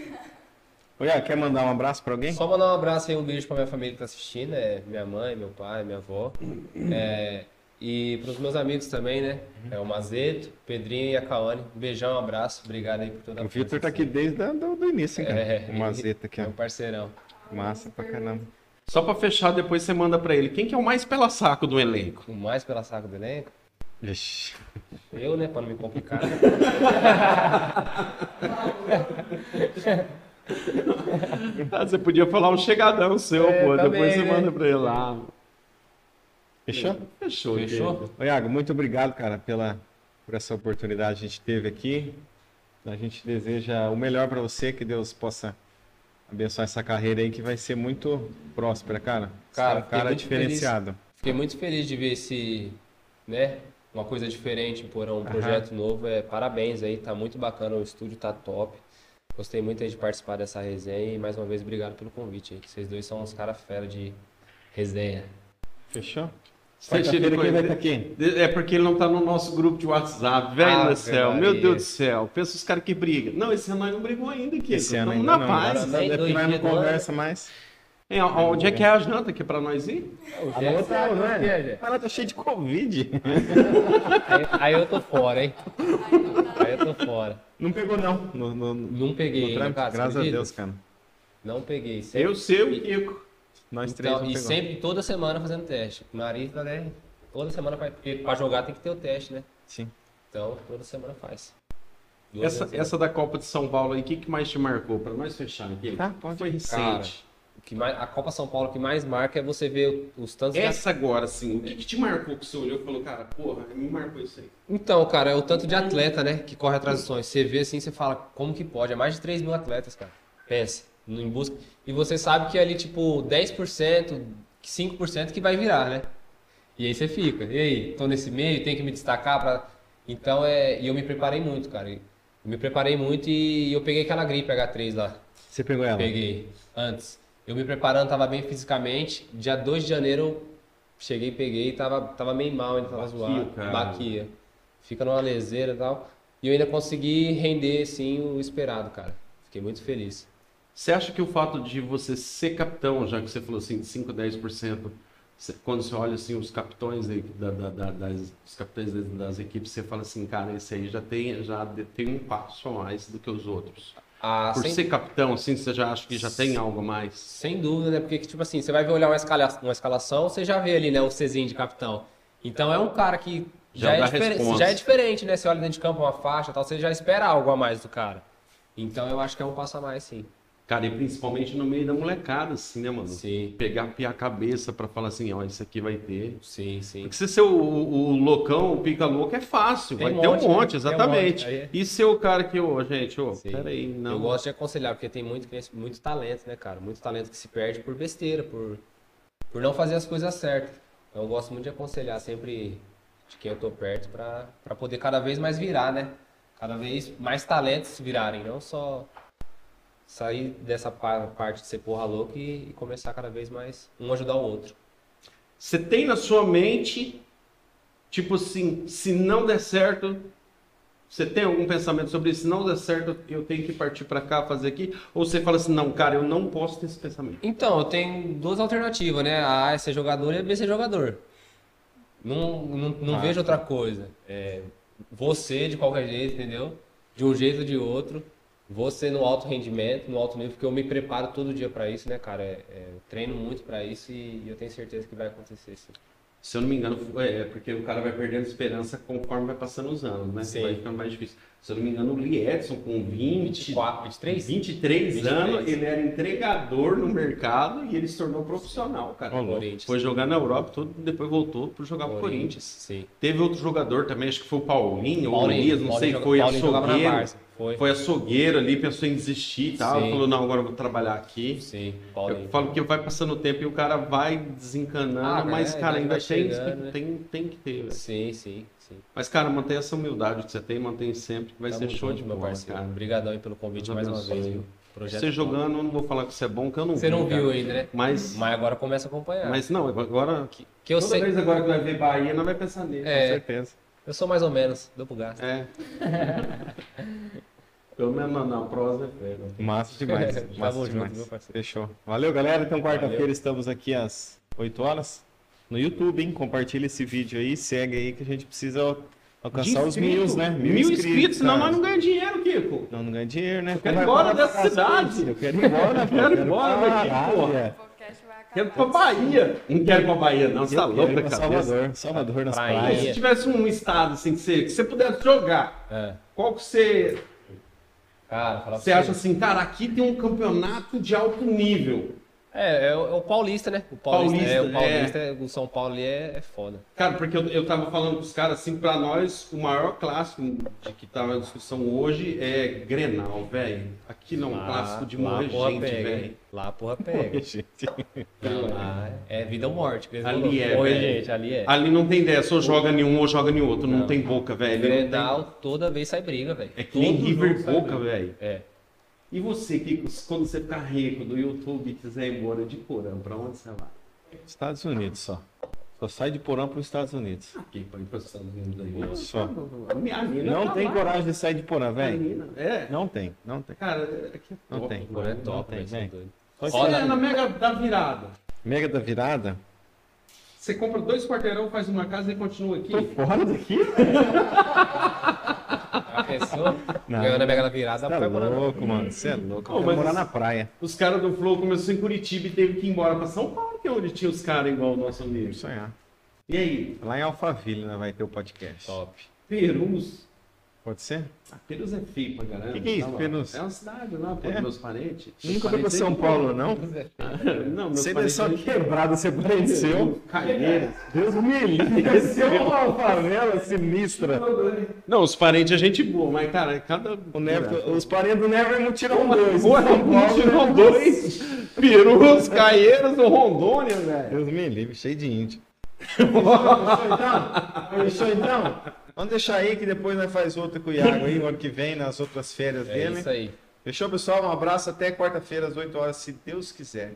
A: Olha, quer mandar um abraço pra alguém?
D: Só mandar um abraço aí, um beijo pra minha família que tá assistindo, é minha mãe, meu pai, minha avó. É, e pros meus amigos também, né?
A: Uhum.
D: É o Mazeto, Pedrinho e a Kaone. Um beijão, um abraço. Obrigado aí por toda a
A: O Vitor
D: força,
A: tá aqui
D: assim.
A: desde a- do, do início, hein, cara?
D: É.
A: o Mazeta aqui, ó.
D: Meu parceirão.
A: Massa pra caramba.
B: Só pra fechar, depois você manda pra ele. Quem que é o mais pela saco do elenco?
D: O mais pela saco do elenco?
A: Ixi.
D: Eu, né? Pra não me complicar.
B: Ah, você podia falar um chegadão seu,
D: É,
B: pô.
A: tá
D: também,
B: depois você
D: né?
B: manda pra ele lá.
A: Fechou?
B: Fechou,
D: Fechou?
B: querido.
A: Ô, Iago, muito obrigado, cara, pela, por essa oportunidade que a gente teve aqui. A gente deseja o melhor pra você, que Deus possa abençoar essa carreira aí, que vai ser muito próspera, cara. Você
D: Cara,
A: é um cara
D: fiquei muito
A: diferenciado.
D: Fiquei muito feliz de ver esse, né? Uma coisa diferente, porém, um projeto novo. É, parabéns aí, tá muito bacana, o estúdio tá top. Gostei muito aí de participar dessa resenha e mais uma vez obrigado pelo convite aí. que Vocês dois são uns cara fera de resenha.
A: Fechou?
D: é
B: Você tira
A: Quarta-feira quem vai
B: coisa-
A: estar aqui?
B: É porque ele não tá no nosso grupo de WhatsApp, velho
D: Ah,
B: do céu.
D: Maria.
B: Meu Deus do céu. Pensa os caras que brigam. Não, esse ano nós não brigou ainda, Kiko.
A: Esse ano
B: Tamo
A: ainda
B: na
A: não.
B: paz.
A: Agora,
D: Tem
A: é porque
D: dois
A: nós não
D: dias do
A: conversa mais.
B: Hein, ó, ó, onde é que é a janta que é pra nós ir?
D: O
A: Alô,
D: Jeff,
A: tá,
D: sabe onde é,
A: né?
D: Jeff?
A: Ela tá cheia de Covid.
D: Aí, aí eu tô fora, hein? Aí eu tô fora.
A: Não pegou, não. No, no, no
D: Não peguei, hein,
A: trâmite,
D: cara, você
A: graças a
D: acredita?
A: Deus, cara.
D: Não peguei. Sempre,
B: Eu, seu e Kiko.
A: Nós três
D: então,
A: não
D: e
A: pegou.
D: sempre, toda semana fazendo teste. Marisa, né? Toda semana, pra, porque pra jogar tem que ter o teste, né?
A: Sim.
D: Então, toda semana faz. Duas
B: Essa,
D: vezes, né?
B: essa da Copa de São Paulo aí, o que, que mais te marcou? Pra nós fechar aqui.
A: Tá, pode
B: Foi recente.
D: O que mais- a Copa São Paulo que mais marca é você ver os tantos. de-
B: Essa agora, assim, o que, que te marcou que você olhou e falou, cara, porra, me marcou isso aí?
D: Então, cara, é o tanto de atleta, né? Que corre atrás dos sonhos. Você vê assim, você fala, como que pode? É mais de 3 mil atletas, cara. Pensa, no- em busca. E você sabe que ali, tipo, 10%, 5% que vai virar, né? E aí você fica. E aí, tô nesse meio, tenho que me destacar pra. Então é. E eu me preparei muito, cara. Eu me preparei muito e eu peguei aquela gripe H3 lá.
A: Você pegou
B: Tá
A: ela?
D: Peguei antes. Eu me preparando, tava bem fisicamente. Dia 2 de janeiro eu cheguei, peguei, tava, tava meio mal, ainda tava
B: Baquio,
D: zoado.
B: cara.
D: Baquia. Fica numa leseira e tal. E eu ainda consegui render, assim, o esperado, cara. Fiquei muito feliz.
B: Você acha que o fato de você ser capitão, já que você falou assim, de 5, 10%, você- quando você olha assim os capitões aí da, da- da- das, os capitães das, das equipes, você fala assim, cara, esse aí já tem, já de- tem um passo a mais do que os outros.
D: Ah,
B: Por
D: sem,
B: ser capitão, assim, você já acha que já tem algo a mais?
D: sem dúvida, né? Porque, tipo assim, você vai ver olhar uma, escala, uma escalação, você já vê ali, né, o Czinho de capitão. Então é um cara que
B: Já dá
D: já, é, diferente,
B: resposta.
D: já é diferente, né? Você olha dentro de campo uma faixa e tal, você já espera algo a mais do cara. Então eu acho que é um passo a mais, sim.
B: Cara, e principalmente no meio da molecada, assim, né, mano?
D: Sim,
B: Pegar piar a cabeça pra falar assim, ó, isso aqui vai ter.
D: sim, sim.
B: Porque se ser o, o- o loucão, o pica-louco, é fácil.
D: Tem
B: vai
D: um
B: ter um
D: monte, né?
B: monte,
D: Tem um
B: exatamente.
D: monte, aí é-
B: E ser o cara que, ô, gente, ô,
D: Sim.
B: peraí, não.
D: Eu gosto de aconselhar, porque tem muito, criança- muito talento, né, cara? Muito talento que se perde por besteira, por, por não fazer as coisas certas. Então eu gosto muito de aconselhar sempre de quem eu tô perto pra, pra poder cada vez mais virar, né? Cada vez mais talentos virarem, não só sair dessa pa- parte de ser porra louca e, e começar cada vez mais um ajudar o outro.
B: Você tem na sua mente, tipo assim, se não der certo, você tem algum pensamento sobre isso? Se não der certo, eu tenho que partir pra cá, fazer aqui? Ou você fala assim, não, cara, eu não posso ter esse pensamento?
D: Então, eu tenho duas alternativas, né? A A é ser jogador e a B é ser jogador. Não, não, não
B: Ah.
D: vejo outra coisa. É, você de qualquer jeito, entendeu? De um jeito ou de outro. Você no alto rendimento, no alto nível, porque eu me preparo todo dia pra isso, né, cara? É, é, eu treino muito pra isso e, e eu tenho certeza que vai acontecer sim.
B: Se eu não me engano, é é porque o cara vai perdendo esperança conforme vai passando os anos, né?
D: Sim.
B: Vai ficando mais difícil. Se eu não me engano, o Lee Edson, com 20,
D: 24, 23?
B: 23,
D: 23.
B: anos, ele era entregador no mercado e ele se tornou profissional, cara.
A: Ô, louco.
D: Corinthians.
B: Foi jogar na Europa, tudo, depois voltou para jogar pro Corinthians.
D: Sim.
B: Teve outro jogador também, acho que foi o Paulinho, ou o
D: Paulinho,
B: Elias, não
D: Paulinho
B: sei,
D: joga-
B: foi
D: Paulinho jogava na
B: açougueiro.
D: Várzea. Foi.
B: Foi açougueiro ali, pensou em desistir e tal.
D: Sim.
B: Falou, não, agora eu vou trabalhar aqui.
D: Sim,
B: Eu
D: Paulinho.
B: falo que vai passando o tempo e o cara vai desencanando,
D: Ah,
B: mas,
D: é,
B: cara,
D: a idade
B: ainda
D: vai
B: tem,
D: chegando, né?
B: tem, tem que ter. velho.
D: Sim, sim, sim.
B: Mas, cara, mantém essa humildade que você tem, mantém sempre, que vai
D: Tamo
B: ser show
D: junto,
B: de
D: meu
B: bola,
D: parceiro.
B: cara.
D: Obrigadão aí pelo convite
B: Deus
D: mais uma
B: abençoe.
D: vez, viu? Projeto é
B: Você
D: top.
B: jogando, eu não vou falar que você é bom, que eu não
D: Você não
B: vi, cara.
D: viu ainda, né?
B: Mas,
D: Mas agora começa a acompanhar.
B: mas não, agora...
D: que eu
B: toda
D: sei,
B: vez agora que vai ver Bahia, não vai pensar nele.
A: Com
D: é,
A: certeza.
D: eu sou mais ou menos, dou pro gasto.
B: É. Pelo menos na, na prosa é fera.
A: Massa demais.
D: Tamo
A: massa
D: junto,
A: demais.
D: meu parceiro.
A: Fechou. Valeu, galera. Então, quarta-feira
D: Valeu.
A: estamos aqui às 8 horas no YouTube, hein? Compartilha esse vídeo aí, segue aí que a gente precisa al- alcançar os
B: inscrito.
A: mil, né?
B: Mil, inscritos, senão
A: cara.
B: nós não ganhamos dinheiro, Kiko.
A: Não, não ganha dinheiro, né? Eu
B: quero ir embora dessa cidade.
A: Eu quero ir embora, pô. Ah, é.
B: Quero ir embora
A: pra
B: daqui,
A: Arábia.
G: O podcast vai acabar.
B: Quero ir pra Bahia. Não quero ir pra Bahia, não. Você tá
A: Eu quero
B: louco
A: ir
B: da
A: pra
B: cabeça.
A: Salvador, Salvador nas
D: Praia.
A: praias.
B: Se tivesse um estado assim que você, que você pudesse jogar,
D: É.
B: qual que você,
D: Cara, falar pra
B: você acha assim, cara, aqui tem um campeonato de alto nível.
D: É, é o, é o paulista, né? O paulista,
B: Paulista,
D: é, o paulista, é- o São Paulo ali é, é foda.
B: Cara, porque eu, eu tava falando com os caras, assim, pra nós, o maior clássico de que tá na discussão hoje é Grenal, velho. Aqui não, um
D: Lá-
B: clássico de
D: lá a
B: morrer
D: porra
B: gente,
D: pega, hein?
B: velho.
D: Lá a porra pega.
A: Gente,
D: Não, lá é vida ou morte. que eles
B: Ali
D: falam.
B: é,
D: Morrer
B: velho.
D: gente, ali é.
B: Ali não tem dessa, ou joga em um ou joga em outro, não,
D: Não.
B: tem boca, velho. não tem-
D: Grenal, toda vez sai briga, velho.
B: É que nem
D: Todo
B: River
D: jogo sai
B: Boca,
D: briga.
B: velho.
D: É.
B: E você, Kiko, quando você ficar rico do YouTube e quiser ir embora de Corão, pra onde você vai?
A: Estados Unidos só. Só sai de Porã para os Estados Unidos.
B: Quem pode ir pros Estados Unidos aí?
A: Só.
B: A minha mina
A: Não
B: tá
A: tem
B: lá.
A: coragem de sair de Porã,
B: Minha
A: velho.
B: mina. É.
A: Não tem, não tem.
B: Cara, é- aqui é
A: Não
B: top,
A: tem.
D: Pô,
B: mano.
D: é top,
A: tem,
D: velho.
A: velho.
B: né?
D: são doidos.
A: Só
B: Você
A: se-
B: é na mega da virada.
A: Mega da virada?
B: Você compra dois quarteirão, faz uma casa e continua aqui.
A: Tô fora daqui?
D: A pessoa
A: Não.
D: ganhando a mega na virada,
A: Tá
D: vai morar na-
A: louco, mano. Você é louco.
B: Ô,
A: Eu quero
B: mas
A: morar
B: isso-
A: na praia.
B: Os caras do Flow começou em Curitiba e teve que ir embora pra São Paulo, que é onde tinha os caras igual o nosso amigo.
A: Vamos sonhar.
B: E aí?
A: Lá em Alphaville né, vai ter o podcast.
D: Top.
B: Perus.
A: Pode ser?
B: Ah, Perus é feio pra caramba.
A: Que que é isso,
B: tá lá.
A: Perus?
B: É uma cidade lá, pô,
A: É?
B: meus parentes.
A: Nunca foi
B: Meus
A: pra
B: parentes
A: São
B: aí-
A: Paulo, não?
B: não, meus
A: Você ainda é
B: parentes
A: só
B: aí-
A: quebrada, você pareceu.
B: Calheiras.
A: Deus me livre. Pareceu uma favela sinistra.
B: Não, os parentes é gente boa, mas, cara, cada.
A: O Never, É, os parentes do Never não tiram dois.
B: Porra,
A: São Paulo, né?
B: tirou dois. Perus, Caieiras ou Rondônia, velho.
A: Deus me livre, cheio de índio. Fechou então? Vamos deixar aí que depois nós faz outra com o Iago aí, ano que vem, nas outras férias
D: É
A: dele.
D: isso aí.
A: Fechou, pessoal? Um abraço até quarta-feira, às 8 horas, se Deus quiser.